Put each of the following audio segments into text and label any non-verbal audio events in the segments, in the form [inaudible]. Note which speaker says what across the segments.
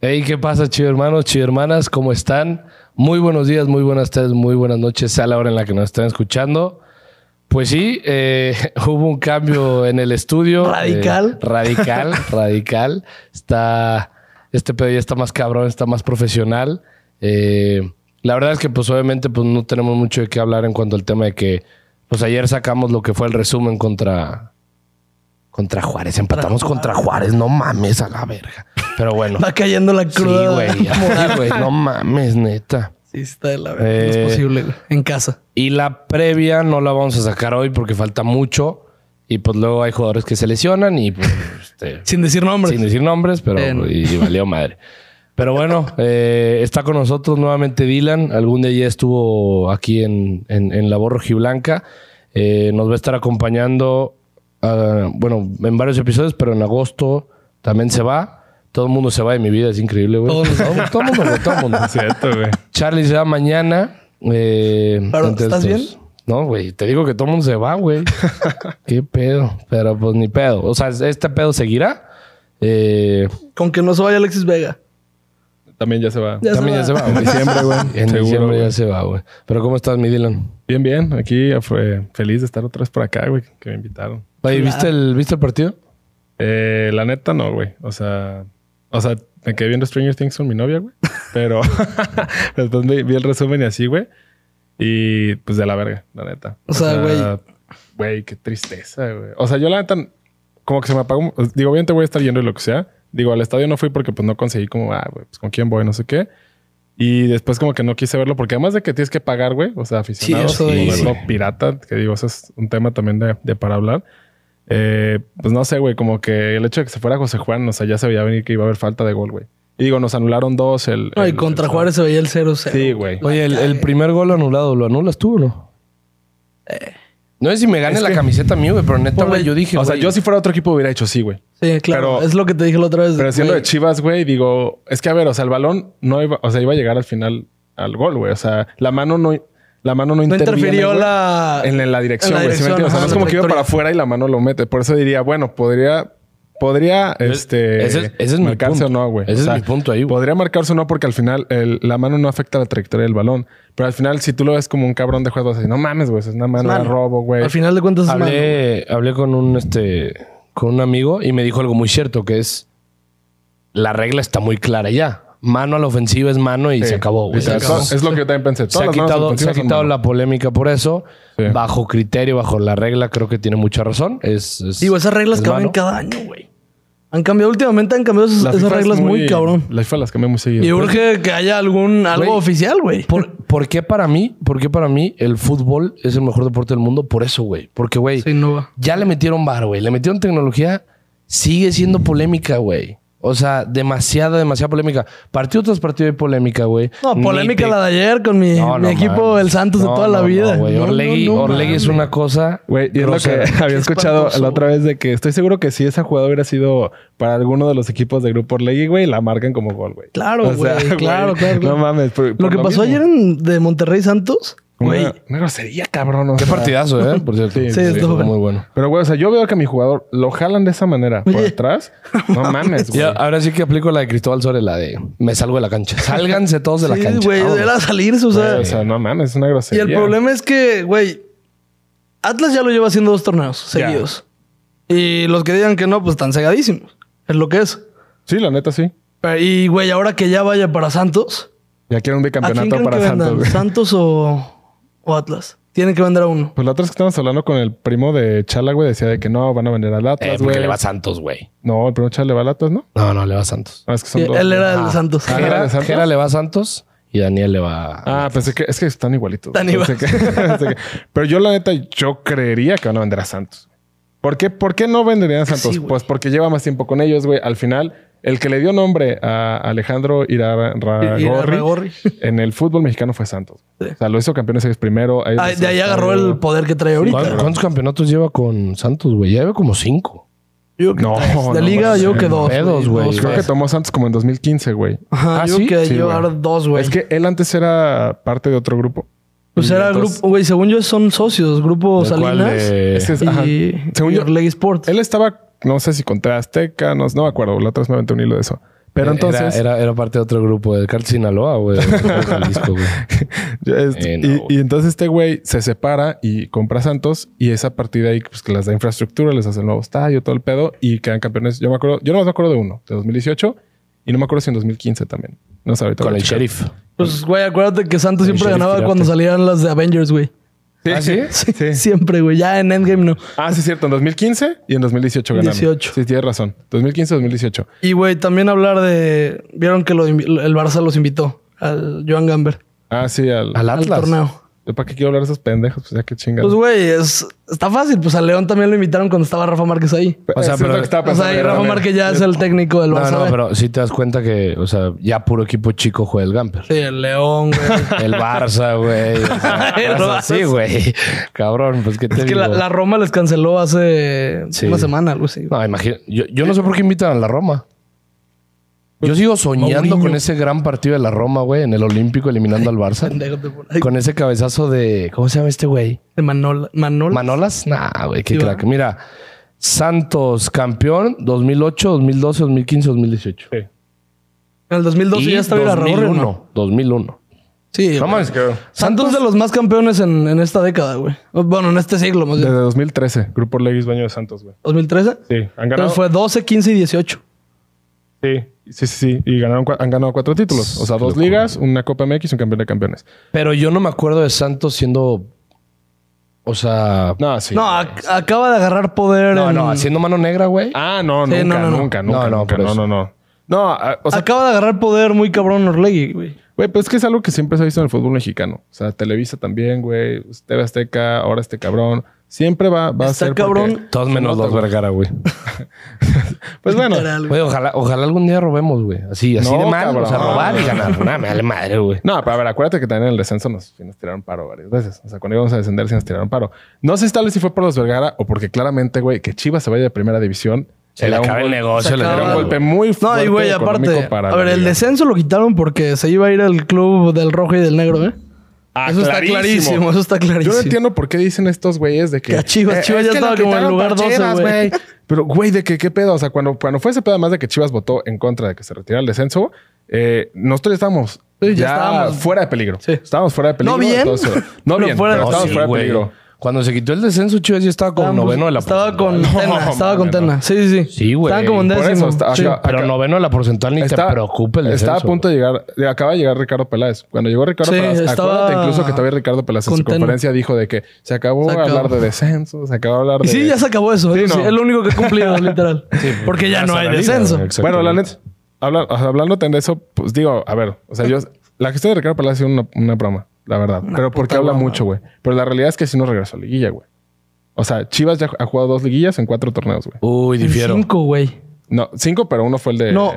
Speaker 1: Hey, ¿qué pasa, chido hermanos, chido hermanas? ¿Cómo están? Muy buenos días, muy buenas tardes, muy buenas noches a la hora en la que nos están escuchando. Pues sí, eh, [laughs] hubo un cambio en el estudio.
Speaker 2: Radical.
Speaker 1: Eh, [laughs] radical, radical. Está, este pedo ya está más cabrón, está más profesional. Eh, la verdad es que pues obviamente pues no tenemos mucho de qué hablar en cuanto al tema de que pues ayer sacamos lo que fue el resumen contra contra Juárez, empatamos contra Juárez, no mames a la verga. Pero bueno.
Speaker 2: Va cayendo la
Speaker 1: Sí, [laughs]
Speaker 2: cruda.
Speaker 1: güey. ya, güey, No mames, neta.
Speaker 2: Sí, está de la verga. No es
Speaker 1: Eh,
Speaker 2: posible, güey. En casa.
Speaker 1: Y la previa no la vamos a sacar hoy porque falta mucho. Y pues luego hay jugadores que se lesionan y pues, este,
Speaker 2: Sin decir nombres.
Speaker 1: sin decir nombres, pero
Speaker 2: Bien.
Speaker 1: y,
Speaker 2: [laughs]
Speaker 1: y valió madre. Pero bueno, eh, está con nosotros nuevamente Dylan. Algún día ya estuvo aquí en, en, en La Voz Rojiblanca. Eh, nos va a estar acompañando, ah, bueno, en varios episodios, pero en agosto también se va. Todo el mundo se va de mi vida, es increíble, güey.
Speaker 2: Todos nos vamos.
Speaker 1: Todo el mundo, güey, todo el mundo.
Speaker 3: [laughs] Cierto, güey.
Speaker 1: Charlie se va mañana. Eh,
Speaker 2: Pero,
Speaker 1: entre
Speaker 2: ¿estás
Speaker 1: estos-
Speaker 2: bien?
Speaker 1: No, güey. Te digo que todo el mundo se va,
Speaker 3: [laughs]
Speaker 1: güey. Qué pedo. Pero pues ni pedo. O sea, este pedo seguirá. Eh,
Speaker 2: Con que no se vaya Alexis Vega.
Speaker 3: También ya se va.
Speaker 2: Ya se
Speaker 1: también ya se va.
Speaker 3: En diciembre, güey.
Speaker 1: [laughs] En
Speaker 3: Seguro,
Speaker 1: diciembre ya
Speaker 3: güey.
Speaker 1: se va, güey. Pero ¿cómo estás, mi Dylan?
Speaker 3: Bien, bien. Aquí fue feliz de estar otra vez por acá, güey, que me invitaron.
Speaker 1: Oye, ¿viste el, ¿viste el partido?
Speaker 3: Eh, la neta, no, güey. O sea, o sea, me quedé viendo Stranger Things con mi novia, güey. Pero [laughs] después vi, vi el resumen y así, güey. Y pues de la verga, la neta.
Speaker 2: O sea, güey.
Speaker 3: Güey, qué tristeza, güey. O sea, yo la neta, como que se me apagó. un- Digo, obviamente voy a estar yendo y lo que sea. Digo, al estadio no fui porque pues no conseguí como, ah, güey, pues con quién voy, no sé qué. Y después como que no quise verlo porque además de que tienes que pagar, güey, o sea, aficionados,
Speaker 2: eso
Speaker 3: y
Speaker 2: es-
Speaker 3: verlo pirata, que digo, eso es un tema también de, de para hablar. Eh, pues no sé, güey, como que el hecho de que se fuera José Juan, o sea, ya se veía venir que iba a haber falta de gol, güey. Y digo, nos anularon dos el...
Speaker 2: No, y
Speaker 1: Eh,
Speaker 3: el-
Speaker 2: contra
Speaker 3: el-
Speaker 2: Juárez se veía el 0-0.
Speaker 3: Sí, güey.
Speaker 1: Oye, el, el primer gol anulado, ¿lo anulas tú o no? No sé si me gane
Speaker 3: Eh. Es
Speaker 1: la
Speaker 3: que-
Speaker 1: camiseta a mí, güey, pero neta,
Speaker 2: Por
Speaker 1: güey,
Speaker 2: la-
Speaker 1: yo dije.
Speaker 3: O sea,
Speaker 1: güey,
Speaker 3: yo si fuera otro equipo hubiera hecho sí, güey.
Speaker 2: Sí, claro.
Speaker 3: Pero-
Speaker 2: es lo que te dije la otra vez.
Speaker 3: Pero siendo
Speaker 2: güey.
Speaker 3: de Chivas, güey, digo, es que a ver, o sea, el balón no iba, o sea, iba a llegar al final al gol, güey. O sea, la mano no, la mano
Speaker 2: No
Speaker 3: no, interviene,
Speaker 2: interfirió
Speaker 3: güey,
Speaker 2: la...
Speaker 3: en, en la dirección,
Speaker 2: Ah, en la
Speaker 3: güey. ¿sí me
Speaker 2: dirección,
Speaker 3: entiendes? o sea,
Speaker 2: ajá,
Speaker 3: no es
Speaker 2: la
Speaker 3: como que iba para
Speaker 2: trayectoria.
Speaker 3: afuera y la mano lo mete. Por eso diría, bueno, podría, podría, este,
Speaker 1: ese es- ese es mi
Speaker 3: marcarse
Speaker 1: punto.
Speaker 3: o no, güey.
Speaker 1: Ese
Speaker 3: O
Speaker 1: es
Speaker 3: sea,
Speaker 1: mi punto ahí, güey.
Speaker 3: Podría marcarse o no porque al final el- la mano no afecta la trayectoria del balón. Pero al final, si tú lo ves como un cabrón de juego, vas a decir, no mames, güey, eso es una mano,
Speaker 2: mano.
Speaker 3: era robo, güey.
Speaker 2: Al final de cuentas es mano.
Speaker 1: hablé, hablé con un este con un amigo y me dijo algo muy cierto que es la regla está muy clara ya. Mano a la ofensiva es mano y
Speaker 3: Sí.
Speaker 1: se acabó. güey.
Speaker 3: Literal,
Speaker 1: Se acabó.
Speaker 3: eso- Es lo que yo también pensé.
Speaker 1: Se
Speaker 3: Todas
Speaker 1: ha
Speaker 3: las manos
Speaker 1: quitado, se ha
Speaker 3: ofensivas son
Speaker 1: quitado
Speaker 3: mano.
Speaker 1: la polémica por eso.
Speaker 3: Sí.
Speaker 1: Bajo criterio, bajo la regla, creo que tiene mucha razón. Es, es-
Speaker 2: Digo, esas reglas
Speaker 1: es
Speaker 2: cambian
Speaker 1: mano.
Speaker 2: cada año, güey. Han cambiado últimamente, han cambiado esas,
Speaker 3: La
Speaker 2: esas
Speaker 3: FIFA es
Speaker 2: reglas muy cabrón.
Speaker 3: La FIFA las cambié muy seguido.
Speaker 2: Y urge que haya algún algo
Speaker 1: Güey, pues,
Speaker 2: oficial, güey.
Speaker 1: [laughs] ¿Por, por qué para mí, por qué para mí el fútbol es el mejor deporte del mundo? Por eso, güey. Porque, güey,
Speaker 2: Se innova.
Speaker 1: ya le metieron bar, güey. Le metieron tecnología. Sigue siendo polémica, güey. O sea, demasiada, demasiada polémica. Partido tras partido hay polémica, güey.
Speaker 2: No,
Speaker 1: Ni
Speaker 2: polémica
Speaker 1: te-
Speaker 2: la de ayer con mi,
Speaker 1: No, no
Speaker 2: mi equipo,
Speaker 1: mames.
Speaker 2: el Santos
Speaker 1: No,
Speaker 2: de toda la
Speaker 1: no, no,
Speaker 2: vida.
Speaker 1: güey.
Speaker 2: No, no,
Speaker 1: Orlegui,
Speaker 2: no,
Speaker 1: Orlegui es
Speaker 2: mames.
Speaker 1: una cosa.
Speaker 3: Güey, y es lo que
Speaker 1: grosera.
Speaker 3: [laughs] había
Speaker 2: Qué
Speaker 3: escuchado
Speaker 2: espantoso,
Speaker 3: la otra vez de que estoy seguro que si esa jugada hubiera sido para alguno de los equipos de Grupo Orlegui, güey, la marcan como gol, güey.
Speaker 2: Claro,
Speaker 3: O sea,
Speaker 2: güey,
Speaker 3: güey,
Speaker 2: claro, claro, claro.
Speaker 3: No mames. por-
Speaker 2: Lo
Speaker 3: por
Speaker 2: que pasó
Speaker 3: mismo.
Speaker 2: ayer en- de Monterrey Santos, güey.
Speaker 3: Una, una grosería, cabrón.
Speaker 1: [laughs]
Speaker 3: o
Speaker 1: Qué
Speaker 3: sea.
Speaker 1: partidazo, ¿eh? Por cierto.
Speaker 3: Sí,
Speaker 2: Sí, estuvo
Speaker 1: estuvo
Speaker 2: bueno.
Speaker 1: muy bueno.
Speaker 3: Pero, güey, o sea, yo veo que a mi jugador lo jalan de esa manera por
Speaker 2: Oye. [laughs]
Speaker 3: atrás. No mames,
Speaker 1: Y
Speaker 3: güey.
Speaker 1: ahora sí que aplico la de Cristóbal Suárez, la de me salgo de la
Speaker 2: [laughs]
Speaker 1: cancha. Sálganse todos de la
Speaker 2: Sí,
Speaker 1: cancha.
Speaker 2: güey,
Speaker 1: Vámonos.
Speaker 2: era salirse, o sea.
Speaker 3: O sea, no mames, es una
Speaker 2: Y
Speaker 3: grosería.
Speaker 2: el problema es que, güey, Atlas ya lo lleva haciendo dos torneos
Speaker 3: Ya.
Speaker 2: seguidos. Y los que digan que no, pues están cegadísimos. Es lo que es.
Speaker 3: Sí, la neta, sí.
Speaker 2: Pero- Y, güey, ahora que ya vaya para Santos,
Speaker 3: Ya quieren un
Speaker 2: ¿a quién
Speaker 3: bicampeonato
Speaker 2: creen
Speaker 3: para
Speaker 2: que vendan?
Speaker 3: Santos, güey.
Speaker 2: ¿Santos o, o Atlas? Tienen que vender a uno.
Speaker 3: Pues la otra vez que estábamos hablando con el primo de Chala, güey, decía de que no, van a vender al
Speaker 1: Eh,
Speaker 3: Atlas,
Speaker 1: porque
Speaker 3: güey.
Speaker 1: le va a Santos, güey.
Speaker 3: No, el primo Chala le va al Atlas, ¿no?
Speaker 1: No, no, le va a Santos.
Speaker 3: Ah, es que son
Speaker 2: Sí,
Speaker 3: dos,
Speaker 2: él
Speaker 3: güey.
Speaker 2: era
Speaker 1: Ah.
Speaker 2: del Santos.
Speaker 3: Ah,
Speaker 1: Jera,
Speaker 3: ¿era de Santos?
Speaker 1: Jera le va a Santos y Daniel le va a...
Speaker 3: Ah, pensé que es que están igualitos.
Speaker 2: pues. Están
Speaker 3: Pensé
Speaker 2: igual.
Speaker 3: que- [laughs] pensé que- pero yo la neta, yo creería que van a vender a Santos. ¿Por qué, por qué no venderían a Santos?
Speaker 2: Sí, güey.
Speaker 3: pues porque lleva más tiempo con ellos, güey. Al final, el que le dio nombre a Alejandro Irarragorri
Speaker 2: Irarrágorri.
Speaker 3: en el fútbol mexicano fue Santos.
Speaker 2: Sí.
Speaker 3: O sea, lo hizo campeones ellos primero. ellos
Speaker 2: Ah, de ahí
Speaker 3: hicieron
Speaker 2: agarró
Speaker 3: estadio.
Speaker 2: el poder que trae ahorita.
Speaker 1: ¿Cuán- ¿Cuántos campeonatos lleva con Santos, güey? Ya lleva como cinco.
Speaker 2: Yo creo que
Speaker 3: No,
Speaker 2: tres. de
Speaker 3: no,
Speaker 2: liga
Speaker 3: no,
Speaker 2: yo creo que
Speaker 1: no,
Speaker 2: dos.
Speaker 1: pedos, güey.
Speaker 2: Dos,
Speaker 3: Creo que tomó Santos como en 2015, güey.
Speaker 2: Ajá,
Speaker 1: Ah,
Speaker 2: yo
Speaker 1: ¿sí?
Speaker 2: creo que
Speaker 3: Sí,
Speaker 2: llevar
Speaker 3: güey.
Speaker 2: dos, güey.
Speaker 3: Es que él antes era parte de otro grupo.
Speaker 2: pues
Speaker 3: Y
Speaker 2: era
Speaker 3: entonces-
Speaker 2: grupo, güey, según yo son socios, grupo
Speaker 1: Del cual,
Speaker 2: Salinas
Speaker 1: eh,
Speaker 3: Es que es-
Speaker 2: y,
Speaker 3: ajá.
Speaker 2: y
Speaker 3: Según yo,
Speaker 2: Orlegui Sports.
Speaker 3: Él estaba, no sé si contra Azteca, no, no me acuerdo, la otra vez me aventé un hilo de eso. Pero
Speaker 1: Eh, Era-
Speaker 3: entonces,
Speaker 1: Era, era parte de otro grupo, de Cartel Sinaloa, güey. o de Jalisco, güey.
Speaker 3: yo, este,
Speaker 1: Eh, no,
Speaker 3: y- y,
Speaker 1: güey.
Speaker 3: entonces este güey se separa y compra Santos y es a partir de ahí pues, que les da infraestructura, les hace el nuevo estadio, todo el pedo y quedan campeones. Yo me acuerdo, yo no me acuerdo de uno, de 2018 y no me acuerdo si en 2015 también. No sé, ahorita
Speaker 1: Con
Speaker 3: voy a
Speaker 1: el
Speaker 3: checar.
Speaker 1: sheriff.
Speaker 2: Pues, güey, acuérdate que Santos siempre
Speaker 1: Sheriff
Speaker 2: ganaba
Speaker 1: Pirata.
Speaker 2: cuando salían las de Avengers, güey.
Speaker 1: ¿Ah, sí?
Speaker 2: Sí, [laughs]
Speaker 3: Sí.
Speaker 2: Siempre, güey. Ya en Endgame no.
Speaker 3: Ah, sí, es cierto. En 2015 y en 2018 ganaron.
Speaker 2: 18.
Speaker 3: Sí, tienes razón. 2015-2018.
Speaker 2: Y, güey, también hablar de... Vieron que lo invi- el Barça los invitó al Joan Gamber.
Speaker 3: Ah, sí, al...
Speaker 1: Al
Speaker 2: Al
Speaker 1: Atlas.
Speaker 2: torneo.
Speaker 3: ¿Yo para qué quiero hablar de esos pendejos? Pues ya qué chingada.
Speaker 2: Pues, güey, es, está fácil. Pues al León también lo invitaron cuando estaba Rafa Márquez ahí.
Speaker 1: o sea, pero-
Speaker 2: O sea, y Rafa Márquez ya es el técnico del
Speaker 1: No,
Speaker 2: Barça.
Speaker 1: no,
Speaker 2: güey.
Speaker 1: pero si te das cuenta que, o sea, ya puro equipo chico juega el Gamper.
Speaker 2: Sí, el León, güey.
Speaker 1: El Barça, güey. O sea,
Speaker 2: [laughs] El
Speaker 1: cosas así,
Speaker 2: Barça.
Speaker 1: güey. Cabrón, pues qué te
Speaker 2: Es que
Speaker 1: digo.
Speaker 2: la, la Roma les canceló hace
Speaker 1: Sí.
Speaker 2: una semana, algo así.
Speaker 1: No, imagina- Yo, yo no sé por qué invitan a la Roma. Yo sigo soñando
Speaker 3: Mourinho.
Speaker 1: con ese gran partido de la Roma, güey, en el Olímpico eliminando al Barça.
Speaker 2: Pendejo te pone- [laughs] Ay,
Speaker 1: Con ese cabezazo de. ¿Cómo se llama este güey?
Speaker 2: de Manola. Manola.
Speaker 1: Manolas. Nah, güey, qué
Speaker 2: Sí,
Speaker 1: crack.
Speaker 2: ¿verdad?
Speaker 1: Mira, Santos campeón 2008, 2012, 2015, 2018.
Speaker 2: en el 2012 ya estaba la Roma.
Speaker 1: 2001. 2001.
Speaker 2: Sí.
Speaker 1: No mames.
Speaker 2: Santos de los más campeones en, en esta década, güey. Bueno, en este siglo, más bien.
Speaker 3: Desde 2013, Grupo Leguis, dueño de Santos, güey.
Speaker 2: 2013.
Speaker 3: Sí, han ganado.
Speaker 2: Entonces fue 12, 15 y 18.
Speaker 3: Sí, sí, sí, sí. Y ganaron, cua- han ganado cuatro títulos. O sea, dos ligas, una Copa MX, un campeón de campeones.
Speaker 1: Pero yo no me acuerdo de Santos siendo. O sea.
Speaker 3: No, sí.
Speaker 2: no, ac- acaba de agarrar poder.
Speaker 1: No,
Speaker 2: en-
Speaker 1: no, haciendo mano negra, güey.
Speaker 3: Ah, no,
Speaker 2: Sí,
Speaker 3: nunca,
Speaker 2: no, no, no.
Speaker 3: nunca,
Speaker 1: No,
Speaker 3: nunca,
Speaker 1: no,
Speaker 3: nunca.
Speaker 1: por
Speaker 3: No,
Speaker 1: eso.
Speaker 3: no, no. No, ah, o sea,
Speaker 2: acaba de agarrar poder muy cabrón Orlegui, güey.
Speaker 3: güey, pues es que es algo que siempre se ha visto en el fútbol mexicano. O sea, Televisa también, güey. TV Azteca, ahora este cabrón. Siempre va, va a
Speaker 2: Está
Speaker 3: ser.
Speaker 2: cabrón.
Speaker 3: porque-
Speaker 1: Todos menos los Vergara, güey.
Speaker 3: [laughs] Pues bueno,
Speaker 2: Literal, güey.
Speaker 1: Güey, ojalá, ojalá algún día robemos, güey. Así, así
Speaker 3: No,
Speaker 1: de mal. O sea,
Speaker 3: cabrón.
Speaker 1: robar y ganar. Nada, me vale madre, güey.
Speaker 3: No, pero a ver, acuérdate que también en el descenso nos, sí nos tiraron paro varias veces. O sea, cuando íbamos a descender, sí nos tiraron paro. No sé si tal vez si fue por los Vergara o porque claramente, güey, que Chivas se vaya de primera división.
Speaker 1: Se le
Speaker 3: era un
Speaker 1: acaba el
Speaker 3: gol-
Speaker 1: negocio.
Speaker 2: se
Speaker 1: le
Speaker 2: acaba.
Speaker 3: Era
Speaker 1: acaba
Speaker 3: un
Speaker 1: el
Speaker 3: golpe
Speaker 1: golpe.
Speaker 3: muy
Speaker 2: No,
Speaker 3: fuerte.
Speaker 2: y güey, aparte.
Speaker 3: económico para
Speaker 2: A ver,
Speaker 3: la
Speaker 2: el
Speaker 3: liga.
Speaker 2: descenso lo quitaron porque se iba a ir al club del rojo y del negro, ¿eh?
Speaker 3: Ah,
Speaker 2: eso está clarísimo, eso está clarísimo.
Speaker 3: Yo no entiendo por qué dicen estos güeyes de que. "Eh,
Speaker 2: Que a Chivas, Chivas
Speaker 3: es
Speaker 2: ya
Speaker 3: que
Speaker 2: estaba
Speaker 3: le
Speaker 2: como en
Speaker 3: quitaron
Speaker 2: lugar 12,
Speaker 3: parcheras,
Speaker 2: güey.
Speaker 3: Pero, güey, de que qué pedo. O sea, cuando, cuando fue ese pedo, además de que Chivas votó en contra de que se retirara el descenso, eh, nosotros estábamos
Speaker 2: Sí,
Speaker 3: ya
Speaker 2: ya estábamos.
Speaker 3: fuera de peligro.
Speaker 2: Sí.
Speaker 3: Estábamos fuera de peligro.
Speaker 2: No bien. [laughs]
Speaker 3: entonces, no
Speaker 2: Pero
Speaker 3: bien,
Speaker 2: fuera de-
Speaker 3: pero
Speaker 1: No,
Speaker 3: estábamos
Speaker 1: sí,
Speaker 3: fuera de
Speaker 1: güey.
Speaker 3: peligro.
Speaker 1: Cuando se quitó el descenso, Chivas ya estaba como
Speaker 2: Estábamos-
Speaker 1: noveno de la
Speaker 2: Estaba con
Speaker 1: porcentual.
Speaker 2: Tena,
Speaker 3: No,
Speaker 2: estaba con
Speaker 3: mames, no.
Speaker 2: Tena. Sí, sí, sí.
Speaker 1: Sí, güey.
Speaker 2: Estaban como en
Speaker 3: Por
Speaker 2: décimo.
Speaker 3: eso está-
Speaker 2: Sí.
Speaker 3: acá-
Speaker 1: Pero
Speaker 3: acá-
Speaker 1: noveno de la porcentual ni te preocupa el descenso.
Speaker 3: Estaba a punto de llegar, de- acaba de llegar Ricardo Peláez. Cuando llegó Ricardo
Speaker 2: Sí,
Speaker 3: Peláez,
Speaker 2: estaba
Speaker 3: acuérdate incluso que todavía Ricardo Peláez en su
Speaker 2: contento.
Speaker 3: conferencia dijo de que se acabó
Speaker 2: Se
Speaker 3: de
Speaker 2: acabó.
Speaker 3: hablar de descenso, se acabó de hablar
Speaker 2: Y
Speaker 3: de.
Speaker 2: sí, ya se acabó eso.
Speaker 3: Sí,
Speaker 2: eso sí,
Speaker 3: no.
Speaker 2: es lo único que he cumplido, literal. Porque ya
Speaker 1: ya
Speaker 2: no
Speaker 1: se
Speaker 2: hay
Speaker 1: la liga,
Speaker 2: descenso.
Speaker 1: güey, exacto.
Speaker 3: Bueno, la
Speaker 1: Exactamente.
Speaker 3: neta, habla- o sea, hablando de eso, pues digo, a ver, o sea, yo, la gestión de Ricardo Peláez ha sido una, una broma, la verdad. pero porque habla mucho, güey. Pero la realidad es que sí nos regresó a liguilla, güey. O sea, Chivas ya ha jugado dos liguillas en cuatro torneos, güey.
Speaker 1: Uy, difiero.
Speaker 2: Cinco, güey.
Speaker 3: No, cinco, pero uno fue el de.
Speaker 2: No.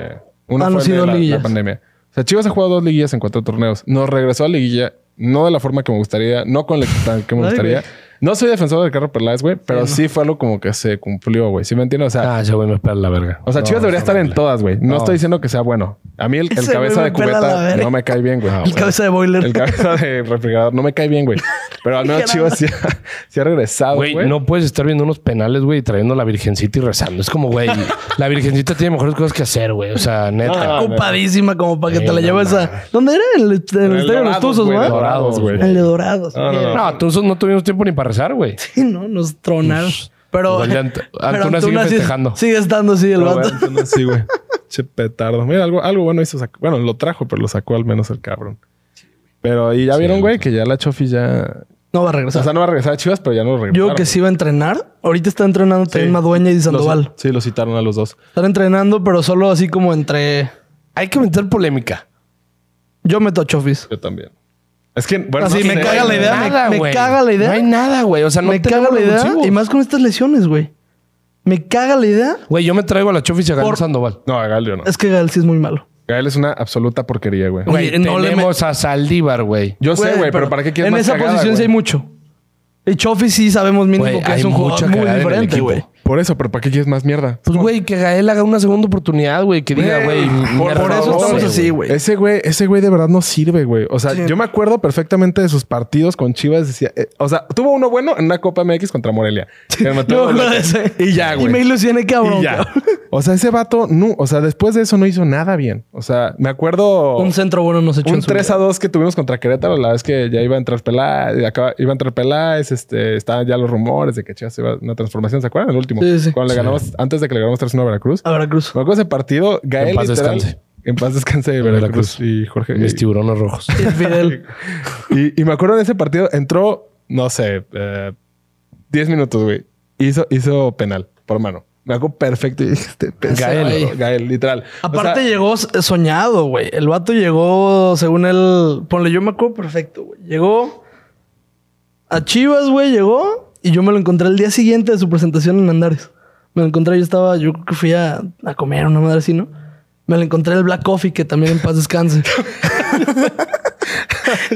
Speaker 3: Uno
Speaker 2: Ah, no,
Speaker 3: fue el
Speaker 2: sí,
Speaker 3: de
Speaker 2: dos
Speaker 3: la- la,
Speaker 2: liguillas.
Speaker 3: pandemia. O sea, Chivas ha jugado dos liguillas en cuatro torneos. Nos regresó a liguilla, no de la forma que me gustaría, no con la que- que me
Speaker 2: Ay,
Speaker 3: gustaría.
Speaker 2: güey.
Speaker 3: No soy defensor de Carlos Peláez, güey, pero sí fue algo como que se cumplió, güey. ¿Sí me entiendes? O sea,
Speaker 1: Ah, ese güey me espera la verga.
Speaker 3: o sea, Chivas debería estar en todas, güey. No, estoy diciendo que sea bueno. A
Speaker 2: [laughs]
Speaker 3: mí el, el
Speaker 2: Ese
Speaker 3: cabeza
Speaker 2: güey me
Speaker 3: de
Speaker 2: pela la
Speaker 3: cubeta
Speaker 2: verga.
Speaker 3: no me cae bien, güey.
Speaker 2: [laughs] El cabeza de boiler.
Speaker 3: El cabeza de refrigerador no me cae bien, güey. Pero al
Speaker 2: [laughs]
Speaker 3: menos Chivas sí ha, sí ha regresado,
Speaker 1: Güey,
Speaker 3: güey.
Speaker 1: no puedes estar viendo unos penales, güey, y trayendo a la virgencita y rezando. Es como, güey, la virgencita tiene mejores cosas que hacer, güey. O sea, neta.
Speaker 3: Ah,
Speaker 2: Ocupadísimo como para que
Speaker 1: Sí,
Speaker 2: te la
Speaker 1: no
Speaker 2: lleves a... ¿Dónde era? El, el
Speaker 3: En el
Speaker 2: estadio de los
Speaker 3: Dorados,
Speaker 2: Tuzos,
Speaker 3: güey,
Speaker 2: ¿no?
Speaker 1: Dorados,
Speaker 3: Dorados, güey.
Speaker 2: El de Dorados.
Speaker 3: No, no,
Speaker 1: No, entonces no tuvimos tiempo ni para rezar, güey.
Speaker 2: Sí, ¿no? Nos tronaron. Pero...
Speaker 1: Igual de Ant-
Speaker 2: pero
Speaker 1: Antuna sigue
Speaker 2: sí-
Speaker 1: festejando.
Speaker 2: Sigue estando así el
Speaker 3: Pero, güey,
Speaker 2: vato.
Speaker 3: Antuna sí, güey. Che petardo. Mira, algo, algo bueno hizo. sac- Bueno, lo trajo, pero lo sacó al menos el cabrón. Pero y ya vieron, güey, que ya la Chofi ya.
Speaker 2: No va a
Speaker 3: O
Speaker 2: regresar.
Speaker 3: sea, no va a regresar a Chivas, pero ya no regresaron.
Speaker 2: Yo creo que sí va a entrenar. Ahorita está entrenando también Madueña y Sandoval.
Speaker 3: Sí, lo citaron a los dos.
Speaker 2: Están entrenando, pero solo así como entre...
Speaker 1: Hay que meter polémica.
Speaker 2: Yo meto a Chofis.
Speaker 3: Yo también. Es que, bueno,
Speaker 2: Así
Speaker 3: no
Speaker 2: me
Speaker 3: sé,
Speaker 2: caga
Speaker 3: güey.
Speaker 2: la idea, me- me
Speaker 1: güey.
Speaker 2: caga la idea.
Speaker 1: No hay nada, güey. O sea, no
Speaker 2: me caga la idea y más con estas lesiones, güey. Me caga la idea.
Speaker 1: Güey, yo me traigo a la Chofis y a Gael
Speaker 2: Por-
Speaker 1: Sandoval.
Speaker 3: No, a Galio no.
Speaker 2: Es que Gael sí es muy malo.
Speaker 3: Gael es una absoluta porquería, güey.
Speaker 2: Oye,
Speaker 1: Güey,
Speaker 2: no le
Speaker 1: tenemos a Saldívar, güey.
Speaker 3: Yo sé, güey, pero ¿para qué quieres
Speaker 2: En
Speaker 3: más
Speaker 2: esa
Speaker 3: cagada,
Speaker 2: posición sí
Speaker 3: güey?
Speaker 2: hay mucho. Y Chofi sí sabemos mínimo
Speaker 1: Güey,
Speaker 2: que
Speaker 1: hay
Speaker 2: es un
Speaker 1: mucha
Speaker 2: jugador muy
Speaker 1: cagada en el
Speaker 2: diferente,
Speaker 1: equipo.
Speaker 2: güey.
Speaker 3: Por eso, pero ¿para qué quieres más mierda?
Speaker 1: Pues, güey, que Gael haga una segunda oportunidad, güey. Que diga, güey,
Speaker 3: por,
Speaker 1: mierda,
Speaker 2: por eso
Speaker 1: no
Speaker 3: favor,
Speaker 1: sé,
Speaker 2: estamos así, güey.
Speaker 3: Ese güey, ese güey de verdad no sirve, güey. O sea,
Speaker 2: Sí.
Speaker 3: yo me acuerdo perfectamente de sus partidos con Chivas. Decía, eh, o sea, tuvo uno bueno en una Copa MX contra Morelia. Que me mató
Speaker 2: No,
Speaker 3: el
Speaker 2: no,
Speaker 3: gol.
Speaker 2: ese.
Speaker 3: Y ya, güey.
Speaker 2: Y me ilusioné, cabrón.
Speaker 3: Y ya.
Speaker 2: cabrón.
Speaker 3: O sea, ese vato, no, o sea, después de eso no hizo nada bien. O sea, me acuerdo
Speaker 2: Un
Speaker 3: un,
Speaker 2: centro bueno nos echó en su
Speaker 3: 3 a
Speaker 2: vida.
Speaker 3: 2 que tuvimos contra Querétaro, la vez que ya iba a entrar Peláez, acaba- iba a entrar Peláez, este, estaban ya los rumores de que Chivas iba a una transformación, ¿se acuerdan? El último.
Speaker 2: Sí, sí.
Speaker 3: Cuando le ganamos, antes de que le ganamos 3-1 a Veracruz.
Speaker 2: A
Speaker 3: [laughs]
Speaker 2: Veracruz.
Speaker 3: Me acuerdo ese partido, Gael
Speaker 1: En paz
Speaker 3: literal-
Speaker 1: descanse.
Speaker 3: En paz descanse de
Speaker 1: Veracruz.
Speaker 3: Veracruz, y Jorge.
Speaker 1: Mis
Speaker 3: Y,
Speaker 1: tiburones rojos.
Speaker 2: Y Fidel.
Speaker 3: y- y me acuerdo en ese partido entró, no sé, eh, 10 minutos, güey. Hizo, hizo penal por mano. Me acuerdo perfecto. Y dije, este
Speaker 1: Gael.
Speaker 3: Gael, Gael, literal. O
Speaker 2: Aparte
Speaker 3: sea,
Speaker 2: llegó s- soñado, güey. El vato llegó, según él... Ponle, yo me acuerdo perfecto, güey. Llegó a Chivas, güey, llegó. Y yo me lo encontré el día siguiente de su presentación en Andares. Me lo encontré, yo estaba... Yo creo que fui a, a comer una madre así, ¿no? Me lo encontré el Black Coffee, que también en paz descanse. [laughs]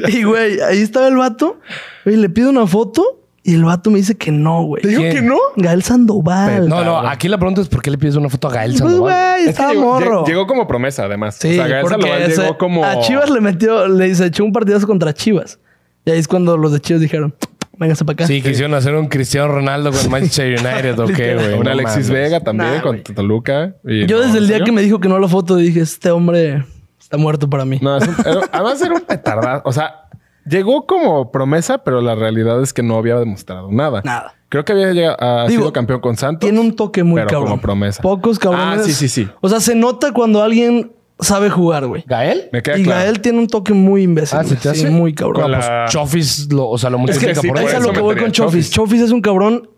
Speaker 2: y, güey, ahí estaba el vato. Güey, le pido una foto y el vato me dice que no, güey.
Speaker 3: ¿Te dijo
Speaker 1: ¿Quién?
Speaker 3: que no?
Speaker 2: Gael Sandoval.
Speaker 1: No, no, aquí la pregunta es por qué le pides una foto a Gael
Speaker 2: Pues,
Speaker 1: Sandoval.
Speaker 2: güey,
Speaker 3: Es que
Speaker 2: estaba
Speaker 3: llegó,
Speaker 2: morro.
Speaker 3: lleg- Llegó como promesa, además.
Speaker 2: Sí,
Speaker 3: o sea, Gael
Speaker 2: porque
Speaker 3: Sandoval
Speaker 2: ese-
Speaker 3: llegó como.
Speaker 2: A Chivas le metió, le se echó un partidazo contra Chivas. Y ahí es cuando los de Chivas dijeron, véngase para acá.
Speaker 1: Sí, quisieron hacer un Cristiano Ronaldo con Manchester United o qué, güey.
Speaker 3: Un
Speaker 1: No mames.
Speaker 3: Alexis Vega también
Speaker 2: Nah,
Speaker 3: con
Speaker 2: güey.
Speaker 3: Toluca. y
Speaker 2: Yo
Speaker 3: no,
Speaker 2: desde el
Speaker 3: ¿en
Speaker 2: día
Speaker 3: serio?
Speaker 2: que me dijo que no a la foto dije, este hombre está muerto para mí.
Speaker 3: No, es un- era- además era un petardazo. O sea, llegó como promesa, pero la realidad es que no había demostrado nada.
Speaker 2: Nada.
Speaker 3: Creo que había llegado, ha
Speaker 2: Digo,
Speaker 3: sido campeón con
Speaker 2: [laughs]
Speaker 3: Santos.
Speaker 2: Tiene un toque muy
Speaker 3: pero
Speaker 2: cabrón.
Speaker 3: como promesa.
Speaker 2: Pocos cabrones.
Speaker 3: Ah, sí, sí, sí.
Speaker 2: O sea, se nota cuando alguien sabe jugar, güey.
Speaker 1: ¿Gael?
Speaker 3: Me queda
Speaker 2: y
Speaker 3: claro.
Speaker 2: Gael tiene un toque muy imbécil.
Speaker 1: Ah, ¿se
Speaker 2: güey.
Speaker 1: te
Speaker 2: Sí,
Speaker 1: hace?
Speaker 2: muy
Speaker 1: Con
Speaker 2: cabrón.
Speaker 3: la-
Speaker 1: la... Chofis, lo- o sea, lo multiplica
Speaker 3: sí,
Speaker 1: por
Speaker 3: por
Speaker 1: eso.
Speaker 2: es a
Speaker 3: eso
Speaker 2: lo que
Speaker 3: me
Speaker 2: voy
Speaker 3: tenía
Speaker 2: con Chofis.
Speaker 3: Chofis.
Speaker 2: Chofis es un cabrón.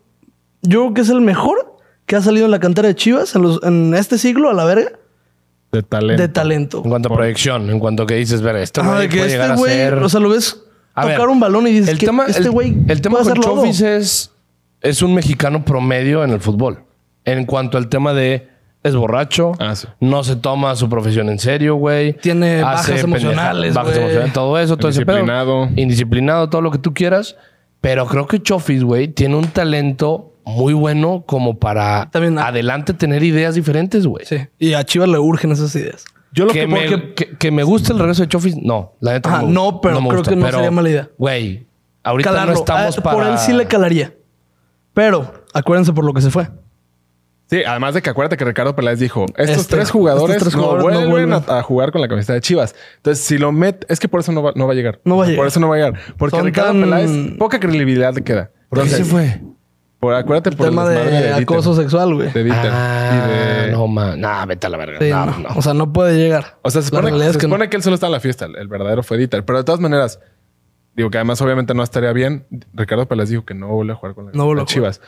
Speaker 2: Yo creo que es el mejor que ha salido en la cantera de Chivas en, los- en este siglo, a la verga,
Speaker 3: de talento.
Speaker 2: de talento.
Speaker 1: En cuanto a proyección, en cuanto a que dices, ver, este
Speaker 2: Ajá,
Speaker 1: güey
Speaker 2: de que
Speaker 1: puede
Speaker 2: este
Speaker 1: llegar a
Speaker 2: güey,
Speaker 1: ser...
Speaker 2: o sea, lo ves
Speaker 1: A
Speaker 2: tocar
Speaker 1: ver,
Speaker 2: un balón y dices
Speaker 1: el
Speaker 2: que
Speaker 1: tema,
Speaker 2: este
Speaker 1: el-
Speaker 2: güey
Speaker 1: El, tema
Speaker 2: puede
Speaker 1: con
Speaker 2: hacerlo
Speaker 1: Chofis
Speaker 2: todo.
Speaker 1: es... Es un mexicano promedio en el fútbol. En cuanto al tema de... Es borracho.
Speaker 3: Ah, sí.
Speaker 1: No se toma su profesión en serio, güey.
Speaker 2: Tiene bajas
Speaker 1: pendeja-
Speaker 2: emocionales,
Speaker 1: Bajas
Speaker 2: güey.
Speaker 1: emocionales, todo eso. Todo ese pedo.
Speaker 3: Indisciplinado.
Speaker 1: Indisciplinado, todo lo que tú quieras. Pero creo que Chofis, güey, tiene un talento muy bueno como para...
Speaker 2: También- ah,
Speaker 1: adelante tener ideas diferentes, güey.
Speaker 2: Sí. Y a Chivas le urgen esas ideas.
Speaker 3: Yo lo
Speaker 1: que,
Speaker 3: que,
Speaker 1: me,
Speaker 3: porque-
Speaker 1: que- que me gusta el regreso de Chofis, no. La neta
Speaker 2: Ajá,
Speaker 1: me gusta.
Speaker 2: no, pero
Speaker 1: me
Speaker 2: creo que no sería mala idea.
Speaker 1: Güey, ahorita
Speaker 2: Calarlo.
Speaker 1: no estamos
Speaker 2: Ah,
Speaker 1: para...
Speaker 2: Por él sí le calaría. Pero acuérdense por lo que se fue.
Speaker 3: Sí, además de que acuérdate que Ricardo Peláez dijo, estos
Speaker 2: Este-
Speaker 3: tres jugadores,
Speaker 2: estos tres
Speaker 3: no
Speaker 2: jugadores no
Speaker 3: vuelven,
Speaker 2: vuelven.
Speaker 3: A, a jugar con la camiseta de Chivas. Entonces, si lo mete, es que por eso no va, no va a llegar.
Speaker 2: No va a llegar.
Speaker 3: Por eso no va a llegar. Porque
Speaker 2: Son
Speaker 3: Ricardo
Speaker 2: tan-
Speaker 3: Peláez, poca credibilidad le queda.
Speaker 1: ¿Por qué
Speaker 3: Entonces,
Speaker 1: se fue?
Speaker 3: por- acuérdate por el
Speaker 2: Tema de,
Speaker 3: desmadre Dieter.
Speaker 2: acoso sexual, güey.
Speaker 3: De Dieter.
Speaker 1: Ah,
Speaker 3: y de-
Speaker 1: no, man. Nah, vete a la verga.
Speaker 2: Sí,
Speaker 1: Nah,
Speaker 2: no.
Speaker 1: no.
Speaker 2: O sea, no puede llegar.
Speaker 3: O sea, se
Speaker 2: La
Speaker 3: supone,
Speaker 2: realidad
Speaker 3: se
Speaker 2: es que no.
Speaker 3: supone que él solo está en la fiesta. El, el verdadero fue Dieter. Pero de todas maneras, digo que además obviamente no estaría bien. Ricardo Peláez dijo que no vuelve a jugar con la
Speaker 2: No vuelve a
Speaker 3: de Chivas.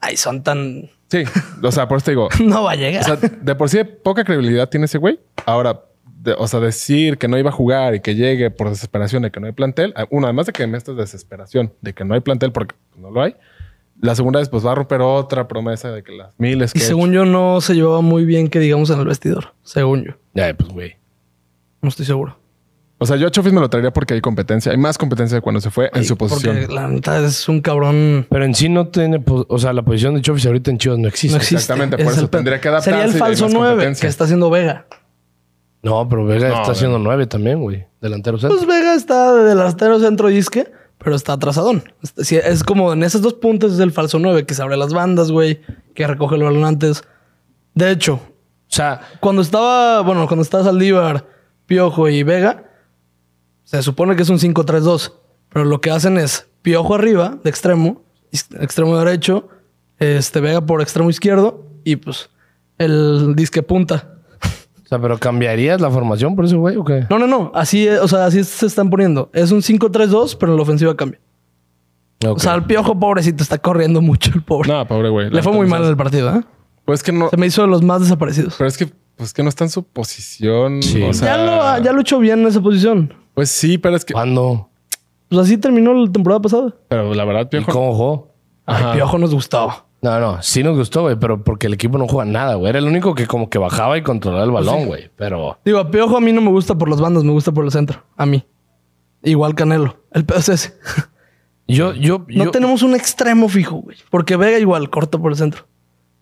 Speaker 2: Ay, son [laughs] tan...
Speaker 3: Sí, o sea, por eso te digo,
Speaker 2: No va a llegar.
Speaker 3: O sea, de por sí de poca credibilidad tiene ese güey. Ahora, de- o sea, decir que no iba a jugar y que llegue por desesperación de que no hay plantel. ah, Uno, además de que me esta desesperación de que no hay plantel porque no lo hay. La segunda es, pues va a romper otra promesa de que las miles que.
Speaker 2: y
Speaker 3: he
Speaker 2: según yo, no se llevaba muy bien que digamos en el vestidor. Según yo.
Speaker 1: Ya, pues, güey.
Speaker 2: No estoy seguro.
Speaker 3: hecho. O sea, yo a Chofis me lo traería porque hay competencia. Hay más competencia de cuando se fue en su posición.
Speaker 2: Porque la neta es un cabrón...
Speaker 1: Pero en sí no tiene... po- O sea, la posición de Chofis ahorita en Chivas no existe.
Speaker 2: No
Speaker 1: No,
Speaker 2: existe.
Speaker 3: Exactamente,
Speaker 2: Ese
Speaker 3: por
Speaker 2: es
Speaker 3: eso
Speaker 2: el pedo.
Speaker 3: tendría que adaptarse
Speaker 2: Sería
Speaker 3: y
Speaker 2: el
Speaker 3: hay
Speaker 2: falso
Speaker 3: más
Speaker 2: 9
Speaker 3: competencia.
Speaker 2: que está haciendo Vega.
Speaker 1: pero Vega
Speaker 3: No,
Speaker 1: está
Speaker 3: güey.
Speaker 1: haciendo nueve también, güey. Delantero centro.
Speaker 2: Pues Vega está de delantero centro disque, pero está atrasadón. Este, sí, Es como en esos dos puntos es el falso 9 que se abre las bandas, güey, que recoge el balón antes. De hecho,
Speaker 1: O sea,
Speaker 2: cuando estaba, bueno, cuando estaba Saldívar, Piojo y Vega, se supone que es un 5-3-2, pero lo que hacen es Piojo arriba, de extremo, is- extremo derecho, este Vega por extremo izquierdo y pues el disque punta.
Speaker 1: o sea, pero ¿cambiarías la formación por ese güey o qué?
Speaker 2: No, no, no. Así, es- o sea, así se están poniendo. Es un 5-3-2, pero en la ofensiva cambia.
Speaker 1: Ok.
Speaker 2: O sea, el piojo pobrecito está corriendo mucho el pobre.
Speaker 3: No, pobre güey.
Speaker 2: Le fue muy mal en el partido, ¿eh?
Speaker 3: Pues que no.
Speaker 2: Se me hizo de los más desaparecidos.
Speaker 3: Pero es que, pues que no está en su posición.
Speaker 1: Sí.
Speaker 3: O sea,
Speaker 2: ya, lo, ha- ya lo echó bien en esa posición.
Speaker 3: Pues sí, pero es que.
Speaker 1: ¿Cuándo?
Speaker 2: Pues así terminó la temporada pasada.
Speaker 3: Pero la verdad,
Speaker 1: ¿Y
Speaker 3: Piojo.
Speaker 1: cómo jugó?
Speaker 3: Ajá.
Speaker 2: El piojo nos gustaba.
Speaker 1: No, no, sí nos gustó, güey, pero porque el equipo no juega nada, güey. Era el único que como que bajaba y controlaba el
Speaker 2: Pues
Speaker 1: balón, güey. Pero
Speaker 2: Digo, a piojo a mí no me gusta por las bandas, me gusta por el centro. A mí. Igual Canelo. El pedo es ese.
Speaker 1: yo, yo,
Speaker 2: No
Speaker 1: yo-
Speaker 2: tenemos un extremo fijo, güey. Porque Vega igual corta por el centro.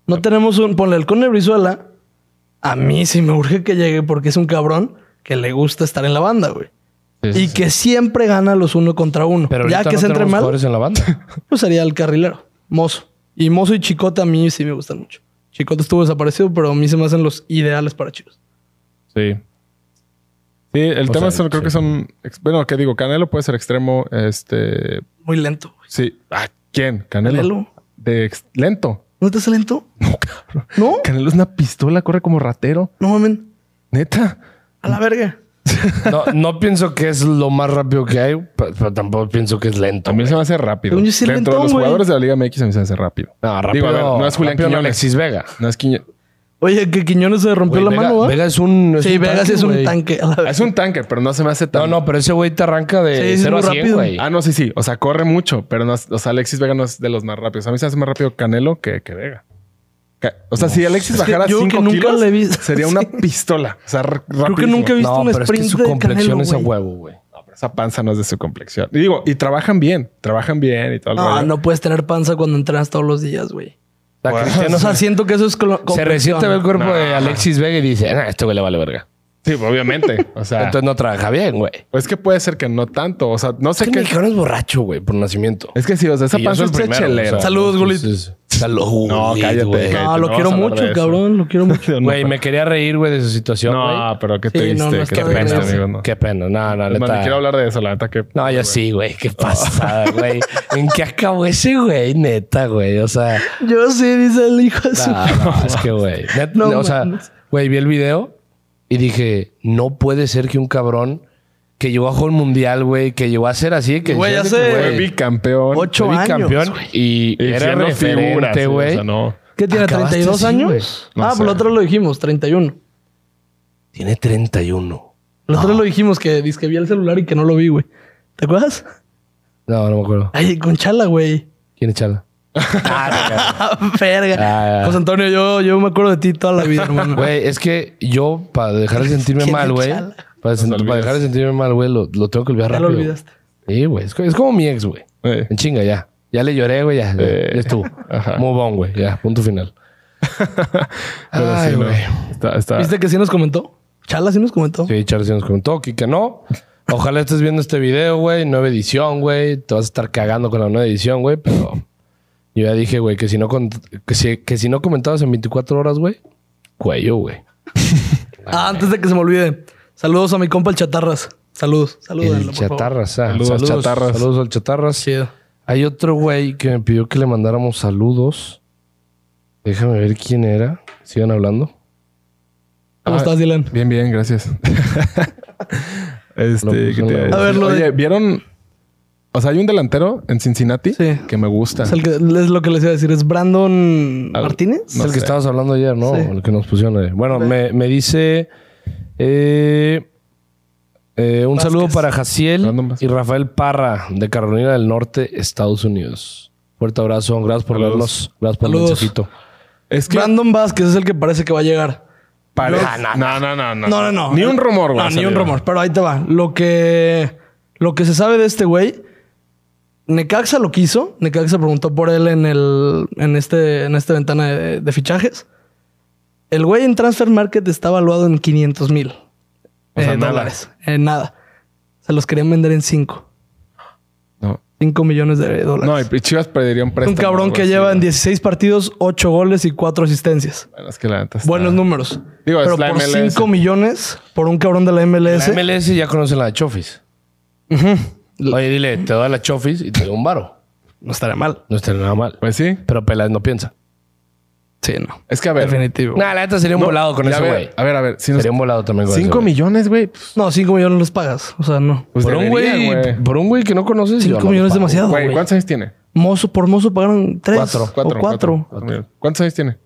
Speaker 2: No tenemos un. Ponle el Cone Brizuela. A mí sí me urge que llegue porque es un cabrón que le gusta estar en la banda, güey.
Speaker 1: Sí, sí,
Speaker 2: Y
Speaker 1: sí.
Speaker 2: que siempre gana los uno contra uno.
Speaker 1: Pero
Speaker 2: ya
Speaker 1: ahorita
Speaker 2: que
Speaker 1: no
Speaker 2: se entre
Speaker 1: tenemos
Speaker 2: mal,
Speaker 1: jugadores en la
Speaker 3: [laughs]
Speaker 1: banda.
Speaker 2: pues sería el carrilero, mozo. Y mozo y chicote a mí sí me gustan mucho. Chicote estuvo desaparecido, pero a mí se me hacen los ideales para chivos.
Speaker 3: Sí. Sí, el
Speaker 1: O
Speaker 3: tema
Speaker 1: sea,
Speaker 3: es, creo
Speaker 1: sí.
Speaker 3: que son. ex- Bueno, ¿qué digo? Canelo puede ser extremo. Este.
Speaker 2: Muy lento, güey.
Speaker 3: Sí. Ah, ¿Quién? Canelo.
Speaker 2: Canelo.
Speaker 3: De ex- lento.
Speaker 2: ¿No te hace lento?
Speaker 3: No, cabrón.
Speaker 2: ¿No?
Speaker 3: Canelo es una pistola, corre como ratero.
Speaker 2: No mamen.
Speaker 3: Neta.
Speaker 2: A la verga.
Speaker 1: No, no pienso que es lo más rápido que hay, pero, pero tampoco pienso que es lento.
Speaker 3: También se me hace rápido.
Speaker 2: Según yo sí
Speaker 3: Dentro de
Speaker 2: lentón,
Speaker 3: los
Speaker 2: güey.
Speaker 3: jugadores de la Liga MX se me hace rápido.
Speaker 1: No, rápido.
Speaker 3: Digo, a ver, no es Julián
Speaker 1: rápido
Speaker 3: Quiñones.
Speaker 1: Alexis Vega.
Speaker 3: No es Quiñe-
Speaker 2: Oye, que Quiñones se rompió
Speaker 1: Güey,
Speaker 2: la
Speaker 1: Vega,
Speaker 2: mano, ¿va?
Speaker 1: Vega es un. es
Speaker 2: sí,
Speaker 1: un
Speaker 2: Vegas
Speaker 1: tanque,
Speaker 2: es un
Speaker 1: güey.
Speaker 2: tanque. A la verga.
Speaker 3: Es un tanque, pero no se me hace tan.
Speaker 1: No, no, pero ese güey te arranca de
Speaker 2: Sí, sí, es
Speaker 1: 0 a
Speaker 2: muy
Speaker 1: 100,
Speaker 2: rápido.
Speaker 1: güey.
Speaker 3: Ah, no, sí, sí. O sea, corre mucho, pero no, es- o sea, Alexis Vega no es de los más rápidos. A mí se me hace más rápido Canelo que, que Vega. Ca- O sea, si Alexis
Speaker 2: Es que
Speaker 3: bajara
Speaker 2: yo que
Speaker 3: 5
Speaker 2: nunca
Speaker 3: kilos,
Speaker 2: le vi- [laughs]
Speaker 3: sería una pistola. O sea, Creo
Speaker 2: nunca he visto
Speaker 1: no,
Speaker 2: un
Speaker 1: pero es que
Speaker 2: sprint
Speaker 1: su
Speaker 2: de
Speaker 1: complexión
Speaker 2: Canelo,
Speaker 1: es a
Speaker 2: güey.
Speaker 1: huevo, güey.
Speaker 3: Esa panza no es de su complexión. Y digo, y trabajan bien, trabajan bien y todo. el
Speaker 2: No,
Speaker 3: rollo.
Speaker 2: no puedes tener panza cuando entrenas todos los días, güey.
Speaker 1: La
Speaker 3: Bueno,
Speaker 1: Cristiano
Speaker 2: O sea, siento que eso es colo-
Speaker 1: se
Speaker 2: complexión.
Speaker 1: resiente ve el cuerpo de Alexis Vega y dice, ah, este güey le vale verga.
Speaker 3: Sí, obviamente. O
Speaker 2: Ah.
Speaker 3: sea,
Speaker 1: Entonces no trabaja bien, güey.
Speaker 3: pues que puede ser que no tanto. O sea, no sé
Speaker 1: Es que el
Speaker 3: qué.
Speaker 1: mexicano es borracho, güey, por nacimiento.
Speaker 3: Es que sí, o sea, esa
Speaker 1: Y yo
Speaker 3: panza
Speaker 1: soy
Speaker 3: es
Speaker 1: el primero,
Speaker 3: chelera.
Speaker 1: o sea, pues,
Speaker 2: Saludos, Gulit.
Speaker 1: entonces, Saludos, Gulit,
Speaker 3: No, cállate,
Speaker 1: güey.
Speaker 3: cállate.
Speaker 2: No,
Speaker 3: No
Speaker 2: lo
Speaker 3: vas
Speaker 2: quiero
Speaker 3: a hablar
Speaker 2: mucho,
Speaker 3: de eso.
Speaker 2: cabrón. Lo quiero
Speaker 3: [laughs]
Speaker 2: mucho.
Speaker 1: Güey, me quería reír, güey, de su situación, güey.
Speaker 3: No, pero qué
Speaker 2: Sí, no,
Speaker 3: triste,
Speaker 2: no
Speaker 3: qué
Speaker 2: está de
Speaker 3: triste,
Speaker 2: regreso.
Speaker 3: amigo. No.
Speaker 1: Qué pena. No, no,
Speaker 3: Es más, ni
Speaker 1: neta.
Speaker 3: quiero hablar de eso, la neta que.
Speaker 1: No, yo sí, güey. Qué
Speaker 3: [laughs]
Speaker 1: pasada, güey. ¿En qué acabó ese güey? Neta, güey. O
Speaker 3: [laughs]
Speaker 1: sea...
Speaker 2: Yo sí, dice el hijo de su.
Speaker 1: No, no, es que, güey. net-
Speaker 2: No
Speaker 1: o sea,
Speaker 2: mames.
Speaker 1: güey, vi el video y dije, no puede ser que un cabrón que llegó a jugar el mundial, güey, que llegó a ser así, que
Speaker 2: Güey,
Speaker 1: sea de
Speaker 2: hace
Speaker 1: que,
Speaker 3: Fue
Speaker 1: güey,
Speaker 3: bicampeón.
Speaker 2: Ocho
Speaker 1: fue
Speaker 2: años,
Speaker 1: bicampeón y,
Speaker 3: Y
Speaker 1: era
Speaker 3: siendo figura, sí,
Speaker 1: referente,
Speaker 3: o
Speaker 1: güey.
Speaker 3: sea, no.
Speaker 2: ¿Qué tiene?
Speaker 1: Acabaste
Speaker 2: ¿32
Speaker 1: así, güey.
Speaker 2: años?
Speaker 3: No
Speaker 2: ah,
Speaker 3: sé.
Speaker 2: por lo otro lo dijimos, 31.
Speaker 1: Tiene 31.
Speaker 2: Lo otro lo dijimos que dice que vi el celular y que no lo vi, güey. ¿Te acuerdas?
Speaker 1: No, no me acuerdo.
Speaker 2: Ay, con chala, güey. [laughs]
Speaker 1: ¿Quién es Chala?
Speaker 2: Ah, verga.
Speaker 1: Ah, ya.
Speaker 2: José Antonio, yo, yo me acuerdo de ti toda la vida, hermano.
Speaker 1: Güey, es que yo, para dejar de sentirme
Speaker 2: ¿Quién
Speaker 1: mal,
Speaker 2: es
Speaker 1: güey,
Speaker 2: Chala?
Speaker 1: para, sen-
Speaker 3: olvidas.
Speaker 1: para dejar de sentirme mal, güey, lo, lo tengo que olvidar
Speaker 2: Ya lo
Speaker 1: rápido.
Speaker 2: olvidaste.
Speaker 1: Sí, güey. Es, co- es como mi ex, güey.
Speaker 3: Eh.
Speaker 1: En chinga, ya. Ya le lloré, güey, ya. ya,
Speaker 3: Eh.
Speaker 1: ya estuvo.
Speaker 3: Ajá.
Speaker 1: Muy bon, güey. Ya, punto final.
Speaker 3: Pero
Speaker 1: Ay,
Speaker 3: sí, no.
Speaker 1: güey.
Speaker 3: Está, está.
Speaker 2: ¿Viste que sí nos comentó? Chala sí nos comentó.
Speaker 1: Sí, Charles nos comentó, que no. Ojalá estés viendo este video, güey. Nueva edición, güey. Te vas a estar cagando con la nueva edición, güey. Pero yo ya dije, güey, que si no con- que si, que si no comentabas en 24 horas, güey, cuello, güey.
Speaker 2: Ah, antes de que se me olvide. Saludos a mi compa el Chatarras. Saludos. Saludos.
Speaker 1: El chatarras, ah.
Speaker 3: Saludos, chatarras.
Speaker 1: Saludos al chatarras.
Speaker 2: Chido.
Speaker 1: Hay otro güey que me pidió que le mandáramos saludos. Déjame ver quién era. Sigan hablando.
Speaker 2: ¿Cómo
Speaker 3: Ah,
Speaker 2: estás, Dylan?
Speaker 3: Bien, bien, gracias. este,
Speaker 1: Lo puso
Speaker 3: ¿qué
Speaker 1: en
Speaker 3: te
Speaker 1: la-
Speaker 3: iba a decir?
Speaker 2: A ver, lo de-
Speaker 3: Oye, ¿vieron? O sea, hay un delantero en Cincinnati
Speaker 2: Sí.
Speaker 3: que me gusta.
Speaker 2: Es, el que- es lo que les iba a decir. ¿Es Brandon
Speaker 3: Ah,
Speaker 2: Martínez?
Speaker 1: Es
Speaker 3: No
Speaker 1: el que
Speaker 3: sé.
Speaker 1: estabas hablando ayer, ¿no?
Speaker 2: Sí.
Speaker 1: El que nos pusieron ayer. Bueno, me, me dice. eh, eh, un
Speaker 2: Vázquez.
Speaker 1: saludo para Jaciel
Speaker 3: Brandon Vázquez.
Speaker 1: y Rafael Parra de Carolina del Norte, Estados Unidos. Fuerte abrazo, gracias por
Speaker 3: Saludos.
Speaker 1: vernos, gracias por
Speaker 2: Saludos.
Speaker 1: el mensajito.
Speaker 3: Es que
Speaker 2: Brandon Vázquez es el que parece que va a llegar.
Speaker 3: parece-
Speaker 1: Ah,
Speaker 3: No, no, no, no.
Speaker 2: No, no, no.
Speaker 3: Ni un rumor, güey.
Speaker 2: No,
Speaker 3: ha
Speaker 2: ni un
Speaker 3: salido.
Speaker 2: rumor. Pero ahí te va. Lo que, lo que se sabe de este güey, Necaxa lo quiso. Necaxa preguntó por él en, el, en, este, en esta ventana de, de fichajes. El güey en Transfer Market está valuado en 500 mil eh,
Speaker 3: O sea, nada.
Speaker 2: dólares. En nada. Se los querían vender en 5.
Speaker 3: No.
Speaker 2: 5 millones de
Speaker 3: No,
Speaker 2: dólares.
Speaker 3: y Chivas pediría un
Speaker 2: un
Speaker 3: préstamo.
Speaker 2: cabrón
Speaker 3: algo
Speaker 2: que
Speaker 3: así,
Speaker 2: lleva en
Speaker 3: ¿no?
Speaker 2: 16 partidos, 8 goles y 4 asistencias.
Speaker 3: Bueno, es que la neta está-
Speaker 2: Buenos números.
Speaker 3: Digo, es
Speaker 2: Pero
Speaker 3: la
Speaker 2: por
Speaker 3: MLS.
Speaker 2: 5 millones, por un cabrón de la MLS.
Speaker 1: La MLS ya conocen la de Chofis. Oye, dile, te doy la Chofis y te doy un varo.
Speaker 2: No estaría mal.
Speaker 1: No estaría nada mal.
Speaker 3: Pues sí.
Speaker 1: Pero Peláez no piensa.
Speaker 2: Sí, no.
Speaker 3: Es que a ver.
Speaker 2: Definitivo.
Speaker 1: Nada, la neta sería un
Speaker 3: No,
Speaker 1: volado con
Speaker 3: y a
Speaker 1: ese
Speaker 3: ver,
Speaker 1: güey.
Speaker 3: A ver, a ver. Si nos...
Speaker 1: Sería un volado también con ese
Speaker 3: Cinco
Speaker 1: güey.
Speaker 3: millones, güey. Pues,
Speaker 2: No, 5 millones no los pagas. O sea, no.
Speaker 3: pues
Speaker 1: por un
Speaker 3: debería,
Speaker 1: güey, por un güey que no conoces. yo
Speaker 2: 5
Speaker 1: no
Speaker 2: millones
Speaker 1: lo pago.
Speaker 2: es demasiado.
Speaker 3: Güey,
Speaker 2: güey.
Speaker 3: ¿cuántos años tiene?
Speaker 2: Mozo por mozo pagaron 3
Speaker 1: Cuatro,
Speaker 2: cuatro,
Speaker 3: Cuatro.
Speaker 2: o 4.
Speaker 3: millones. ¿Cuántos años tiene?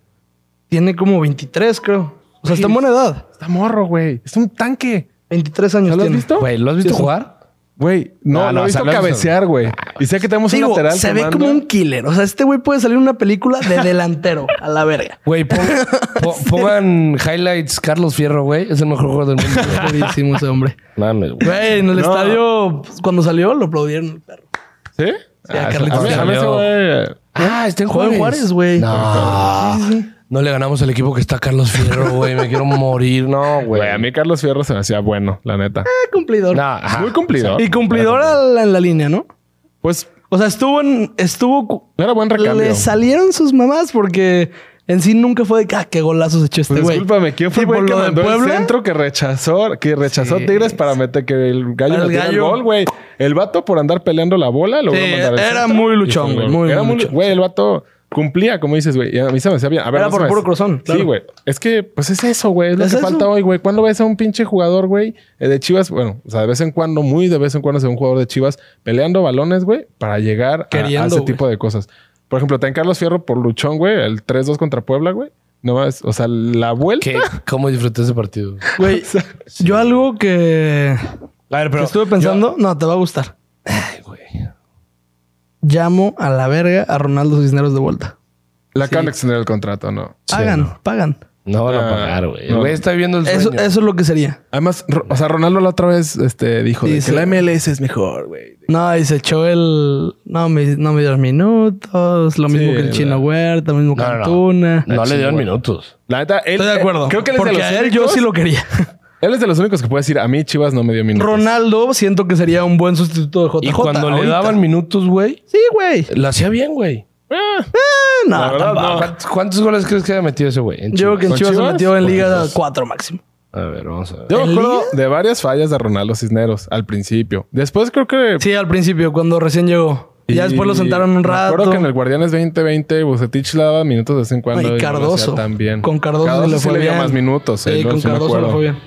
Speaker 2: Tiene como 23, creo. O sea, está en buena edad.
Speaker 3: Está morro, güey. Es un tanque.
Speaker 2: 23 años
Speaker 3: ¿No lo has
Speaker 2: tiene.
Speaker 3: visto?
Speaker 1: Güey, ¿lo has visto
Speaker 2: Sí, sí.
Speaker 1: jugar?
Speaker 3: Güey, no,
Speaker 1: No,
Speaker 3: no,
Speaker 1: no,
Speaker 3: he
Speaker 1: o
Speaker 3: visto
Speaker 1: sea, lo he visto.
Speaker 3: cabecear, güey. Y sé que tenemos un
Speaker 2: Ah, Digo,
Speaker 3: lateral.
Speaker 2: se
Speaker 3: que
Speaker 2: ve
Speaker 3: manda-
Speaker 2: como un killer. O sea, este güey puede salir en una película
Speaker 3: [laughs]
Speaker 2: de delantero a la verga.
Speaker 1: Güey, pon- po- pongan highlights Carlos Fierro, güey. Es el mejor jugador del mundo.
Speaker 2: [laughs]
Speaker 1: güey.
Speaker 2: Buenísimo ese hombre.
Speaker 1: Mames, güey.
Speaker 2: Güey, en el
Speaker 3: No.
Speaker 2: estadio, pues, cuando salió, lo aplaudieron el perro.
Speaker 3: ¿Sí?
Speaker 2: a
Speaker 3: Ah,
Speaker 2: Carlitos
Speaker 3: a mí- a mí
Speaker 1: Vela.
Speaker 3: ese güey.
Speaker 1: Ah, está en
Speaker 2: Juega en
Speaker 1: Juárez.
Speaker 2: Juárez, güey.
Speaker 1: No.
Speaker 2: Sí, sí, sí.
Speaker 1: No le ganamos al equipo que está Carlos Fierro, güey. Me quiero morir, no, güey.
Speaker 3: Güey, a mí Carlos Fierro se me hacía bueno, la neta.
Speaker 2: Eh, cumplidor.
Speaker 1: No, ajá.
Speaker 3: Muy cumplidor.
Speaker 2: Y cumplidor a la- en la línea, ¿no?
Speaker 3: Pues
Speaker 2: O sea, estuvo en. Estuvo. cu-
Speaker 3: no era buen recambio.
Speaker 2: Le salieron sus mamás porque en sí nunca fue de. Ah, qué golazos echó este
Speaker 3: Pues
Speaker 2: güey.
Speaker 3: discúlpame, ¿quién fue el
Speaker 2: Tipo,
Speaker 3: güey que
Speaker 2: lo de
Speaker 3: mandó el
Speaker 2: Puebla?
Speaker 3: centro que rechazó, que rechazó
Speaker 2: Sí.
Speaker 3: Tigres para meter que el gallo
Speaker 2: Al
Speaker 3: metiera el
Speaker 2: gallo.
Speaker 3: gol, güey? El vato por andar peleando la bola logró
Speaker 2: Sí,
Speaker 3: mandar el
Speaker 2: era
Speaker 3: centro.
Speaker 2: muy
Speaker 3: Y fue
Speaker 2: luchón,
Speaker 3: un
Speaker 2: güey,
Speaker 3: gol.
Speaker 2: muy,
Speaker 3: Era
Speaker 2: muy
Speaker 3: muy
Speaker 2: luchón.
Speaker 3: Güey, el vato cumplía, como dices, güey. Y a mí se me hacía bien. A ver,
Speaker 2: Era
Speaker 3: no
Speaker 2: por
Speaker 3: se me
Speaker 2: puro
Speaker 3: hace-
Speaker 2: corazón, claro.
Speaker 3: Sí, güey. Es que, pues es eso, güey. Es lo
Speaker 2: Es
Speaker 3: que
Speaker 2: eso.
Speaker 3: falta hoy, güey. ¿Cuándo ves a un pinche jugador, güey, eh, de Chivas? Bueno, o sea, de vez en cuando, muy de vez en cuando se ve un jugador de Chivas peleando balones, güey, para llegar a- a,
Speaker 2: Queriendo,
Speaker 3: ese
Speaker 2: güey.
Speaker 3: tipo de cosas. Por ejemplo, ten Carlos Fierro por luchón, güey. El 3-2 contra Puebla, güey. No más, o sea, la vuelta.
Speaker 1: ¿Qué? ¿Cómo disfruté ese partido?
Speaker 2: Güey, yo algo que,
Speaker 1: A ver,
Speaker 2: que estuve pensando. No, te va a gustar. Llamo a la verga a Ronaldo Cisneros de vuelta.
Speaker 3: Le acaban de extender el contrato, ¿no?
Speaker 2: Pagan,
Speaker 1: no.
Speaker 2: pagan.
Speaker 1: No van a
Speaker 3: Ah,
Speaker 1: pagar, güey. El
Speaker 3: no.
Speaker 1: güey está viviendo el sueño.
Speaker 2: Eso, eso es lo que sería.
Speaker 3: Además, Ro- o sea, Ronaldo la otra vez este, dijo de
Speaker 2: Dice-
Speaker 3: que la MLS es mejor, güey.
Speaker 2: No, y se echó el. No me, no me dieron minutos. Lo mismo
Speaker 3: Sí,
Speaker 2: que el
Speaker 3: la-
Speaker 2: Chino Huerta, lo mismo que
Speaker 1: No, no, no.
Speaker 2: Cantuna.
Speaker 3: Ah,
Speaker 1: No le dieron minutos.
Speaker 3: La neta, él.
Speaker 2: Estoy de acuerdo.
Speaker 3: eh, Creo que él es, de
Speaker 2: Porque
Speaker 3: los
Speaker 2: a él yo
Speaker 3: únicos,
Speaker 2: sí lo quería.
Speaker 3: él es de los únicos que puede decir, a mí Chivas no me dio minutos.
Speaker 2: Ronaldo siento que sería un buen sustituto de JJ.
Speaker 1: Y cuando le
Speaker 2: ahorita.
Speaker 1: daban minutos, güey,
Speaker 2: Sí, güey.
Speaker 1: lo hacía bien, güey.
Speaker 3: Ah,
Speaker 2: Eh, no,
Speaker 3: la verdad,
Speaker 2: tampoco.
Speaker 3: no.
Speaker 1: ¿Cuántos, cuántos goles crees que haya metido ese güey? en
Speaker 2: Yo creo que en
Speaker 3: ¿Con
Speaker 2: Chivas, se
Speaker 3: Chivas?
Speaker 2: metió en
Speaker 1: Con
Speaker 2: Liga
Speaker 1: Chivas.
Speaker 2: 4 máximo.
Speaker 1: A ver, vamos a ver.
Speaker 3: Yo me
Speaker 2: ¿En
Speaker 3: acuerdo
Speaker 2: liga?
Speaker 3: de varias fallas de Ronaldo Cisneros al principio. Después creo que.
Speaker 2: Sí, al principio, cuando recién llegó. Y ya después lo sentaron un rato.
Speaker 3: Me acuerdo que en el Guardianes 2020 Bucetich le daba minutos de vez en cuando.
Speaker 2: Ay,
Speaker 3: no lo
Speaker 2: Cardoso.
Speaker 3: hacía tan bien.
Speaker 2: Con Cardoso le
Speaker 3: sí
Speaker 2: fue
Speaker 3: dio
Speaker 2: bien.
Speaker 3: más minutos. eh,
Speaker 2: Sí,
Speaker 3: no,
Speaker 2: con
Speaker 3: sí me
Speaker 2: Cardoso le
Speaker 3: acuerdo.
Speaker 2: fue bien.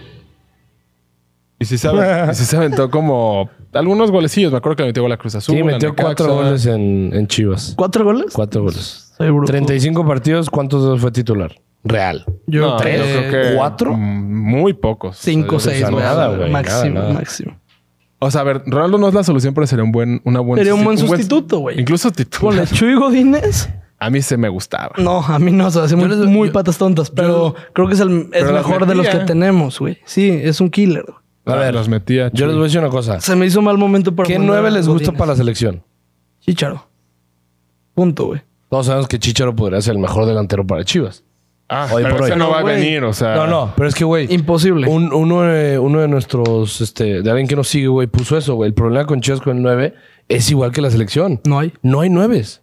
Speaker 3: Y sí, se aventó, y sí se aventó como algunos golecillos. Me acuerdo que le metió gol a Cruz Azul.
Speaker 1: Sí,
Speaker 3: a
Speaker 1: metió
Speaker 3: Necaxa.
Speaker 1: cuatro goles en, en Chivas.
Speaker 2: ¿Cuatro goles?
Speaker 1: Cuatro goles.
Speaker 2: Soy bruto.
Speaker 1: 35 partidos, ¿cuántos de esos fue titular? Real.
Speaker 2: Yo
Speaker 3: No,
Speaker 2: tres,
Speaker 3: yo creo que
Speaker 1: cuatro.
Speaker 3: mm, Muy pocos.
Speaker 2: cinco,
Speaker 3: O sea,
Speaker 2: seis, güey.
Speaker 1: nada, güey,
Speaker 2: Máximo,
Speaker 1: nada, nada.
Speaker 2: máximo.
Speaker 3: O sea, a ver, Ronaldo no es la solución, pero sería un buen, una buena
Speaker 2: Sería un buen sustituto, güey.
Speaker 3: Incluso
Speaker 2: Ponle
Speaker 3: titular.
Speaker 2: Chuy Godínez.
Speaker 3: [laughs] A mí se me gustaba.
Speaker 2: No, a mí no, se hace muy, muy patas tontas, pero creo que es el es
Speaker 3: Pero las
Speaker 2: mejor de los que
Speaker 3: metía.
Speaker 2: tenemos, güey. Sí, es un killer. güey.
Speaker 1: A ver,
Speaker 3: Ah, los metía.
Speaker 1: Yo les voy a decir una cosa.
Speaker 2: Se me hizo mal momento para.
Speaker 1: ¿Qué
Speaker 3: pues,
Speaker 2: mandar
Speaker 1: nueve
Speaker 2: a
Speaker 1: les gusta
Speaker 2: Godínez.
Speaker 1: para la selección?
Speaker 2: Chicharo. Punto, güey.
Speaker 1: Todos sabemos que Chicharo podría ser el mejor delantero para Chivas.
Speaker 3: Ah,
Speaker 1: Hoy
Speaker 3: pero
Speaker 1: por
Speaker 3: ese
Speaker 1: hoy.
Speaker 3: no va a
Speaker 2: No, güey.
Speaker 3: venir, o sea.
Speaker 1: No, no, pero es que, güey.
Speaker 2: Imposible.
Speaker 1: Un- uno, de, uno de nuestros, este, de alguien que nos sigue, güey, puso eso, güey. El problema con Chivas con el 9 es igual que la selección.
Speaker 2: No hay.
Speaker 1: No hay nueves.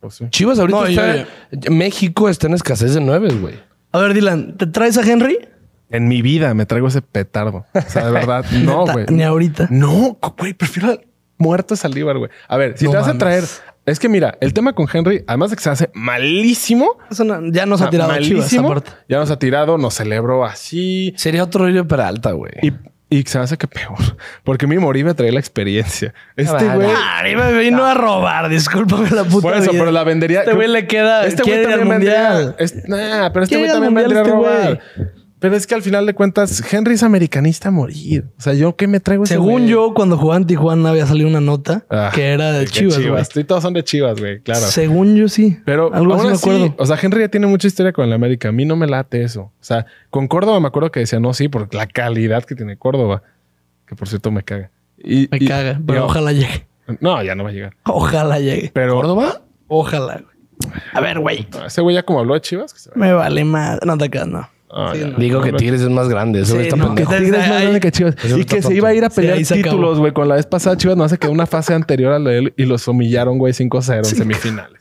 Speaker 3: Pues sí.
Speaker 1: Chivas ahorita
Speaker 2: No,
Speaker 1: está.
Speaker 2: yo-
Speaker 1: México está en escasez de nueves, güey.
Speaker 2: A ver, Dylan, ¿te traes a Henry?
Speaker 3: En mi vida me traigo ese petardo. O sea,
Speaker 2: [laughs]
Speaker 3: de verdad, no,
Speaker 2: Ta-
Speaker 3: güey.
Speaker 2: Ni ahorita.
Speaker 3: No, co- güey, prefiero al muerto Saldívar, güey. A ver, si
Speaker 2: No
Speaker 3: te vas a
Speaker 2: mames.
Speaker 3: traer. Es que mira, el tema con Henry, además de que se hace malísimo,
Speaker 2: Eso no- ya nos ha tirado Chivas,
Speaker 3: Ah, malísimo,
Speaker 2: aparte.
Speaker 3: ya nos ha tirado, nos celebró así.
Speaker 1: Sería otro rollo para alta, güey.
Speaker 3: Y, y se me hace que peor, [laughs] porque mi Oribe traía la experiencia. Este
Speaker 1: Claro.
Speaker 3: güey.
Speaker 2: Ah, y me vino a robar, discúlpame la puta.
Speaker 3: Por eso,
Speaker 2: vida.
Speaker 3: pero la vendería.
Speaker 2: Este güey le queda.
Speaker 3: Este güey
Speaker 2: quiere ir al
Speaker 3: también
Speaker 2: mundial.
Speaker 3: vendría. es- nah, pero este
Speaker 2: Quiere ir
Speaker 3: güey
Speaker 2: al
Speaker 3: también vendría a
Speaker 2: mundial este
Speaker 3: robar. Pero es que al final de cuentas, Henry es americanista a morir. O sea, yo qué me traigo ese
Speaker 2: Según
Speaker 3: güey?
Speaker 2: yo, cuando jugaba en Tijuana había salido una nota
Speaker 3: Ah,
Speaker 2: que era de
Speaker 3: que
Speaker 2: Chivas, güey.
Speaker 3: Y todos son de Chivas, güey, claro.
Speaker 2: Según yo, sí.
Speaker 3: Pero
Speaker 2: algo
Speaker 3: aún
Speaker 2: así me
Speaker 3: así,
Speaker 2: acuerdo.
Speaker 3: o sea, Henry ya tiene mucha historia con el América. A mí no me late eso. O sea, con Córdoba me acuerdo que decía, no, sí, por la calidad que tiene Córdoba. Que por cierto me caga. Y,
Speaker 2: Me
Speaker 3: y-
Speaker 2: caga,
Speaker 3: y-
Speaker 2: pero ojalá llegue.
Speaker 3: No, ya no va a llegar.
Speaker 2: [laughs] Ojalá llegue.
Speaker 3: Pero Ah,
Speaker 1: ¿Córdoba?
Speaker 2: Ojalá. güey. A ver, güey.
Speaker 3: ese güey ya como habló de Chivas, que se va.
Speaker 2: Me vale más. No te quedas, no.
Speaker 3: Ah,
Speaker 2: Sí,
Speaker 3: ya.
Speaker 2: no.
Speaker 1: Digo que Tigres es más grande. Eso
Speaker 2: Sí,
Speaker 1: está
Speaker 2: no,
Speaker 1: pendejo.
Speaker 2: que Tigres es más Ahí- grande que
Speaker 3: Chivas.
Speaker 1: Eso
Speaker 3: Y
Speaker 1: está
Speaker 3: que se
Speaker 1: tonto.
Speaker 3: iba a ir a pelear
Speaker 2: ahí se acabó.
Speaker 3: títulos, güey. Con la vez pasada Chivas no hace que una fase anterior a la de él y los humillaron, güey, 5-0 en semifinales.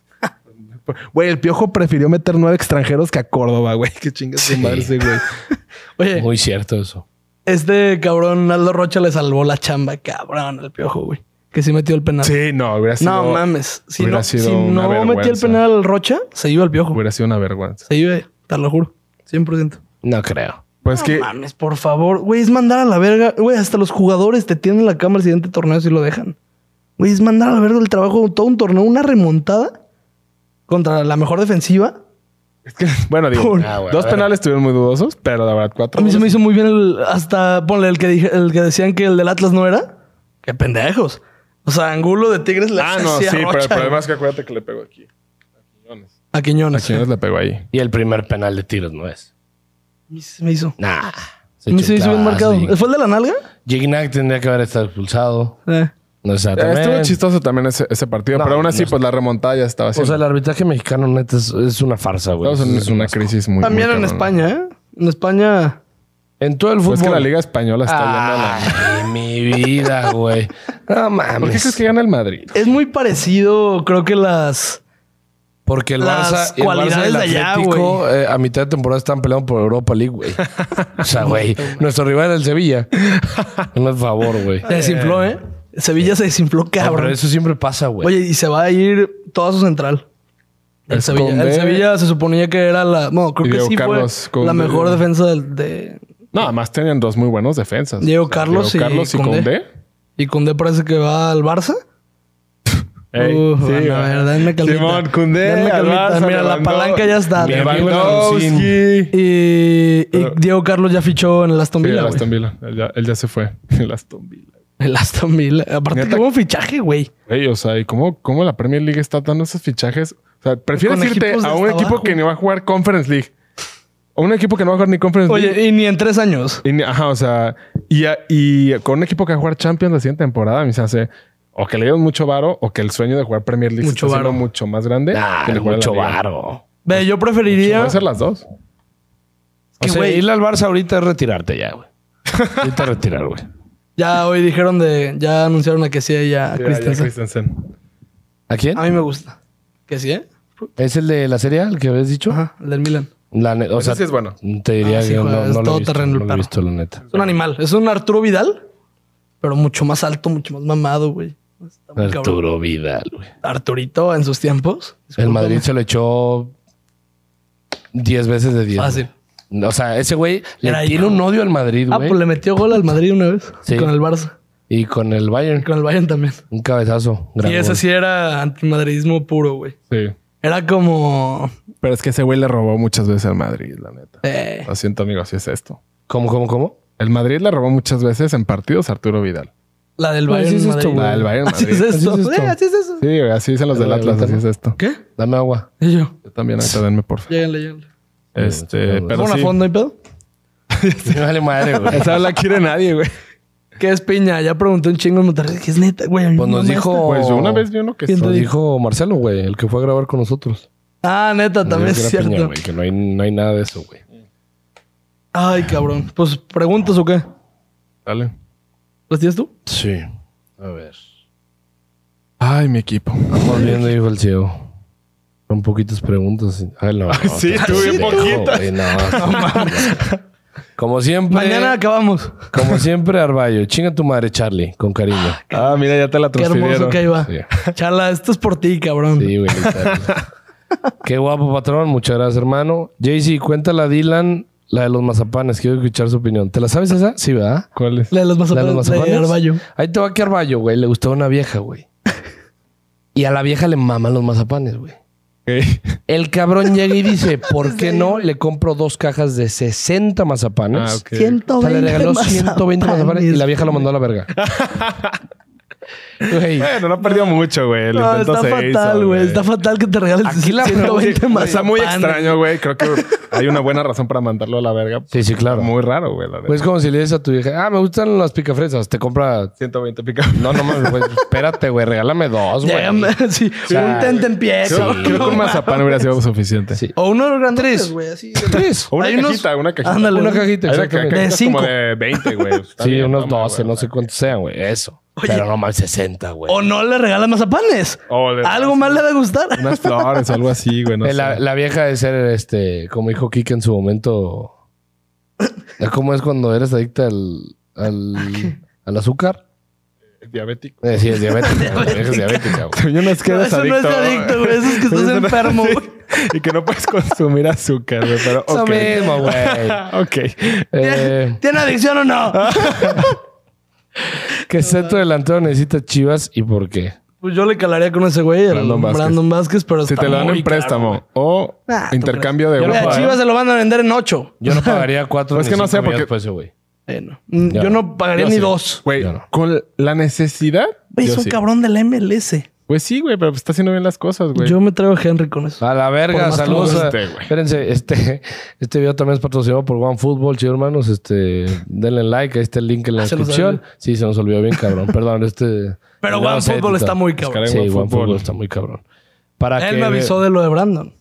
Speaker 3: Güey, el Piojo prefirió meter nueve extranjeros que a Córdoba, güey. [laughs] Qué chingas su madre ese güey.
Speaker 2: Oye,
Speaker 1: Muy cierto eso.
Speaker 2: este cabrón Aldo Rocha le salvó la chamba, cabrón, al piojo, güey. Que sí metió el penal.
Speaker 3: Sí, no, hubiera sido...
Speaker 2: no mames. Si
Speaker 3: hubiera
Speaker 2: no,
Speaker 3: sido
Speaker 2: si
Speaker 3: una
Speaker 2: no metía el
Speaker 3: vergüenza.
Speaker 2: penal al Rocha, se iba al piojo.
Speaker 3: Hubiera sido una vergüenza.
Speaker 2: Se iba, te lo juro. 100%.
Speaker 1: No creo.
Speaker 3: Pues que...
Speaker 2: No mames, por favor. Güey, es mandar a la verga. Güey, hasta los jugadores te tienen la cámara el siguiente torneo si lo dejan. Güey, es mandar a la verga el trabajo, todo un torneo, una remontada contra la mejor defensiva.
Speaker 3: es que- bueno, digo,
Speaker 2: Por-
Speaker 1: Ah, güey,
Speaker 3: dos
Speaker 1: a ver.
Speaker 3: penales estuvieron muy dudosos, pero la verdad, cuatro...
Speaker 2: A mí se me
Speaker 3: goles-
Speaker 2: hizo muy bien el, hasta, ponle, el que, dije- el que decían que el del Atlas no era. Qué pendejos. O sea, Angulo de Tigres le
Speaker 3: Ah, no, sí,
Speaker 2: hacía
Speaker 3: pero el
Speaker 2: rocha
Speaker 3: problema es que acuérdate que le pegó aquí.
Speaker 2: A Quiñones.
Speaker 3: A Quiñones le pegó ahí.
Speaker 1: Y el primer penal de Tigres no es.
Speaker 2: A mí se me hizo.
Speaker 1: Nah.
Speaker 2: A mí se me hizo bien marcado. ¿Fue el de la nalga?
Speaker 1: Gignac tendría que haber estado expulsado.
Speaker 2: Eh.
Speaker 1: No
Speaker 3: Eh,
Speaker 1: exactamente.
Speaker 3: Estuvo chistoso también ese, ese partido,
Speaker 1: No,
Speaker 3: pero aún así,
Speaker 1: no.
Speaker 3: pues la remontada ya estaba así.
Speaker 1: O sea, el arbitraje mexicano neta es, es una farsa, güey.
Speaker 3: Estados Unidos es una
Speaker 1: asco.
Speaker 3: crisis muy
Speaker 2: También
Speaker 3: muy
Speaker 2: en
Speaker 3: cabrona.
Speaker 2: España, ¿eh? En España.
Speaker 1: En todo el fútbol.
Speaker 3: Pues es que la Liga Española está yendo a la-
Speaker 2: Ah.
Speaker 1: Ay, mi vida, güey. No mames.
Speaker 3: ¿Por qué crees que gana el Madrid?
Speaker 2: Es muy parecido, creo que las.
Speaker 1: Porque el
Speaker 2: Las
Speaker 1: Barça, el Barça
Speaker 2: cualidades
Speaker 1: y el
Speaker 2: de allá,
Speaker 1: Atlético eh, a mitad de temporada están peleando por Europa League, güey. O sea,
Speaker 2: [laughs]
Speaker 1: güey, nuestro rival es el Sevilla. No es favor,
Speaker 2: [laughs]
Speaker 1: güey.
Speaker 2: Se desinfló, ¿eh? Sevilla se desinfló,
Speaker 1: No,
Speaker 2: cabrón.
Speaker 1: pero eso siempre pasa, güey.
Speaker 2: Oye, y se va a ir toda su central. El
Speaker 3: Es
Speaker 2: Sevilla.
Speaker 3: Condé.
Speaker 2: El Sevilla se suponía que era la. No, creo que
Speaker 3: Diego
Speaker 2: sí
Speaker 3: Carlos
Speaker 2: fue
Speaker 3: Condé.
Speaker 2: la mejor defensa del- de.
Speaker 3: No, además tenían dos muy buenos defensas.
Speaker 2: Diego
Speaker 3: O sea,
Speaker 2: Carlos y
Speaker 3: Carlos y
Speaker 2: Condé.
Speaker 3: Condé.
Speaker 2: Y Condé parece que va al Barça.
Speaker 3: Ey,
Speaker 2: Uf,
Speaker 3: sí,
Speaker 2: bueno, a
Speaker 3: güey.
Speaker 2: ver, denme calmita.
Speaker 3: Simón Cundé,
Speaker 2: Denme calmita. Mira, la palanca ya está.
Speaker 1: Mi
Speaker 3: Lewandowski.
Speaker 2: Y, y Diego Carlos ya fichó en el Aston
Speaker 3: Sí, el
Speaker 2: Villa. güey.
Speaker 3: Aston Villa. Él ya, él ya se fue. [laughs] El Aston Villa.
Speaker 2: el Aston Villa. Aparte,
Speaker 3: Neta.
Speaker 2: tuvo un fichaje, güey.
Speaker 3: Ey, o sea, ¿y cómo, cómo la Premier League está dando esos fichajes? O sea, prefieres
Speaker 2: Con
Speaker 3: irte
Speaker 2: equipos de
Speaker 3: a un
Speaker 2: hasta
Speaker 3: equipo
Speaker 2: abajo.
Speaker 3: que ni va a jugar Conference League. O un equipo que no va a jugar ni Conference League.
Speaker 2: Oye, y ni en tres años.
Speaker 3: Y ni- ajá, o sea, y, a- y con un equipo que va a jugar Champions la siguiente temporada, me se hace o que le dieron mucho varo o que el sueño de jugar Premier League se
Speaker 2: Mucho
Speaker 3: está haciendo
Speaker 2: varo.
Speaker 3: mucho más grande.
Speaker 1: Ah,
Speaker 3: que el de jugar en la
Speaker 1: mucho
Speaker 3: Liga.
Speaker 1: varo.
Speaker 2: Ve, yo preferiría.
Speaker 3: Puede ser las dos.
Speaker 1: O
Speaker 2: que,
Speaker 1: sea,
Speaker 2: güey,
Speaker 1: irle al Barça ahorita es retirarte ya,
Speaker 2: [laughs]
Speaker 1: güey. Ahorita es retirar, güey.
Speaker 2: Ya hoy dijeron de. Ya anunciaron a que sí, ya a
Speaker 3: Sí,
Speaker 2: Christensen.
Speaker 3: ya Christensen.
Speaker 1: ¿A quién?
Speaker 2: A mí me gusta. ¿Que sí, eh?
Speaker 1: ¿Es el de la serie, A, el que habías dicho?
Speaker 2: Ajá, el del Milan.
Speaker 1: La ne- o
Speaker 3: Ese
Speaker 1: sea,
Speaker 3: sí es bueno.
Speaker 1: Te diría
Speaker 2: Ah, sí,
Speaker 1: que no,
Speaker 2: juega,
Speaker 1: no
Speaker 2: es
Speaker 1: lo he
Speaker 2: todo
Speaker 1: visto,
Speaker 2: terreno
Speaker 1: no
Speaker 2: el
Speaker 1: lo he
Speaker 2: perro.
Speaker 1: visto, la neta.
Speaker 2: Es un animal. Es un Arturo Vidal, pero mucho más alto, mucho más mamado, güey. Está muy cabrón.
Speaker 1: Arturo Vidal, güey.
Speaker 2: Arturito en sus tiempos.
Speaker 1: El
Speaker 2: discúlpame.
Speaker 1: Madrid se lo echó 10 veces de 10.
Speaker 2: Fácil.
Speaker 1: güey. O sea, ese güey le
Speaker 2: Ah, Era
Speaker 1: tiene
Speaker 2: hijo.
Speaker 1: un odio al Madrid,
Speaker 2: Ah,
Speaker 1: güey.
Speaker 2: pues le metió gol al Madrid una vez.
Speaker 1: Sí.
Speaker 2: Con el Barça.
Speaker 1: Y con el
Speaker 2: Y
Speaker 1: Bayern,
Speaker 2: con el Bayern también.
Speaker 1: un cabezazo. gran
Speaker 2: y ese
Speaker 1: gol.
Speaker 2: sí era antimadridismo puro, güey.
Speaker 3: Sí.
Speaker 2: Era como.
Speaker 3: Pero es que ese güey le robó muchas veces al Madrid, la neta.
Speaker 2: eh,
Speaker 3: Lo siento, amigo, así es esto.
Speaker 1: ¿Cómo, cómo, cómo?
Speaker 3: El Madrid le robó muchas veces en partidos a Arturo Vidal.
Speaker 2: la del
Speaker 1: Pues así
Speaker 2: Bayern.
Speaker 1: es esto,
Speaker 2: Madrid.
Speaker 1: güey.
Speaker 3: La del Bayern
Speaker 2: Así
Speaker 3: Madrid.
Speaker 2: es esto.
Speaker 1: Así es esto.
Speaker 2: Eh, así es eso.
Speaker 3: Sí, güey, así dicen los del Atlas, así es esto.
Speaker 2: ¿Qué?
Speaker 1: Dame
Speaker 2: [laughs]
Speaker 1: agua.
Speaker 2: Y yo.
Speaker 3: Yo también, ahorita denme, por favor.
Speaker 2: Lléganle, lléganle.
Speaker 3: Este, pero
Speaker 2: ¿Vamos a
Speaker 3: sí.
Speaker 2: fondo y pedo?
Speaker 1: Me vale madre, güey.
Speaker 3: Esa no la quiere nadie, güey.
Speaker 2: ¿Qué es piña? Ya pregunté un chingo en Monterrey. ¿Qué es neta, güey? A mí
Speaker 1: Pues
Speaker 2: me
Speaker 1: nos
Speaker 2: mama
Speaker 1: dijo-
Speaker 2: esta.
Speaker 3: Pues yo una vez vi uno que
Speaker 2: ¿Quién
Speaker 3: sí.
Speaker 1: Lo dijo Marcelo, güey, el que fue a grabar con nosotros.
Speaker 2: Ah, neta, también
Speaker 1: Dijo
Speaker 2: es
Speaker 1: que era
Speaker 2: cierto.
Speaker 1: piña, güey, que no hay, no hay nada de eso, güey.
Speaker 2: Ay, cabrón. Pues preguntas o qué?
Speaker 3: Dale.
Speaker 2: ¿Las tienes tú?
Speaker 1: Sí. A ver.
Speaker 3: Ay, mi equipo.
Speaker 1: Vamos viendo, dijo el ciego. Son poquitas preguntas. Ay,
Speaker 2: [laughs]
Speaker 1: no. no,
Speaker 3: [laughs] sí,
Speaker 1: estás
Speaker 3: tú bien
Speaker 1: pendejo,
Speaker 3: poquitas.
Speaker 1: güey, no. como siempre.
Speaker 2: Mañana acabamos.
Speaker 1: Como siempre, Arballo. Chinga tu madre, Charlie, con cariño.
Speaker 3: Ah, mira,
Speaker 1: [laughs]
Speaker 3: ya te la
Speaker 2: Qué hermoso
Speaker 3: transfirieron.
Speaker 2: que iba.
Speaker 1: Sí.
Speaker 2: Chala, esto es por ti, cabrón.
Speaker 1: Sí, güey. literal. Qué guapo, patrón. Muchas gracias, hermano. Jaycee, cuéntala a Dylan, la de los mazapanes. Quiero escuchar su opinión. ¿Te la sabes esa? Sí, ¿verdad? [laughs]
Speaker 3: ¿Cuál es?
Speaker 2: La de los
Speaker 1: La de los
Speaker 2: mazapanes de
Speaker 1: mazapanes.
Speaker 2: Arballo.
Speaker 1: Ahí te va que Arballo, güey. Le gustaba una vieja, güey. Y a la vieja le maman los mazapanes, güey.
Speaker 3: Ok.
Speaker 1: El cabrón llega y dice, ¿por
Speaker 2: [laughs]
Speaker 1: qué no le compro dos cajas de 60 mazapanes?
Speaker 3: Ah, ok.
Speaker 1: O sea,
Speaker 2: 120
Speaker 1: le regaló 120 mazapanes y la vieja lo
Speaker 2: güey.
Speaker 1: mandó a la verga.
Speaker 3: [laughs]
Speaker 1: Güey,
Speaker 3: Bueno, no perdió mucho, güey. El
Speaker 2: No,
Speaker 3: intento
Speaker 2: está
Speaker 3: se
Speaker 2: fatal,
Speaker 3: hizo,
Speaker 2: güey. Está fatal que te regales
Speaker 1: Aquí la
Speaker 2: 120
Speaker 3: Oye,
Speaker 2: más.
Speaker 3: Está muy extraño, güey. Creo que hay una buena razón para mandarlo a la verga.
Speaker 1: Sí, sí, claro.
Speaker 3: Muy raro, güey. La neta.
Speaker 1: Pues es como si le dices a tu vieja, ah, me gustan las picafresas, te compra...
Speaker 3: 120 pica.
Speaker 1: No, [laughs] no mames, güey, espérate, güey, regálame dos, güey.
Speaker 2: [laughs] sí,
Speaker 1: sea,
Speaker 2: un tente en pie.
Speaker 3: Creo,
Speaker 2: cabrón.
Speaker 3: creo que un mazapán hubiera sido suficiente.
Speaker 1: Sí.
Speaker 2: O uno de los
Speaker 1: Tres.
Speaker 2: grandes, güey, así.
Speaker 1: [laughs] Tres.
Speaker 3: O una
Speaker 2: Hay unos-
Speaker 3: cajita, una cajita.
Speaker 2: Ándale.
Speaker 1: Una cajita,
Speaker 3: Hay una
Speaker 1: exactamente.
Speaker 2: De
Speaker 3: caja- cajitas
Speaker 2: cinco.
Speaker 3: como de 20, güey. Está
Speaker 1: Sí,
Speaker 3: bien,
Speaker 1: unos
Speaker 3: toma,
Speaker 1: 12,
Speaker 3: güey.
Speaker 1: no sé cuántos sean, güey, eso. Pero no mames, 60, güey.
Speaker 3: Oh,
Speaker 2: O no le regalas mazapanes.
Speaker 3: O le-
Speaker 2: Algo más le va a gustar.
Speaker 3: Unas flores o algo así, güey. No
Speaker 1: Eh, la,
Speaker 3: sé.
Speaker 1: la vieja de ser, este, como dijo Kike en su momento,
Speaker 3: [coughs]
Speaker 1: ¿cómo es cuando eres adicta al, al, al azúcar?
Speaker 3: Diabético.
Speaker 1: Eh, sí, es
Speaker 3: [laughs]
Speaker 1: diabética. güey, la vieja es diabética, güey.
Speaker 3: Yo no es que
Speaker 2: No,
Speaker 3: eres
Speaker 2: eso no es
Speaker 3: adicto.
Speaker 2: adicto, güey. Eso es que estás
Speaker 3: [laughs] Eso no-
Speaker 2: enfermo,
Speaker 3: sí.
Speaker 2: güey.
Speaker 3: Y que no puedes consumir azúcar, güey. Pero,
Speaker 1: Eso
Speaker 3: ok.
Speaker 1: mismo, güey.
Speaker 3: [laughs] ok.
Speaker 1: Eh,
Speaker 2: [laughs] ¿Tiene adicción o no?
Speaker 1: ¿Qué centro delantero necesita Chivas y por qué?
Speaker 2: Pues yo le calaría con ese güey, el
Speaker 3: Brandon
Speaker 2: Brandon
Speaker 3: Vázquez.
Speaker 2: Vázquez, pero
Speaker 3: Si
Speaker 2: está
Speaker 3: te lo dan
Speaker 2: muy
Speaker 3: en préstamo o
Speaker 2: Ah, ¿tú
Speaker 3: intercambio de
Speaker 1: Yo
Speaker 2: caro.
Speaker 1: lo
Speaker 2: Mira,
Speaker 1: pago.
Speaker 2: a
Speaker 3: ropa.
Speaker 2: Chivas se lo van a vender en ocho.
Speaker 1: Yo no [laughs] pagaría cuatro
Speaker 3: Pues que
Speaker 1: ni
Speaker 3: no sé,
Speaker 1: cinco millones
Speaker 3: porque-
Speaker 1: por ese güey.
Speaker 2: Eh, no. Mm,
Speaker 1: Ya.
Speaker 2: Yo no pagaría
Speaker 1: Yo
Speaker 2: ni
Speaker 1: sí.
Speaker 2: dos.
Speaker 3: Güey,
Speaker 1: Yo no.
Speaker 3: con la necesidad.
Speaker 2: Güey,
Speaker 3: yo
Speaker 2: es un
Speaker 3: sí.
Speaker 2: cabrón de la MLS.
Speaker 3: Pues sí, güey, pero pues está haciendo bien las cosas, güey.
Speaker 2: Yo me traigo a Henry con eso.
Speaker 1: A la
Speaker 2: Por
Speaker 1: verga,
Speaker 2: más
Speaker 1: saludos.
Speaker 3: que
Speaker 1: a-
Speaker 3: guste, güey.
Speaker 1: espérense, este, este video también es patrocinado por OneFootball, chicos hermanos. Este, denle like, ahí está el link en la
Speaker 2: Ah, se nos
Speaker 1: descripción.
Speaker 2: olvidó.
Speaker 1: Sí, se nos olvidó bien, cabrón. Perdón, este.
Speaker 2: Pero
Speaker 1: no, se
Speaker 2: OneFootball
Speaker 1: edita.
Speaker 2: está muy cabrón.
Speaker 3: Descarga-
Speaker 1: Sí,
Speaker 3: OneFootball.
Speaker 1: OneFootball está muy cabrón. Para Ah, que
Speaker 2: Él me
Speaker 1: ve-
Speaker 2: avisó de lo de Brandon.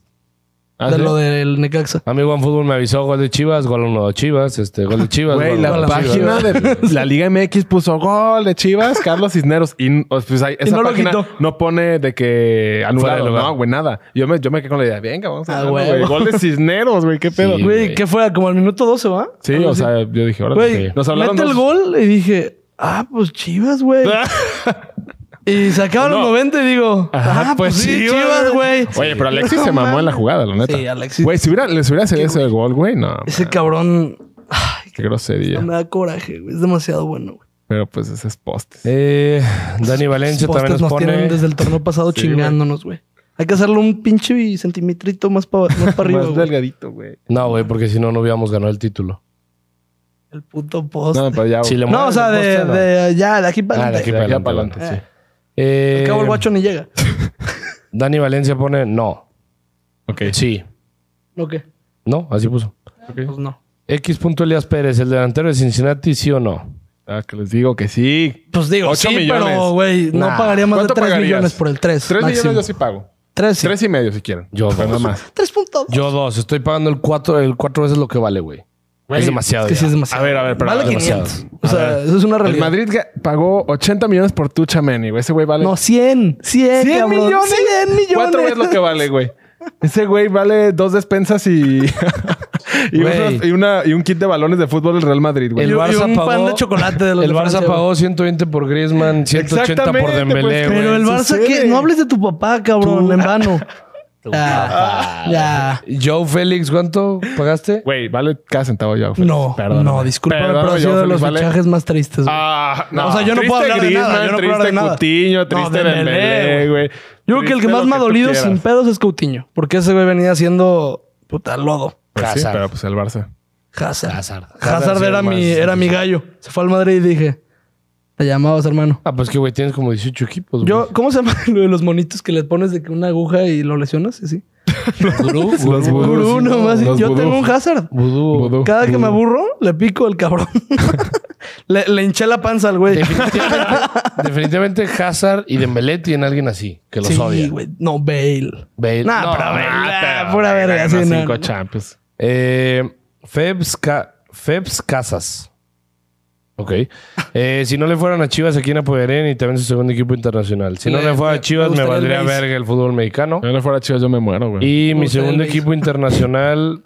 Speaker 3: Ah,
Speaker 2: de
Speaker 3: ¿sí?
Speaker 2: lo del Necaxa.
Speaker 1: A mí OneFootball me avisó gol de Chivas, gol uno de Chivas, este, gol de Chivas.
Speaker 3: Güey,
Speaker 1: gol
Speaker 3: la
Speaker 1: uno de
Speaker 3: página
Speaker 1: Chivas.
Speaker 3: de la Liga MX puso gol de Chivas, Carlos Cisneros. Y o, pues, ahí, esa
Speaker 2: no lo
Speaker 3: página
Speaker 2: quitó.
Speaker 3: no pone de que
Speaker 1: Fuera de
Speaker 3: anulado.
Speaker 1: lugar.
Speaker 3: No, güey, nada. Yo me, yo me quedé con la idea. Venga, vamos
Speaker 2: Ah,
Speaker 3: a
Speaker 2: güey.
Speaker 3: ver. Gol [laughs] de Cisneros, güey. ¿Qué pedo?
Speaker 1: Sí,
Speaker 2: Güey,
Speaker 1: güey.
Speaker 2: ¿qué fue? Como al minuto 12, ¿va?
Speaker 3: Sí,
Speaker 2: Algo
Speaker 3: o
Speaker 2: así.
Speaker 3: sea, yo dije, ahora
Speaker 2: Güey,
Speaker 3: nos hablaron
Speaker 2: mete el
Speaker 3: dos- Ah.
Speaker 2: gol y dije, ah, pues chivas, güey. y se acaban
Speaker 3: No.
Speaker 2: los 90 y digo, ah, pues, sí, chivas, güey.
Speaker 3: [laughs] Oye, pero Alexis se mamó en la jugada, la neta.
Speaker 2: Sí, Alexis.
Speaker 3: Güey, si hubiera, les hubiera cedido ese gol, güey, no.
Speaker 2: Ese
Speaker 3: man,
Speaker 2: cabrón ay,
Speaker 3: Qué grosería.
Speaker 2: me da coraje, güey. Es demasiado bueno, güey.
Speaker 3: Pero pues ese es poste.
Speaker 1: Eh, Dani Valencia
Speaker 2: Postes
Speaker 1: también
Speaker 2: nos
Speaker 1: nos pone.
Speaker 2: tienen desde el torneo pasado chingándonos, güey. Hay que hacerle un pinche centimetrito más para
Speaker 3: [laughs]
Speaker 2: más pa arriba,
Speaker 3: Más
Speaker 2: güey.
Speaker 3: delgadito, güey.
Speaker 1: No, güey, porque si no, no hubiéramos ganado el título.
Speaker 2: El puto post.
Speaker 3: No,
Speaker 2: No,
Speaker 3: pero ya.
Speaker 1: Si le
Speaker 2: o
Speaker 1: mueves
Speaker 2: sea,
Speaker 1: el
Speaker 2: de,
Speaker 1: poste, no.
Speaker 2: de- ya, de aquí para
Speaker 1: Ah, de
Speaker 2: adelante.
Speaker 1: aquí
Speaker 3: Ya
Speaker 1: para adelante.
Speaker 3: para
Speaker 1: bueno.
Speaker 3: adelante, sí.
Speaker 1: Eh,
Speaker 2: Al cabo el guacho ni llega.
Speaker 1: Dani Valencia pone no.
Speaker 3: Ok.
Speaker 2: Eh,
Speaker 1: Sí.
Speaker 2: ¿No qué?
Speaker 1: No, así puso.
Speaker 2: Pues no.
Speaker 1: X. Elías Pérez, el delantero de Cincinnati, sí o no.
Speaker 3: Ah, que les digo que sí.
Speaker 2: Pues digo,
Speaker 3: Ocho
Speaker 2: sí,
Speaker 3: millones.
Speaker 2: pero, güey, no
Speaker 1: Nah.
Speaker 2: pagaría más de
Speaker 3: ¿Cuánto
Speaker 2: 3
Speaker 3: pagarías?
Speaker 2: millones por el 3.
Speaker 3: Tres
Speaker 2: máximo.
Speaker 3: millones yo sí pago.
Speaker 2: Tres, sí.
Speaker 3: Tres y medio si quieren.
Speaker 1: Yo
Speaker 3: Pero
Speaker 1: dos.
Speaker 3: nada más.
Speaker 2: 3.2.
Speaker 1: Yo dos, estoy pagando el cuatro, el cuatro veces lo que vale, güey.
Speaker 3: Güey,
Speaker 1: Es demasiado.
Speaker 2: Es que sí
Speaker 1: ya.
Speaker 2: es demasiado.
Speaker 3: A ver, a ver, pero-
Speaker 2: Vale
Speaker 1: demasiado.
Speaker 2: 500. O sea, eso es una
Speaker 3: El
Speaker 2: realidad.
Speaker 3: Madrid ga- pagó 80 millones por tu Chameni, güey. Ese güey vale.
Speaker 2: No, 100. 100,
Speaker 3: 100
Speaker 2: cabrón.
Speaker 3: millones.
Speaker 2: 100 millones.
Speaker 3: Cuatro veces lo que vale, güey. Ese güey vale dos despensas y. [laughs] y,
Speaker 1: Güey.
Speaker 3: unos- y una, y un kit de balones de fútbol del Real Madrid, güey.
Speaker 1: El
Speaker 2: Y- y
Speaker 1: Barça
Speaker 2: un
Speaker 1: pagó.
Speaker 2: pan de chocolate de los
Speaker 1: el
Speaker 2: de
Speaker 1: Barça
Speaker 2: Francia,
Speaker 1: pagó 120 por Griezmann, 180 por
Speaker 3: Exactamente,
Speaker 1: Dembélé,
Speaker 3: pues,
Speaker 1: güey.
Speaker 2: Pero el Barça,
Speaker 3: sucede.
Speaker 2: ¿qué? No hables de tu papá, cabrón, en vano. Ya. Ya.
Speaker 1: Joe Félix, ¿cuánto pagaste?
Speaker 3: Güey, vale cada centavo yo. Félix.
Speaker 2: No,
Speaker 3: Perdóname.
Speaker 2: no, discúlpame, pero ha
Speaker 3: Perdóname,
Speaker 2: sido
Speaker 3: yo,
Speaker 2: de los
Speaker 3: Félix, vale.
Speaker 2: fichajes más tristes. güey.
Speaker 3: Ah, no.
Speaker 2: O sea, yo no
Speaker 3: Triste
Speaker 2: puedo hablar de nada, yo
Speaker 3: Griezmann,
Speaker 2: no puedo
Speaker 3: triste
Speaker 2: hablar de nada.
Speaker 3: Cutiño, triste
Speaker 2: No, Dembélé,
Speaker 3: Dembélé, güey.
Speaker 2: Yo creo que el que
Speaker 3: Triste
Speaker 2: más
Speaker 3: lo
Speaker 2: me ha
Speaker 3: tú
Speaker 2: dolido
Speaker 3: quieras.
Speaker 2: sin pedos es Coutinho, porque ese güey venía haciendo puta lodo.
Speaker 3: Pues sí,
Speaker 1: Hazard.
Speaker 3: pero pues el Barça.
Speaker 2: Hazard.
Speaker 1: Hazard.
Speaker 2: Hazard,
Speaker 1: Hazard sí,
Speaker 2: era,
Speaker 1: más-
Speaker 2: mi, era mi gallo. Se fue al Madrid y dije, te llamabas, hermano.
Speaker 1: Ah, pues que, güey, tienes como 18 equipos, güey.
Speaker 2: Yo, ¿cómo se llama [laughs] lo de los monitos que le pones de que una aguja y lo lesiones? Así.
Speaker 1: Gurú,
Speaker 3: Los
Speaker 1: gurú,
Speaker 3: gurús.
Speaker 2: Gurú
Speaker 1: sí,
Speaker 2: nomás.
Speaker 3: los
Speaker 2: Yo
Speaker 3: vudú.
Speaker 2: tengo un Hazard.
Speaker 1: Vudú.
Speaker 3: Vudú.
Speaker 2: Cada que me aburro, le pico el cabrón. [laughs] le, le hinché la panza al güey.
Speaker 1: Definitivamente, [laughs] definitivamente Hazard y Dembélé tienen alguien así que los
Speaker 2: Sí,
Speaker 1: odia.
Speaker 2: güey. No, Bale.
Speaker 1: Bale-
Speaker 2: Nah,
Speaker 1: no,
Speaker 2: pero
Speaker 1: nah,
Speaker 2: Bale. ah,
Speaker 3: pero,
Speaker 2: Pura
Speaker 3: güey,
Speaker 2: verga.
Speaker 3: ganó
Speaker 2: sí, no,
Speaker 3: cinco
Speaker 2: no.
Speaker 3: Champions.
Speaker 1: Eh, Febs, Ca- Febs Casas.
Speaker 2: [laughs]
Speaker 1: Ok. Eh, si no le fueran a Chivas, ¿a quién apoyarían? Y también su segundo equipo internacional. Si no
Speaker 2: Me-
Speaker 1: le fuera
Speaker 2: me-
Speaker 1: a Chivas,
Speaker 2: me
Speaker 1: me,
Speaker 2: gustaría el
Speaker 1: valdría
Speaker 2: Beis.
Speaker 1: verga el fútbol mexicano.
Speaker 3: Si no le fuera Chivas, yo me muero, güey.
Speaker 1: Y
Speaker 2: Me
Speaker 1: mi
Speaker 2: gustaría
Speaker 1: segundo
Speaker 2: el Beis.
Speaker 1: equipo
Speaker 2: [laughs]
Speaker 1: internacional.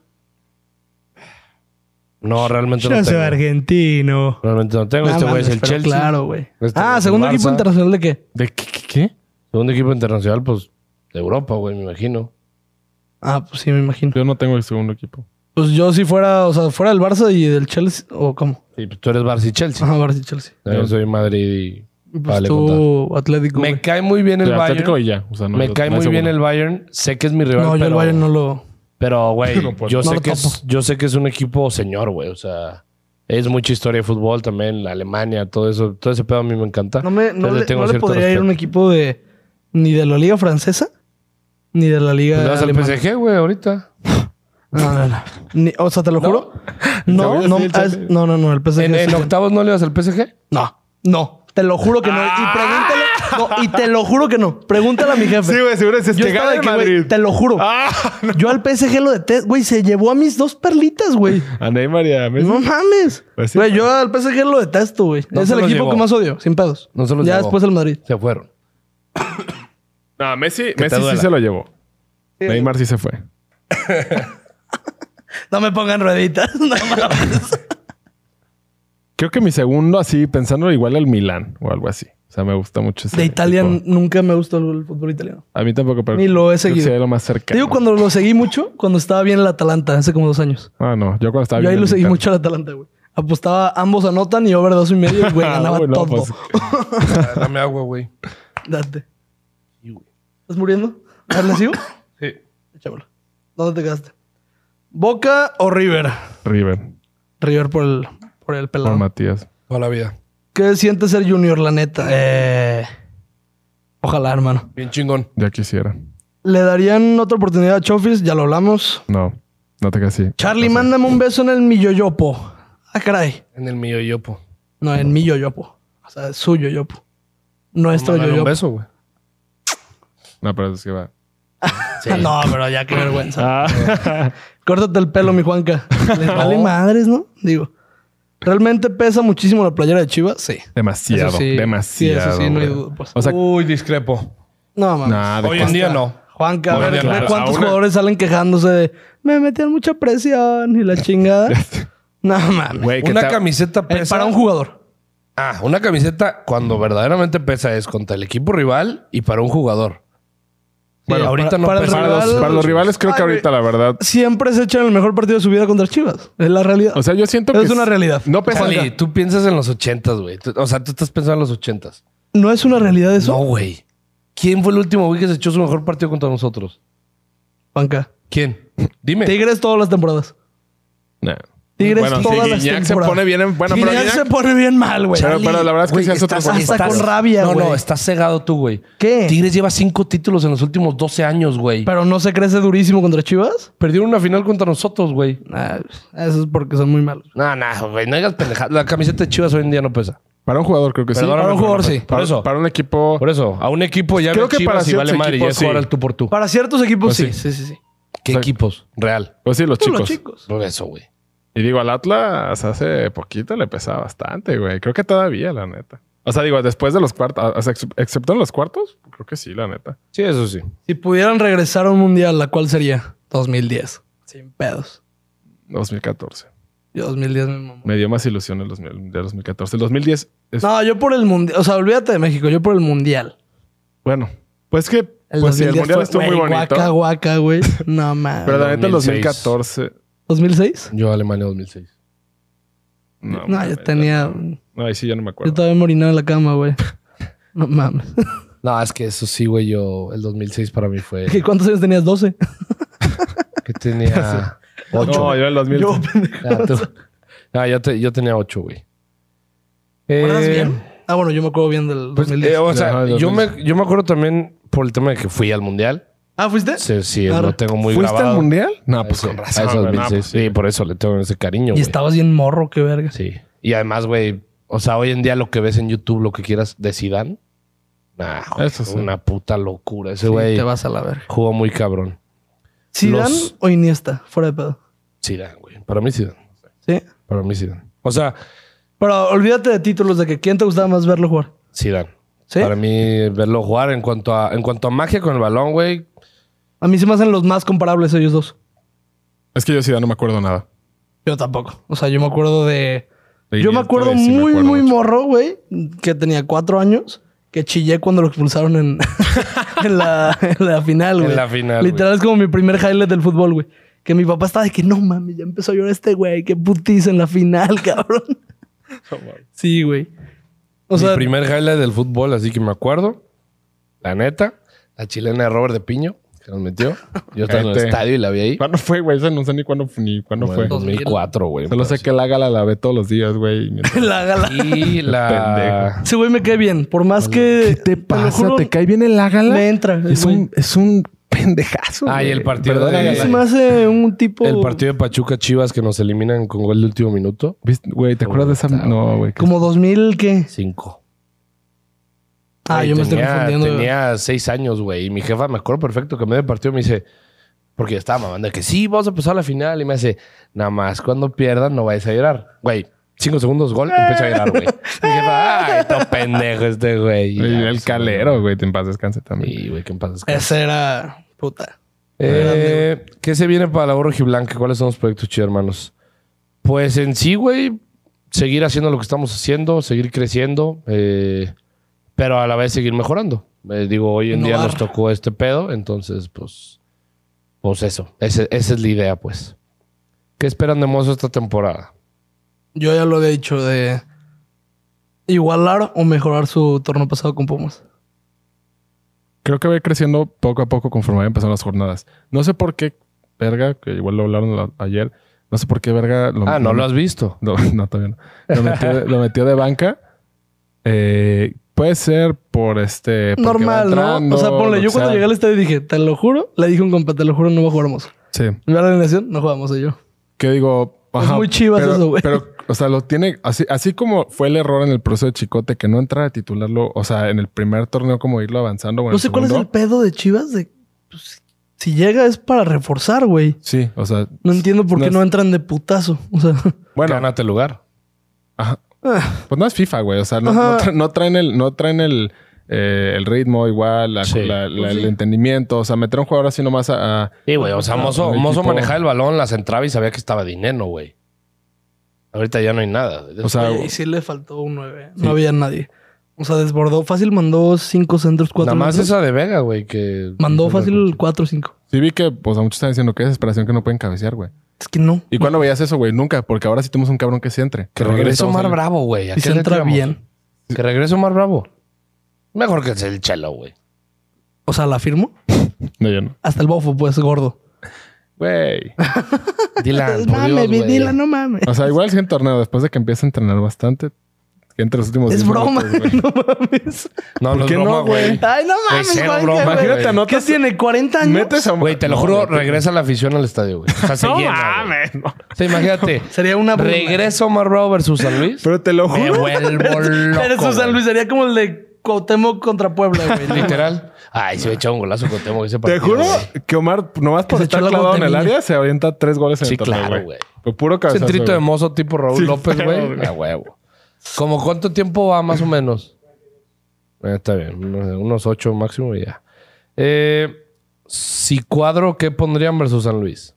Speaker 1: No, realmente no
Speaker 2: Yo soy
Speaker 1: tengo.
Speaker 2: argentino.
Speaker 1: Realmente no tengo.
Speaker 2: No
Speaker 1: Este güey es
Speaker 2: mames,
Speaker 1: el
Speaker 2: pero
Speaker 1: Chelsea.
Speaker 2: Claro, güey.
Speaker 1: Este güey es
Speaker 2: ah,
Speaker 1: el
Speaker 2: segundo
Speaker 1: Barça.
Speaker 2: equipo internacional de qué?
Speaker 3: ¿De qué? qué- qué?
Speaker 1: Segundo equipo internacional, pues de Europa, güey, me imagino.
Speaker 2: Ah, pues sí, me imagino.
Speaker 3: Yo no tengo el segundo equipo.
Speaker 2: Pues yo si fuera, o sea, fuera del Barça y del Chelsea, o cómo.
Speaker 1: Sí, pues tú eres Barça y Chelsea.
Speaker 2: Ajá, Barça y Chelsea.
Speaker 1: Yo soy Madrid y.
Speaker 2: Pues
Speaker 1: vale, contar.
Speaker 2: tú, Atlético.
Speaker 1: Me
Speaker 2: güey.
Speaker 1: cae muy bien el
Speaker 3: El Atlético
Speaker 1: Bayern.
Speaker 3: y ya. O sea, no,
Speaker 1: me
Speaker 3: no-
Speaker 1: cae
Speaker 3: no hay
Speaker 1: muy bien
Speaker 3: segundo.
Speaker 1: el Bayern. Sé que es mi rival,
Speaker 2: No, yo el
Speaker 1: pero-
Speaker 2: Bayern no lo.
Speaker 1: pero, güey,
Speaker 3: No puedo.
Speaker 1: yo,
Speaker 2: No
Speaker 1: sé
Speaker 2: lo
Speaker 1: que es-
Speaker 2: topo.
Speaker 1: yo sé que es un equipo señor, güey. O sea, es mucha historia de fútbol también. La Alemania, todo eso. Todo ese pedo a mí me encanta.
Speaker 2: No, me, no
Speaker 1: Entonces,
Speaker 2: le,
Speaker 1: tengo
Speaker 2: no le
Speaker 1: cierto
Speaker 2: podría ir
Speaker 1: respeto.
Speaker 2: un equipo de. Ni de la Liga Francesa, ni de la Liga.
Speaker 1: Pues le vas al
Speaker 2: alemana.
Speaker 1: PSG, güey, ahorita.
Speaker 2: No, no, no. Ni- o sea, te lo juro. No,
Speaker 3: voy a
Speaker 2: no,
Speaker 3: decir,
Speaker 2: ah,
Speaker 3: chale.
Speaker 2: es- no, no, no, el PSG.
Speaker 1: ¿En,
Speaker 2: es-
Speaker 1: en octavos no le vas al PSG?
Speaker 2: No, no. Te lo juro que no. Y pregúntale. no, y te lo juro que no. Pregúntale a mi jefe.
Speaker 3: Sí, güey, seguro es
Speaker 2: Yo
Speaker 3: este
Speaker 2: estaba
Speaker 3: gana
Speaker 2: de
Speaker 3: el
Speaker 2: que, güey,
Speaker 3: Madrid.
Speaker 2: te lo juro.
Speaker 3: Ah, no.
Speaker 2: Yo al PSG lo detesto. Güey, se llevó a mis dos perlitas, güey.
Speaker 3: A Neymar y a Messi.
Speaker 2: No mames.
Speaker 3: Pues sí.
Speaker 2: Güey, yo al PSG lo detesto, güey.
Speaker 1: No
Speaker 2: es
Speaker 1: se
Speaker 2: el
Speaker 1: los
Speaker 2: equipo
Speaker 1: llevó.
Speaker 2: que más odio, sin pedos.
Speaker 1: No se los
Speaker 2: ya
Speaker 1: llevó.
Speaker 2: después el Madrid.
Speaker 1: Se fueron.
Speaker 3: No, Messi,
Speaker 1: te
Speaker 3: Messi sí
Speaker 1: duela.
Speaker 3: se lo llevó. Neymar sí se fue.
Speaker 2: No me pongan rueditas. [laughs] No mames.
Speaker 3: Creo que mi segundo, así, pensando igual al Milán o algo así. O sea, me gusta mucho ese
Speaker 2: De Italia
Speaker 3: equipo.
Speaker 2: nunca me gustó el fútbol italiano.
Speaker 3: A mí tampoco, pero.
Speaker 2: Ni lo he
Speaker 3: creo que
Speaker 2: seguido.
Speaker 3: sería lo más
Speaker 2: Te
Speaker 3: cercano.
Speaker 2: digo cuando lo seguí mucho, cuando estaba bien el Atalanta, hace como dos años.
Speaker 3: Ah, no. Yo cuando estaba
Speaker 2: Yo ahí
Speaker 3: viendo
Speaker 2: lo
Speaker 3: el
Speaker 2: seguí
Speaker 3: Inter.
Speaker 2: mucho al Atalanta, güey. Apostaba, ambos anotan y over dos y
Speaker 3: [laughs]
Speaker 2: medio, y, güey,
Speaker 3: Ah,
Speaker 2: ganaba
Speaker 3: güey, no,
Speaker 2: todo.
Speaker 3: pues,
Speaker 1: Dame agua, güey.
Speaker 2: Date. ¿Estás muriendo? ¿A ver, ¿Le
Speaker 3: [coughs]
Speaker 2: sigo?
Speaker 1: Sí.
Speaker 2: Échamelo. ¿Dónde te quedaste? ¿Boca o River?
Speaker 3: River.
Speaker 2: River por el, por el
Speaker 3: Por
Speaker 2: pelado.
Speaker 3: Matías.
Speaker 1: Toda la vida.
Speaker 2: ¿Qué sientes ser junior, la neta? Eh, Ojalá, hermano.
Speaker 1: Bien chingón.
Speaker 3: Ya quisiera.
Speaker 2: ¿Le darían otra oportunidad a Chofis? Ya lo hablamos.
Speaker 3: No, no te quedas así.
Speaker 2: Charlie, mándame un beso en el milloyopo. Ah, caray.
Speaker 1: En el mío yopo.
Speaker 2: No, en mi yoyopo. O sea, su yoyopo. Nuestro
Speaker 1: Mándale un
Speaker 2: yoyopo.
Speaker 1: beso, güey.
Speaker 3: No, pero es que va.
Speaker 2: No, pero ya qué vergüenza.
Speaker 3: Ah.
Speaker 2: [laughs] Córtate el pelo, mi Juanca. Les vale madres, ¿no? Digo. ¿Realmente pesa muchísimo la playera de Chivas? Sí.
Speaker 3: Demasiado,
Speaker 2: Eso sí.
Speaker 3: demasiado.
Speaker 2: Sí, eso sí, no hay
Speaker 3: güey.
Speaker 2: duda, pues.
Speaker 3: O sea,
Speaker 1: Uy, discrepo.
Speaker 2: No, mames.
Speaker 3: nada.
Speaker 1: Hoy en día no.
Speaker 2: Juanca, a
Speaker 1: Hoy en
Speaker 2: ver,
Speaker 1: día,
Speaker 2: ve
Speaker 1: claro,
Speaker 2: cuántos
Speaker 3: ahora-
Speaker 2: jugadores salen quejándose de me metían mucha presión
Speaker 3: [laughs]
Speaker 2: y la chingada. no mames.
Speaker 3: Güey, que
Speaker 1: Una
Speaker 3: te-
Speaker 1: camiseta
Speaker 2: Eh,
Speaker 1: pesa.
Speaker 2: para un jugador.
Speaker 1: Ah, una camiseta cuando verdaderamente pesa es contra el equipo rival y para un jugador. Bueno,
Speaker 2: Sí,
Speaker 1: ahorita
Speaker 2: para-
Speaker 1: no
Speaker 2: para el
Speaker 1: pesa.
Speaker 3: Para los,
Speaker 2: rival-
Speaker 3: para los rivales creo que
Speaker 2: Ay,
Speaker 3: ahorita, la verdad.
Speaker 2: Siempre se echan el mejor partido de su vida contra Chivas. Es la realidad.
Speaker 3: O sea, yo siento que...
Speaker 2: es una realidad.
Speaker 3: No pesa...
Speaker 1: Oli, tú piensas en los ochentas, güey. Tú- O sea, tú estás pensando en los ochentas.
Speaker 2: No es una realidad eso,
Speaker 1: No, güey. ¿Quién fue el último güey que se echó su mejor partido contra nosotros?
Speaker 2: Juanca.
Speaker 1: ¿Quién? Dime.
Speaker 2: Tigres todas las temporadas.
Speaker 3: Nah.
Speaker 2: Tigres
Speaker 3: Bueno,
Speaker 2: todas
Speaker 3: sí,
Speaker 2: las
Speaker 3: Guiñac
Speaker 2: temporadas.
Speaker 3: se pone bien... en- Bueno, pero
Speaker 2: Guiñac se
Speaker 3: Guiñac-
Speaker 2: pone bien mal, güey.
Speaker 3: Pero-
Speaker 1: Oli,
Speaker 3: pero la verdad es que
Speaker 1: güey,
Speaker 3: sí hace otro
Speaker 1: estás,
Speaker 3: esfuerzo.
Speaker 1: estás-
Speaker 2: Hasta con rabia,
Speaker 1: No, no,
Speaker 2: güey.
Speaker 1: estás cegado tú, güey.
Speaker 2: ¿Qué?
Speaker 1: Tigres lleva cinco títulos en los últimos 12 años, güey.
Speaker 2: Pero no se crece durísimo contra Chivas.
Speaker 1: Perdieron una final contra nosotros, güey.
Speaker 2: Nah, eso es porque son muy malos.
Speaker 1: No, no, güey, no digas pendejadas. La camiseta de Chivas hoy en día no pesa.
Speaker 3: Para un jugador creo que sí.
Speaker 1: Perdóname,
Speaker 2: para un
Speaker 1: pero
Speaker 2: jugador
Speaker 1: no
Speaker 2: sí.
Speaker 1: pesa. Por
Speaker 3: Para,
Speaker 1: eso.
Speaker 3: para un equipo...
Speaker 1: Por eso, a un equipo ya
Speaker 3: Creo
Speaker 1: no
Speaker 3: que
Speaker 1: que
Speaker 3: para
Speaker 1: Chivas y
Speaker 3: ciertos
Speaker 1: vale madre, ya
Speaker 3: equipos
Speaker 1: es jugar
Speaker 3: sí.
Speaker 1: al tú por tú.
Speaker 2: Para ciertos equipos
Speaker 3: Pues
Speaker 2: sí. Sí,
Speaker 3: sí.
Speaker 2: sí, sí.
Speaker 1: ¿Qué
Speaker 3: Exacto.
Speaker 1: equipos? Real.
Speaker 3: Pues sí, los
Speaker 2: Pues
Speaker 3: chicos.
Speaker 2: los chicos.
Speaker 1: Por eso, güey.
Speaker 3: Y digo, al Atlas hace poquito le pesaba bastante, güey. Creo que todavía, la neta. O sea, digo, después de los cuartos... o sea, ex- excepto en los cuartos, creo que sí, la neta.
Speaker 1: Sí, eso sí.
Speaker 2: Si pudieran regresar a un mundial, ¿la cual sería? 2010. Sin pedos.
Speaker 3: 2014.
Speaker 2: Yo 2010 me mamó.
Speaker 3: Me dio más ilusión el 2000 de 2014. El 2010 es...
Speaker 2: No, yo por el mundial. O sea, olvídate de México. Yo por el mundial.
Speaker 3: Bueno, pues que...
Speaker 2: El
Speaker 3: pues sí, el
Speaker 2: 2010
Speaker 3: Mundial
Speaker 2: fue,
Speaker 3: estuvo
Speaker 2: güey,
Speaker 3: muy bonito.
Speaker 2: Guaca, guaca, güey. No mames.
Speaker 3: [laughs] Pero la neta, el
Speaker 1: 2006.
Speaker 3: 2014...
Speaker 2: ¿2006?
Speaker 1: Yo Alemania 2006.
Speaker 3: No,
Speaker 2: No,
Speaker 3: mames,
Speaker 2: yo tenía.
Speaker 3: No, ahí sí ya no me
Speaker 2: Yo
Speaker 3: acuerdo.
Speaker 2: todavía morinado en la
Speaker 1: [laughs]
Speaker 2: cama, güey. No mames. [laughs]
Speaker 1: No, es que eso sí, güey, yo... El 2006 para mí
Speaker 3: [laughs]
Speaker 1: fue...
Speaker 2: ¿Qué- ¿Cuántos años tenías? 12.
Speaker 1: que tenía... Ocho.
Speaker 3: No, yo en el 2000.
Speaker 2: Yo, pendejo.
Speaker 1: Ah, tú- No, yo, te- yo tenía ocho, güey.
Speaker 2: ¿Recuerdas
Speaker 1: Eh,
Speaker 2: bien? Ah, bueno, yo me acuerdo bien del
Speaker 1: Pues,
Speaker 2: 2010.
Speaker 1: eh, o sea,
Speaker 3: Ajá,
Speaker 1: yo,
Speaker 3: 2010.
Speaker 1: me, yo me acuerdo también por el tema de que fui al mundial.
Speaker 2: ah, ¿fuiste?
Speaker 1: Sí, sí,
Speaker 2: Claro.
Speaker 1: lo tengo muy
Speaker 3: ¿Fuiste
Speaker 1: grabado.
Speaker 3: al mundial? No, pues
Speaker 1: Ah, Sí,
Speaker 3: con
Speaker 1: a
Speaker 3: razón.
Speaker 1: esos
Speaker 3: güey, no,
Speaker 1: 2006.
Speaker 3: pues
Speaker 1: sí, por eso le tengo ese cariño,
Speaker 2: Y
Speaker 1: güey.
Speaker 2: estabas bien morro, qué verga.
Speaker 1: Sí. Y además, güey, o sea, hoy en día lo que ves en YouTube, lo que quieras de Zidane, nah, güey,
Speaker 3: Eso sí.
Speaker 1: una puta locura. Ese güey
Speaker 2: Te vas a la verga.
Speaker 1: jugó muy cabrón.
Speaker 2: ¿Zidane
Speaker 1: Los-
Speaker 2: o Iniesta? Fuera de pedo.
Speaker 1: Zidane, güey. Para mí Zidane.
Speaker 2: Sí.
Speaker 1: Para mí Zidane. O sea,
Speaker 2: Pero olvídate de títulos, de que quién te gustaba más verlo jugar.
Speaker 1: Zidane.
Speaker 2: ¿Sí?
Speaker 1: Para mí verlo jugar en cuanto a en cuanto a magia con el balón, güey,
Speaker 2: A mí se me hacen los más comparables ellos dos.
Speaker 3: Es que yo sí ya no me acuerdo nada.
Speaker 2: Yo tampoco. O sea, yo me acuerdo de.
Speaker 3: De
Speaker 2: yo me
Speaker 3: Iniesta,
Speaker 2: acuerdo
Speaker 3: de- sí me
Speaker 2: muy,
Speaker 3: acuerdo
Speaker 2: muy
Speaker 3: mucho.
Speaker 2: morro, güey, que tenía cuatro años, que chillé cuando lo
Speaker 1: [laughs]
Speaker 2: expulsaron en, en la, en la final,
Speaker 1: En
Speaker 2: güey.
Speaker 1: la final,
Speaker 2: Literal es como mi primer highlight del fútbol, güey. Que mi papá estaba de que no mames, ya empezó a llorar este güey, qué putiza en la final, [laughs] cabrón. Sí, güey. O
Speaker 1: mi
Speaker 2: sea,
Speaker 1: primer highlight del fútbol, así que me acuerdo. La neta, la chilena de Robert de Piño, que nos metió. Yo estaba en el
Speaker 3: Cállate.
Speaker 1: estadio y la vi ahí.
Speaker 3: ¿Cuándo fue, güey? Esa No sé ni cuándo, fu- ni cuándo
Speaker 1: Como en
Speaker 3: fue.
Speaker 1: 2004, güey. pues.
Speaker 3: Solo sé que la gala la ve todos los días, güey.
Speaker 2: [laughs]
Speaker 3: y mientras-
Speaker 2: [laughs] la gala.
Speaker 1: Y la...
Speaker 3: [laughs] Pendejo.
Speaker 2: Ese güey me cae bien, por más que.
Speaker 3: ¿Qué te
Speaker 2: lo
Speaker 3: pasa?
Speaker 2: juro,
Speaker 3: ¿Te cae bien el Ágala?
Speaker 2: Me entra. el
Speaker 3: Es
Speaker 2: güey.
Speaker 3: un, es un pendejazo.
Speaker 1: Ah, y
Speaker 3: güey.
Speaker 1: el partido
Speaker 3: Perdón,
Speaker 1: de-
Speaker 3: Ágala.
Speaker 2: Se me hace un tipo.
Speaker 1: El partido de Pachuca Chivas que nos eliminan con gol de último minuto.
Speaker 3: ¿Viste? Güey, ¿te acuerdas de esa? No, güey. que-
Speaker 2: Como 2000, ¿qué?
Speaker 1: Cinco.
Speaker 2: Ah,
Speaker 1: Güey,
Speaker 2: yo me estoy
Speaker 1: tenía-
Speaker 2: confundiendo. güey.
Speaker 1: Tenía seis años, güey. Y mi jefa, me acuerdo perfecto, que me dio el partido y me dice... Porque yo estaba mamando de que sí, vamos a pasar a la final. Y me dice, nada más, cuando pierdan no vayas a llorar. Güey, cinco segundos, gol, empiezo a llorar, güey. Mi jefa, ay, todo pendejo este güey. Y
Speaker 3: Y
Speaker 1: ya,
Speaker 3: [laughs] el
Speaker 1: sí,
Speaker 3: calero, güey. Te en paz descanse también.
Speaker 1: Sí, güey, que en paz descanse.
Speaker 2: Ese era. Puta.
Speaker 1: Eh, ¿Qué se viene para la Borja Blanca? ¿Cuáles son los proyectos chidos, hermanos? Pues en sí, güey, seguir haciendo lo que estamos haciendo, seguir creciendo, eh, pero a la vez seguir mejorando. Eh, digo, hoy en día
Speaker 2: Innovar.
Speaker 1: nos tocó este pedo, entonces, pues, pues eso. Ese- esa es la idea, pues. ¿Qué esperan de Mozo esta temporada?
Speaker 2: Yo ya lo había dicho de igualar o mejorar su torneo pasado con Pumas.
Speaker 3: creo que va a ir creciendo poco a poco conforme vayan empezando las jornadas. No sé por qué, verga, que igual lo hablaron la- ayer, no sé por qué, verga. Lo,
Speaker 1: Ah,
Speaker 3: [laughs]
Speaker 1: no lo has visto.
Speaker 3: No, no, todavía no. Lo metió, de- lo metió de banca. Eh, puede ser por este. porque va
Speaker 2: Normal, ¿no?
Speaker 3: entrando,
Speaker 2: O sea, ponle,
Speaker 3: lo
Speaker 2: yo
Speaker 3: que
Speaker 2: cuando
Speaker 3: sea.
Speaker 2: llegué al estadio dije, te lo juro, le dije a un compa, te lo juro, no va a jugar Mozo.
Speaker 3: Sí.
Speaker 2: En la alineación, no jugamos yo.
Speaker 3: Que digo.
Speaker 2: Es muy chivas
Speaker 3: pero-
Speaker 2: eso, güey.
Speaker 3: Pero, o sea, lo tiene. Así, así como fue el error en el proceso de Chicote que no entrara a titularlo, o sea, en el primer torneo, como irlo avanzando. o en
Speaker 2: No
Speaker 3: el
Speaker 2: sé cuál es el
Speaker 3: segundo.
Speaker 2: pedo de Chivas de... pues, si llega es para reforzar, güey.
Speaker 3: Sí, o sea.
Speaker 2: No entiendo por
Speaker 3: No
Speaker 2: qué
Speaker 3: es-
Speaker 2: no entran de putazo. O
Speaker 3: [laughs]
Speaker 2: sea,
Speaker 1: Bueno,
Speaker 3: Bueno,
Speaker 1: gánate el lugar.
Speaker 3: ajá.
Speaker 2: [laughs] ah,
Speaker 3: Pues no es FIFA, güey. O sea, no,
Speaker 2: Ajá.
Speaker 3: no tra- no traen el, no traen el, eh, el ritmo igual, la-
Speaker 1: Sí.
Speaker 3: la- la-
Speaker 2: Pues sí.
Speaker 3: el entendimiento. O sea, meter un jugador así nomás a. a-
Speaker 1: Sí, güey. O sea,
Speaker 3: Ah,
Speaker 1: Mozo,
Speaker 3: el
Speaker 1: Mozo
Speaker 3: equipo-
Speaker 1: manejaba el balón, la centraba y sabía que estaba dinero, güey. Ahorita ya no hay nada.
Speaker 3: o sea,
Speaker 2: oye, y sí le faltó un 9. No había nadie. O sea, desbordó. Fácil mandó cinco centros, cuatro.
Speaker 1: Nada más
Speaker 2: metros.
Speaker 1: esa de Vega, güey, que...
Speaker 2: Mandó fácil cuatro o cinco.
Speaker 3: sí vi que, pues a muchos están diciendo que es desesperación que no pueden cabecear, güey.
Speaker 2: Es que no.
Speaker 3: ¿Y cuándo veías eso, güey? Nunca, porque ahora sí tenemos un cabrón que se entre.
Speaker 1: Que
Speaker 3: Ahora
Speaker 1: regrese
Speaker 3: estamos
Speaker 1: Omar
Speaker 3: al-
Speaker 1: Bravo, güey. ¿A
Speaker 2: Y
Speaker 1: qué
Speaker 2: se
Speaker 1: le
Speaker 2: entra
Speaker 1: tiramos?
Speaker 2: bien.
Speaker 1: Que regrese Omar Bravo. Mejor que el Chelo, güey.
Speaker 2: O sea, la firmo.
Speaker 3: No, yo no.
Speaker 2: Hasta el bofo, pues, gordo.
Speaker 3: Güey.
Speaker 1: Dylan, Ah, por
Speaker 2: Mame,
Speaker 1: Dios, güey.
Speaker 2: Dylan, no mames.
Speaker 3: O sea, igual el siguiente torneo, después de que empiece a entrenar bastante, que entre los últimos.
Speaker 2: Es
Speaker 3: 10
Speaker 2: broma, [laughs]
Speaker 3: minutos, güey.
Speaker 2: no mames.
Speaker 1: No,
Speaker 3: ¿Por
Speaker 1: no es
Speaker 3: qué no,
Speaker 1: broma,
Speaker 3: güey?
Speaker 1: güey.
Speaker 2: Ay, no mames,
Speaker 1: cero
Speaker 2: Juanca,
Speaker 1: broma,
Speaker 2: güey.
Speaker 1: imagínate,
Speaker 2: ¿Qué
Speaker 3: anotas-
Speaker 2: tiene? ¿40 años?
Speaker 3: Metes a
Speaker 1: Güey, te lo
Speaker 3: No,
Speaker 1: juro,
Speaker 3: güey, te-
Speaker 1: regresa la afición al estadio, güey.
Speaker 3: [laughs]
Speaker 1: O sea, se llena, güey. O sea,
Speaker 2: [laughs]
Speaker 1: imagínate.
Speaker 2: Sería una broma.
Speaker 1: Regreso Omar Bravo versus San Luis.
Speaker 3: Pero te lo
Speaker 1: me
Speaker 2: [laughs]
Speaker 3: juro.
Speaker 1: vuelvo loco.
Speaker 2: Pero eso San
Speaker 1: güey.
Speaker 2: Luis sería como el de Cuauhtémoc contra Puebla, güey. No
Speaker 1: Literal. Ay, se me echó un golazo con Temo ese
Speaker 3: Te
Speaker 1: partido.
Speaker 3: juro
Speaker 1: güey.
Speaker 3: que Omar, nomás por
Speaker 2: se
Speaker 3: estar
Speaker 2: echó la
Speaker 3: clavado en el
Speaker 2: botanilla.
Speaker 3: área, se avienta tres goles en
Speaker 1: Sí,
Speaker 3: el torneo,
Speaker 1: claro,
Speaker 3: güey.
Speaker 1: güey.
Speaker 3: Pero Puro cabezazo.
Speaker 1: Centrito de
Speaker 3: güey.
Speaker 1: mozo tipo Raúl
Speaker 3: Sí,
Speaker 1: López,
Speaker 3: claro,
Speaker 1: güey.
Speaker 3: güey.
Speaker 1: A huevo. ¿Cómo cuánto tiempo va más o menos? Eh, está bien. unos- Unos ocho máximo y ya. Eh, si cuadro, ¿qué pondrían versus San Luis?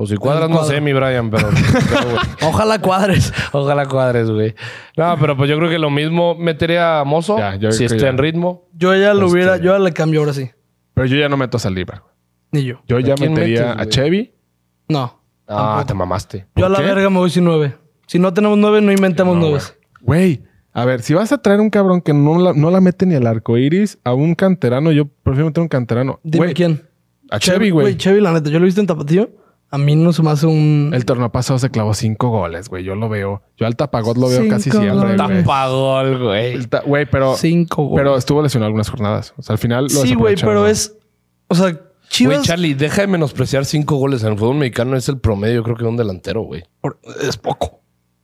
Speaker 1: O si cuadras, no
Speaker 2: cuadro.
Speaker 1: sé, mi Brian, pero... [laughs] pero, güey.
Speaker 2: Ojalá cuadres.
Speaker 1: Ojalá cuadres, güey. No, pero pues yo creo que lo mismo metería a Mozo.
Speaker 3: Ya, yo
Speaker 1: si
Speaker 3: creo
Speaker 1: está
Speaker 3: ya.
Speaker 1: en ritmo.
Speaker 2: Yo ya
Speaker 1: Este.
Speaker 2: lo hubiera, yo ya le cambio ahora sí.
Speaker 3: Pero yo ya no meto a Saliba.
Speaker 2: Ni yo.
Speaker 3: Yo ya
Speaker 1: quién metes,
Speaker 3: metería a
Speaker 1: güey?
Speaker 3: Chevy.
Speaker 2: No.
Speaker 1: Ah, te mamaste.
Speaker 2: Yo a la
Speaker 3: ¿Por qué?
Speaker 2: verga me voy sin nueve. Si no tenemos nueve, no inventemos
Speaker 1: No,
Speaker 2: nueves.
Speaker 3: Güey, a ver, si vas a traer un cabrón que no la, no la mete ni al arco iris a un canterano, yo prefiero meter un canterano.
Speaker 2: Dime
Speaker 3: Güey,
Speaker 2: quién.
Speaker 3: A Chevy, güey.
Speaker 2: Chevy, la neta, yo lo he visto en Tapatío. A mí no se me hace un.
Speaker 3: El torneo pasado se clavó cinco goles, güey. Yo lo veo. Yo al Tapagot lo veo casi
Speaker 2: Cinco
Speaker 3: siempre,
Speaker 2: goles.
Speaker 3: güey.
Speaker 1: Tapagol, güey.
Speaker 3: El ta- Güey, pero,
Speaker 2: Cinco, güey.
Speaker 3: pero estuvo lesionado algunas jornadas. O sea, al final lo
Speaker 2: sí, güey,
Speaker 3: desaprovecharon,
Speaker 2: pero
Speaker 3: güey.
Speaker 2: es. O sea,
Speaker 1: Güey,
Speaker 2: Chivas.
Speaker 1: Charlie, deja de menospreciar cinco goles. En el fútbol mexicano es el promedio, creo que de un delantero, güey.
Speaker 2: por- es poco.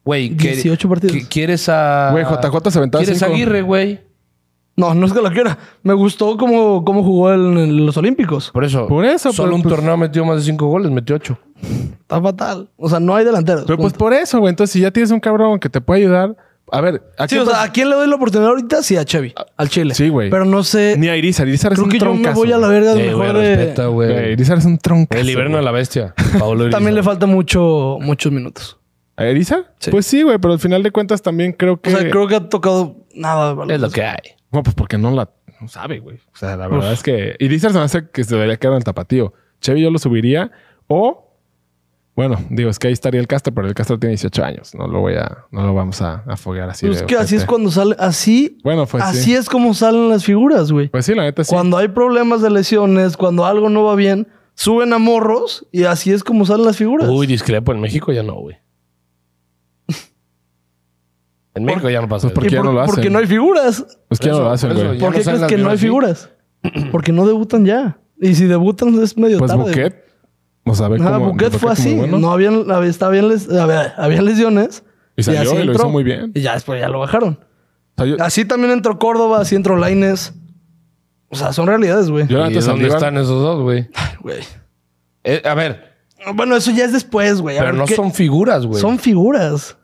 Speaker 1: Güey, que-
Speaker 2: 18 partidos.
Speaker 1: que quieres a.
Speaker 3: Güey, JJ se aventaba
Speaker 1: Quieres a
Speaker 3: cinco.
Speaker 1: Aguirre, güey.
Speaker 2: No, no es que lo quiera. Me gustó cómo, cómo jugó en, en los Olímpicos.
Speaker 1: Por eso.
Speaker 3: Por eso,
Speaker 1: Solo
Speaker 3: pero,
Speaker 1: un
Speaker 3: pues-
Speaker 1: torneo metió más de cinco goles, metió ocho.
Speaker 2: Está fatal. O sea, no hay delanteros.
Speaker 3: Pero pues
Speaker 2: punto.
Speaker 3: por eso, güey. Entonces, si ya tienes un cabrón que te puede ayudar. A ver, ¿a
Speaker 2: Sí,
Speaker 3: quién
Speaker 2: o sea,
Speaker 3: vas-
Speaker 2: ¿a quién le doy la oportunidad ahorita? Sí, a Chevy. Al Chile.
Speaker 3: Ah, Sí, güey.
Speaker 2: Pero no sé.
Speaker 3: Ni a Irizar. Irizar es
Speaker 2: Creo
Speaker 3: un
Speaker 2: que yo me
Speaker 3: troncazo.
Speaker 2: voy a la verga
Speaker 1: Ey,
Speaker 2: mejor
Speaker 1: güey,
Speaker 2: de-
Speaker 1: respeta,
Speaker 3: Güey,
Speaker 1: güey.
Speaker 3: Irizar es un troncazo.
Speaker 1: El Iberno de la
Speaker 2: [laughs]
Speaker 1: bestia. Paolo
Speaker 2: También le falta mucho, muchos minutos.
Speaker 3: ¿A Irizar?
Speaker 2: Sí.
Speaker 3: Pues sí, güey. Pero al final de cuentas también creo que...
Speaker 2: O sea, creo que ha tocado nada. de balón.
Speaker 1: Es lo que hay.
Speaker 3: No, pues porque no la no sabe, güey. O sea, la verdad es que Irizar se me hace que se debería quedar en el tapatío. Chevy yo lo subiría o bueno, digo, es que ahí estaría el Castro, pero el Castro tiene 18 años. No lo voy a, no lo vamos a, a foguear así.
Speaker 2: Pero
Speaker 3: de
Speaker 2: Pues es que así
Speaker 3: ojete.
Speaker 2: es cuando sale. Así,
Speaker 3: Bueno, pues
Speaker 2: así
Speaker 3: sí.
Speaker 2: es como salen las figuras, güey.
Speaker 3: Pues sí, la neta sí.
Speaker 2: Cuando hay problemas de lesiones, cuando algo no va bien, suben a morros y así es como salen las figuras.
Speaker 1: Uy, discrepo. En México ya no, güey. En México ya no pasa.
Speaker 3: Pues
Speaker 1: eso.
Speaker 3: ¿por
Speaker 2: ¿Y
Speaker 3: qué no lo hacen?
Speaker 2: Porque no hay figuras.
Speaker 3: Pues quién
Speaker 1: por
Speaker 3: no lo
Speaker 1: eso-
Speaker 3: hace,
Speaker 1: por eso
Speaker 3: güey.
Speaker 1: ya
Speaker 2: ¿Por
Speaker 1: no
Speaker 2: qué
Speaker 1: salen
Speaker 2: crees
Speaker 1: las
Speaker 2: que no hay
Speaker 1: violas,
Speaker 2: figuras?
Speaker 3: [clears throat]
Speaker 2: Porque no debutan ya. Y si debutan es medio
Speaker 3: Pues
Speaker 2: tarde.
Speaker 3: Buquet. O sea, ve
Speaker 2: Ajá,
Speaker 3: cómo-
Speaker 2: Buquet fue así.
Speaker 3: muy bueno.
Speaker 2: No habían, había- estaba bien, les, había, había lesiones.
Speaker 3: Y salió
Speaker 2: así
Speaker 3: y lo hizo
Speaker 2: entró.
Speaker 3: muy bien.
Speaker 2: Y ya después ya lo bajaron.
Speaker 3: O sea, yo,
Speaker 2: Así también entró Córdoba, así entró Laines. O sea, son realidades, güey.
Speaker 3: yo la
Speaker 1: ¿Y
Speaker 3: neta
Speaker 1: dónde
Speaker 3: Saldívar-
Speaker 1: están esos dos, güey?
Speaker 2: Güey.
Speaker 1: Eh, a ver,
Speaker 2: Bueno, eso ya es después, güey. A
Speaker 1: pero
Speaker 2: ver
Speaker 1: no
Speaker 2: qué-
Speaker 1: son figuras, güey.
Speaker 2: son figuras.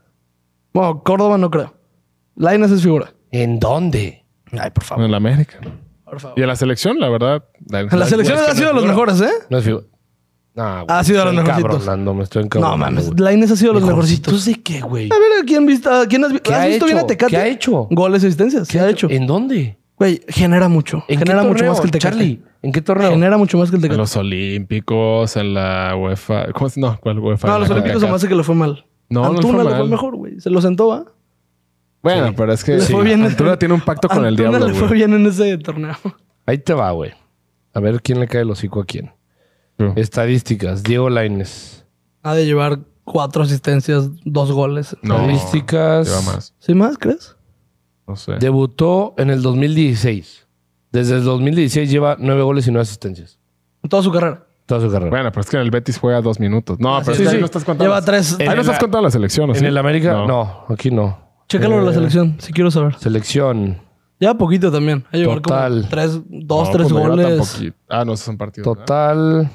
Speaker 2: Bueno, Córdoba no creo. Laines es figura.
Speaker 1: ¿En dónde?
Speaker 2: Ay, por favor.
Speaker 3: en la América.
Speaker 2: Por favor.
Speaker 3: Y en la selección, la verdad. la-
Speaker 2: En las selecciones
Speaker 1: güey,
Speaker 2: han
Speaker 1: es que no
Speaker 2: sido de los
Speaker 1: es
Speaker 2: mejores, ¿eh?
Speaker 1: No es figura. Nah,
Speaker 2: Ha sido de los
Speaker 1: estoy
Speaker 2: mejorcitos.
Speaker 1: encabronando, me estoy
Speaker 2: No
Speaker 1: encabronando,
Speaker 2: mames,
Speaker 1: güey.
Speaker 2: Laines ha sido de los
Speaker 1: Mejorcitos
Speaker 2: mejorcitos.
Speaker 1: de qué, güey?
Speaker 2: A ver, ¿a quién viste? a quién has, vi-
Speaker 1: ¿Qué
Speaker 2: has
Speaker 1: ha
Speaker 2: visto bien a
Speaker 1: hecho?
Speaker 2: Tecate?
Speaker 1: ¿Qué ha hecho?
Speaker 2: Goles y asistencias. ¿Qué, ha hecho?
Speaker 1: ¿En dónde?
Speaker 2: Güey, genera mucho.
Speaker 1: ¿En
Speaker 2: genera
Speaker 1: qué
Speaker 2: mucho
Speaker 1: torneo,
Speaker 2: más que el Tecate.
Speaker 1: Charlie, ¿en qué torneo?
Speaker 2: Genera mucho más que el
Speaker 3: En
Speaker 2: Tecate.
Speaker 3: los Olímpicos, en la UEFA. ¿Cómo es? No, ¿cuál UEFA?
Speaker 2: no,
Speaker 3: En
Speaker 2: los
Speaker 3: la
Speaker 2: Olímpicos se me
Speaker 3: Concacaf.
Speaker 2: hace que le fue mal.
Speaker 3: No, no le
Speaker 2: Antuna
Speaker 3: fue
Speaker 2: le fue
Speaker 3: mal.
Speaker 2: mejor, güey. Se lo sentó, ¿va?
Speaker 3: Bueno, pero es que
Speaker 2: Le
Speaker 3: sí,
Speaker 2: fue bien.
Speaker 3: Antuna tiene un pacto con el
Speaker 2: Antuna
Speaker 3: diablo,
Speaker 2: le fue
Speaker 3: güey.
Speaker 2: bien en ese torneo. [laughs]
Speaker 1: Ahí te va, güey. A ver quién le cae el hocico a quién.
Speaker 3: Sí.
Speaker 1: Estadísticas. Diego Laines.
Speaker 2: Ha de llevar cuatro asistencias, dos goles.
Speaker 3: No,
Speaker 1: Estadísticas.
Speaker 3: lleva más.
Speaker 2: ¿Sí más, crees?
Speaker 3: No sé.
Speaker 1: Debutó en el 2016. Desde el 2016 lleva nueve goles y nueve asistencias.
Speaker 2: Toda su carrera.
Speaker 1: Toda su carrera.
Speaker 3: Bueno, pero es que en el Betis juega dos minutos. No,
Speaker 2: Ah,
Speaker 3: pero
Speaker 2: sí,
Speaker 3: es que
Speaker 2: sí.
Speaker 3: ahí no estás contando.
Speaker 2: Lleva
Speaker 3: las-
Speaker 2: tres.
Speaker 1: En
Speaker 3: Ahí no
Speaker 1: el-
Speaker 3: estás contando la selección, ¿o pues sí?
Speaker 1: en el América,
Speaker 3: No.
Speaker 1: no. aquí no.
Speaker 2: Chécalo en la
Speaker 1: Eh,
Speaker 2: selección, si quiero saber.
Speaker 1: Selección,
Speaker 2: Ya poquito también. Hay llevar
Speaker 1: Total.
Speaker 2: como tres, dos,
Speaker 3: No,
Speaker 2: tres
Speaker 3: pues no lleva tan
Speaker 2: goles.
Speaker 3: poquito. Ah, no, esos son partidos. ¿verdad?
Speaker 1: total.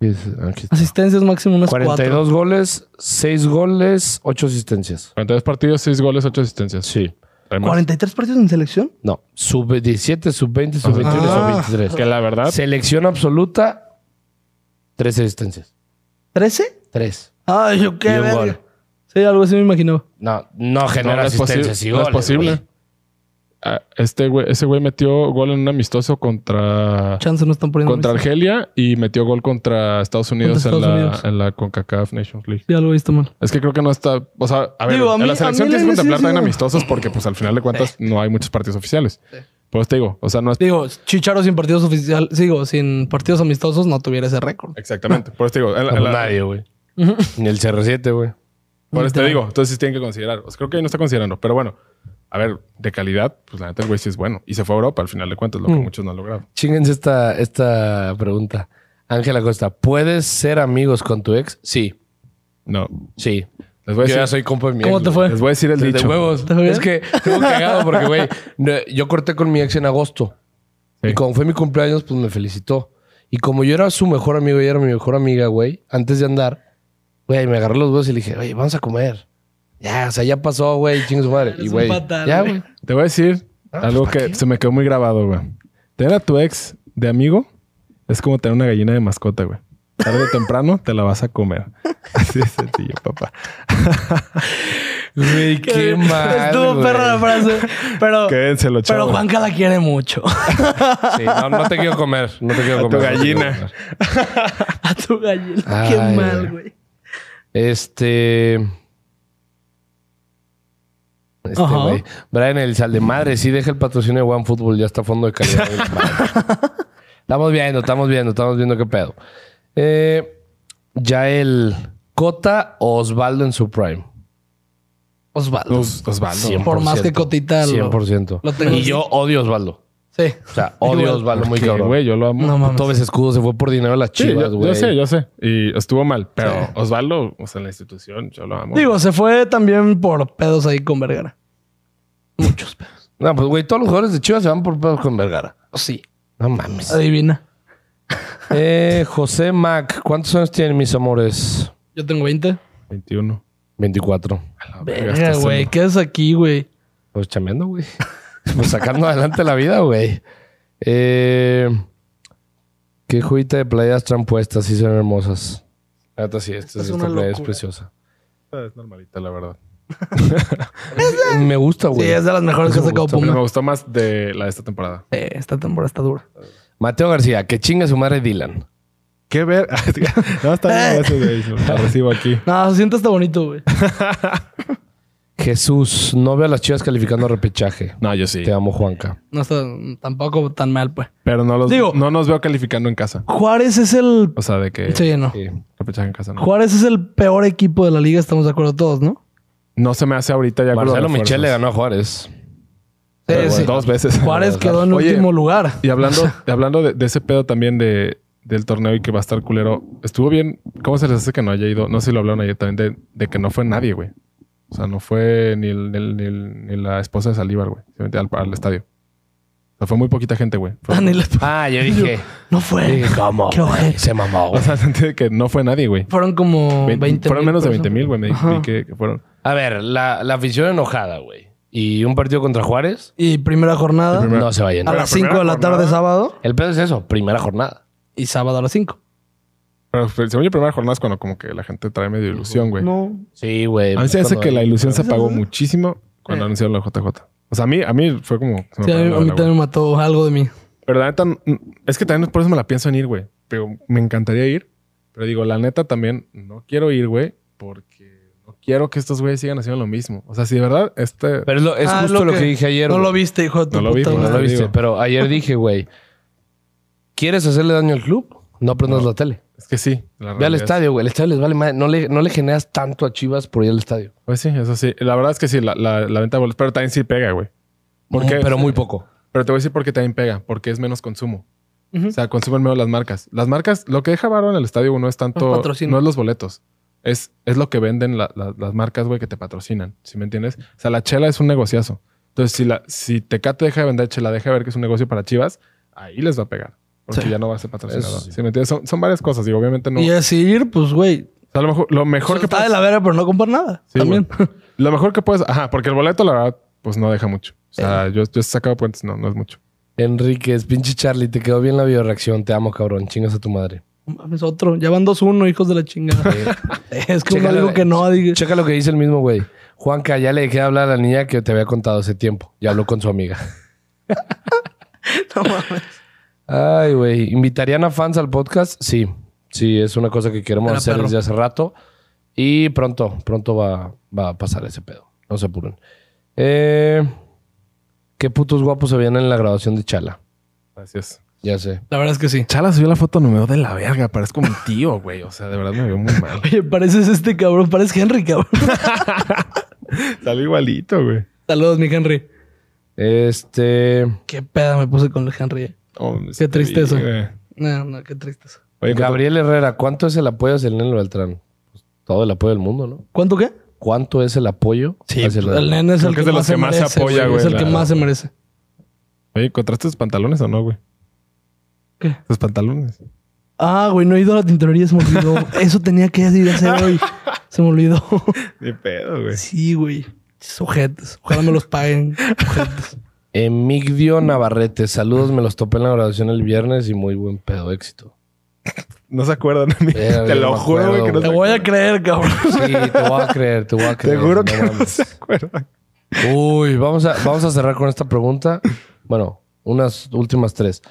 Speaker 1: Es- aquí está.
Speaker 2: Asistencias máximo unas
Speaker 1: 42 goles, 6 goles, 8 asistencias.
Speaker 3: 42 partidos, 6 goles, 8 asistencias.
Speaker 1: Sí.
Speaker 3: Trae
Speaker 2: cuatro.
Speaker 3: más.
Speaker 2: ¿43 partidos en selección?
Speaker 1: No. Sub-17, sub-20, sub-21
Speaker 2: Ah.
Speaker 1: y sub-23.
Speaker 3: Que la verdad,
Speaker 1: Selección absoluta, 3 asistencias.
Speaker 2: ¿13?
Speaker 1: 3.
Speaker 2: Ay, yo
Speaker 1: Y
Speaker 2: qué
Speaker 1: un
Speaker 2: verga.
Speaker 1: gol.
Speaker 2: Sí, algo así me imaginaba.
Speaker 1: No, no
Speaker 3: no,
Speaker 1: genera
Speaker 3: no es
Speaker 1: asistencias
Speaker 3: posi-
Speaker 1: y
Speaker 3: no es
Speaker 1: goles,
Speaker 3: posible.
Speaker 1: güey.
Speaker 3: Ah, este güey, ese güey metió gol en un amistoso contra,
Speaker 2: Chance no están poniendo.
Speaker 3: contra
Speaker 2: mis-
Speaker 3: Argelia y metió gol contra Estados Unidos,
Speaker 2: Contra
Speaker 3: en,
Speaker 2: Estados
Speaker 3: la,
Speaker 2: Unidos.
Speaker 3: en la CONCACAF Nations League.
Speaker 2: Sí, algo he visto mal.
Speaker 3: Es que creo que no está. O sea, a ver,
Speaker 2: Digo, a
Speaker 3: en
Speaker 2: mí- a
Speaker 3: la
Speaker 2: mí
Speaker 3: selección
Speaker 2: la
Speaker 3: tienes que contemplar
Speaker 2: necesidad-
Speaker 3: también amistosos porque, pues al final de cuentas, no hay muchos partidos oficiales. Pues te digo, o sea, no es.
Speaker 2: Digo, Chicharo sin partidos oficiales, digo, sin partidos amistosos no tuviera ese récord.
Speaker 3: Exactamente. Por eso te digo, en la- en
Speaker 1: Pues
Speaker 3: la-
Speaker 1: Nadie,
Speaker 3: [laughs]
Speaker 1: güey. Ni el CR7, güey.
Speaker 3: por eso te digo, entonces tienen que considerar. O sea, creo que ahí no está considerando, pero bueno, a ver, de calidad, pues la neta el güey sí es bueno. Y se fue a Europa al final de cuentas, lo
Speaker 2: Mm.
Speaker 3: que muchos no han logrado.
Speaker 1: Chinguense esta, esta pregunta. Ángela Costa, ¿puedes ser amigos con tu ex? Sí,
Speaker 3: No.
Speaker 1: sí. Yo
Speaker 3: Les voy a
Speaker 1: ya
Speaker 3: decir,
Speaker 1: soy compa de mi
Speaker 2: ¿Cómo
Speaker 1: ex,
Speaker 2: te
Speaker 1: güey.
Speaker 2: fue?
Speaker 3: les voy a decir el
Speaker 1: De-
Speaker 3: dicho.
Speaker 1: De huevos.
Speaker 2: ¿Está bien?
Speaker 1: Es que estuvo cagado porque, güey, no, yo corté con mi ex en agosto.
Speaker 3: Sí.
Speaker 1: Y como fue mi cumpleaños, pues me felicitó. Y como yo era su mejor amigo y era mi mejor amiga, güey, antes de andar, güey, me agarré los huevos y le dije, oye, vamos a comer. Ya, o sea, ya pasó, güey, chingos madre.
Speaker 2: Eres
Speaker 1: Y,
Speaker 2: un
Speaker 1: güey,
Speaker 2: patán,
Speaker 1: ya,
Speaker 2: güey.
Speaker 1: güey.
Speaker 3: Te voy a decir
Speaker 1: Ah,
Speaker 3: algo
Speaker 1: ¿para
Speaker 3: que
Speaker 1: qué?
Speaker 3: se me quedó muy grabado, güey. Tener a tu ex de amigo es como tener una gallina de mascota, güey. Tarde o temprano te la vas a comer. [laughs] Así de sencillo, papá.
Speaker 1: Güey, qué mal.
Speaker 2: Estuvo
Speaker 1: güey.
Speaker 2: perra la frase. Pero, pero
Speaker 3: Quédenselo, chavos.
Speaker 2: Juanca la quiere mucho. [laughs]
Speaker 1: Sí, no, no te quiero comer. No te quiero
Speaker 3: A tu
Speaker 1: comer. no te
Speaker 3: gallina.
Speaker 1: quiero comer.
Speaker 2: A tu gallina.
Speaker 1: Ay,
Speaker 2: Qué
Speaker 1: güey.
Speaker 2: mal, güey.
Speaker 1: Este. Este
Speaker 2: Ajá.
Speaker 1: güey. Brian el sal de madre, sí, deja el patrocinio de OneFootball, ya está a fondo de calidad.
Speaker 2: [laughs]
Speaker 1: güey. Madre. estamos viendo, estamos viendo, estamos viendo qué pedo. Eh, Yael Cota o Osvaldo en su prime.
Speaker 2: Osvaldo.
Speaker 3: Os- Osvaldo.
Speaker 1: 100%.
Speaker 2: Por más que Cotita lo-
Speaker 1: 100%.
Speaker 2: lo tengo-
Speaker 1: y yo odio a Osvaldo.
Speaker 2: Sí.
Speaker 1: O sea, odio a Osvaldo muy
Speaker 3: Porque,
Speaker 1: cabrón.
Speaker 3: Güey, yo lo amo.
Speaker 2: No mames.
Speaker 1: Todo ese escudo se fue por dinero a las
Speaker 3: Sí,
Speaker 1: chivas,
Speaker 3: yo,
Speaker 1: güey.
Speaker 3: yo sé, yo sé. Y estuvo mal, pero
Speaker 2: Sí.
Speaker 3: Osvaldo, o sea, la institución, yo lo amo.
Speaker 2: Digo, se fue también por pedos ahí con Vergara. Muchos pedos.
Speaker 1: No, pues, güey, todos los jugadores de chivas se van por pedos con Vergara.
Speaker 2: Sí.
Speaker 1: No mames.
Speaker 2: Adivina.
Speaker 1: Eh, José Mac, ¿cuántos años tienen mis amores?
Speaker 2: Yo tengo 20.
Speaker 3: 21.
Speaker 1: 24.
Speaker 3: A la
Speaker 2: Verga,
Speaker 3: verga, estás
Speaker 2: güey. ¿Qué es aquí, güey?
Speaker 1: Pues chambeando, güey. [laughs] Pues sacando adelante la vida, güey. Eh, ¿Qué juguita de playas traen puestas? Sí, son hermosas. La neta sí, esta,
Speaker 2: es
Speaker 1: esta
Speaker 2: una
Speaker 1: playa es
Speaker 2: locura.
Speaker 1: preciosa.
Speaker 3: en- Es normalita, la verdad.
Speaker 1: Me gusta,
Speaker 2: Sí,
Speaker 1: güey.
Speaker 2: es de las mejores que ha
Speaker 1: Eso me
Speaker 2: sacado
Speaker 1: gusta,
Speaker 3: Pero
Speaker 2: Puma.
Speaker 3: me gustó más de la de esta temporada.
Speaker 2: Eh, esta temporada está dura.
Speaker 1: Mateo García, que chinga su madre Dylan.
Speaker 3: ¿Qué ver? [laughs] no, está bien. Gracias, güey. La recibo aquí.
Speaker 2: No, se siente hasta bonito, güey.
Speaker 1: Jesús, no veo a las chivas calificando a repechaje.
Speaker 3: No, yo sí.
Speaker 1: Te amo, Juanca.
Speaker 2: No está tampoco tan mal, pues.
Speaker 3: Pero no los
Speaker 2: Digo-
Speaker 3: no nos veo calificando en casa.
Speaker 2: Juárez es el...
Speaker 3: O sea, de que
Speaker 2: Sí, no.
Speaker 1: Sí.
Speaker 3: repechaje en casa. No.
Speaker 2: Juárez es el peor equipo de la liga, estamos de acuerdo todos, ¿no?
Speaker 3: No se me hace ahorita ya con los
Speaker 1: Marcelo Michel le
Speaker 3: refuerzos.
Speaker 1: ganó a Juárez.
Speaker 2: Sí,
Speaker 3: Pero
Speaker 2: sí.
Speaker 3: Dos veces. [laughs]
Speaker 2: Juárez quedó en
Speaker 3: Oye,
Speaker 2: último lugar. [laughs]
Speaker 3: Y hablando, y hablando de, de ese pedo también de, del torneo y que va a estar culero, estuvo bien. ¿Cómo se les hace que no haya ido? No sé si lo hablaron ayer también de, de que no fue nadie, güey. O sea, no fue ni, el- ni el- ni el- ni la esposa de Salíbar, güey. Simplemente al, al estadio. O sea, fue muy poquita gente, güey. Fue-
Speaker 2: Ah, ni les-
Speaker 1: Ah, yo dije.
Speaker 2: No fue.
Speaker 1: dije, ¿cómo?
Speaker 2: Qué
Speaker 1: güey?
Speaker 2: ojete.
Speaker 1: Se mamó,
Speaker 3: O
Speaker 1: güey.
Speaker 3: [laughs] sea, en el sentido de que no fue nadie, güey.
Speaker 2: Fueron como 20,
Speaker 3: Veinte- fueron menos de 20 mil, güey. Me di-
Speaker 2: Ajá.
Speaker 3: vi que, que fueron.
Speaker 1: A ver, la, la afición enojada, güey. Y un partido contra Juárez,
Speaker 2: Y primera jornada
Speaker 3: primera-
Speaker 1: no se va a
Speaker 2: a
Speaker 1: llenar.
Speaker 3: la
Speaker 2: las 5 de
Speaker 3: primera
Speaker 2: la tarde
Speaker 3: jornada.
Speaker 2: sábado
Speaker 1: El pedo es eso, primera jornada.
Speaker 2: y sábado a las 5.
Speaker 3: Pero pues, según yo, primera jornada es cuando como que la gente trae medio ilusión, güey.
Speaker 2: No.
Speaker 1: Sí, güey.
Speaker 3: A mí se me hace
Speaker 1: Cuando-
Speaker 3: que la ilusión se apagó muchísimo cuando anunciaron la JJ. O sea, a mí, a mí fue como... se me
Speaker 2: Sí, a
Speaker 3: apagó
Speaker 2: mí,
Speaker 3: la
Speaker 2: a mí
Speaker 3: bola,
Speaker 2: también me mató algo de mí.
Speaker 3: güey. Pero la neta, mm, es que también por eso me la pienso en ir, güey. Pero me encantaría ir. Pero digo, la neta también no quiero ir, güey, porque no quiero que estos güeyes sigan haciendo lo mismo. O sea, si de verdad, este...
Speaker 1: Pero es, lo- es
Speaker 2: Ah,
Speaker 1: justo lo que, dije ayer.
Speaker 2: No
Speaker 1: güey.
Speaker 2: lo viste, hijo de tu
Speaker 3: No lo
Speaker 2: puta
Speaker 3: vi,
Speaker 1: No
Speaker 2: madre.
Speaker 1: lo viste,
Speaker 3: Digo.
Speaker 1: pero ayer dije, güey, ¿quieres hacerle daño al club? No prendas la tele.
Speaker 3: Es que sí. la
Speaker 1: Ve al
Speaker 3: realidad es-
Speaker 1: estadio, güey. El estadio les vale madre. No le, no le generas tanto a Chivas por ir al estadio.
Speaker 3: Pues sí, eso sí. La verdad es que sí, la, la- la venta de boletos. Pero también sí pega, güey. ¿Por
Speaker 1: Muy-
Speaker 3: qué?
Speaker 1: Pero muy poco.
Speaker 3: Pero te voy a decir por qué también pega. Porque es menos consumo. O sea, consumen menos las marcas. Las marcas, lo que deja varo en el estadio no es
Speaker 2: Los
Speaker 3: tanto...
Speaker 2: patrocinios.
Speaker 3: No es los boletos. Es, es lo que venden la- la- las marcas, güey, que te patrocinan. ¿Sí me entiendes? O sea, la chela es un negociazo. Entonces, si, la, si Tecate deja de vender chela, deja de ver que es un negocio para Chivas, ahí les va a pegar. Porque
Speaker 2: Sí.
Speaker 3: ya no va a ser patrocinador.
Speaker 1: Eso
Speaker 3: sí.
Speaker 1: sí.
Speaker 3: me entiendes? Son, son varias cosas. Digo, obviamente no...
Speaker 2: Y decir, pues, güey,
Speaker 3: O sea, a lo mejor, lo mejor que
Speaker 2: está
Speaker 3: puedes-
Speaker 2: de la vera, pero no comprar nada.
Speaker 3: Sí,
Speaker 2: también. [laughs]
Speaker 3: güey. Lo mejor que puedes, ajá, porque el boleto, la verdad, pues no deja mucho. O sea,
Speaker 2: Eh.
Speaker 3: yo, yo he sacado puentes, no, no es mucho.
Speaker 1: Enríquez, pinche Charlie, te quedó bien la bioreacción. Te amo, cabrón. Chingas a tu madre.
Speaker 2: No Mames, otro. Ya van 2-1, hijos de la chingada. [laughs] es que uno
Speaker 1: Chécalo,
Speaker 2: digo que no. Dije,
Speaker 1: Checa lo que dice el mismo güey. Juanca, ya le dejé de hablar a la niña que te había contado hace tiempo. Ya habló con su amiga.
Speaker 2: no mames.
Speaker 1: Ay, güey. ¿Invitarían a fans al podcast? Sí. Sí, es una cosa que queremos
Speaker 2: Era
Speaker 1: hacer
Speaker 2: perro.
Speaker 1: desde hace rato. Y pronto, pronto va, va a pasar ese pedo. No se apuren. Eh, ¿Qué putos guapos se veían en la grabación de Chala?
Speaker 3: Gracias.
Speaker 1: Ya sé.
Speaker 2: [laughs] La verdad es que sí.
Speaker 3: Chala subió la foto, no me veo de la verga, parezco mi tío, güey. O sea, de verdad me veo muy [laughs] mal.
Speaker 2: Oye, pareces este cabrón, pareces Henry, cabrón. [laughs]
Speaker 3: Salió igualito, güey.
Speaker 2: Saludos, mi Henry.
Speaker 1: Este.
Speaker 2: Qué peda me puse con el Henry. eh.
Speaker 3: Oh,
Speaker 2: Qué tristeza.
Speaker 3: sí, güey.
Speaker 2: No, no, qué tristeza.
Speaker 3: Oye, Gabriel.
Speaker 1: Gabriel Herrera, ¿cuánto es el apoyo hacia el Neno Beltrán? Pues, todo el apoyo del mundo, ¿no?
Speaker 2: ¿Cuánto qué?
Speaker 1: ¿Cuánto es el apoyo? hacia
Speaker 2: pues, el nene es
Speaker 3: creo
Speaker 2: el
Speaker 3: que
Speaker 2: que,
Speaker 3: es de los
Speaker 2: más se
Speaker 3: que más se
Speaker 2: merece,
Speaker 3: apoya,
Speaker 2: Es el
Speaker 3: güey,
Speaker 2: que
Speaker 3: la-
Speaker 2: más se merece.
Speaker 3: Oye, ¿encontraste tus pantalones o no, güey?
Speaker 2: ¿Qué?
Speaker 3: Tus pantalones.
Speaker 2: Ah, güey, no he ido a la tintorería, se me
Speaker 3: [laughs]
Speaker 2: olvidó. Eso tenía que decir hacer hoy. Se me olvidó.
Speaker 3: De pedo, güey.
Speaker 2: sí, güey. Sujetos. Ojalá me los paguen. Ojetes.
Speaker 1: Emigdio Navarrete, saludos, me los topé en la grabación el viernes y muy buen pedo, éxito.
Speaker 3: No se acuerdan de mí.
Speaker 1: Eh,
Speaker 3: [laughs] [laughs]
Speaker 1: yo
Speaker 3: Te lo
Speaker 1: me
Speaker 3: juro, güey,
Speaker 1: acuerdo,
Speaker 3: que no
Speaker 2: Te
Speaker 3: se
Speaker 2: voy a creer, cabrón.
Speaker 1: Sí, te voy a creer, te voy a creer.
Speaker 3: Te juro
Speaker 1: no
Speaker 3: que no
Speaker 1: mames.
Speaker 3: se acuerdan.
Speaker 1: Uy, vamos a, vamos a cerrar con esta pregunta. Bueno, unas últimas tres.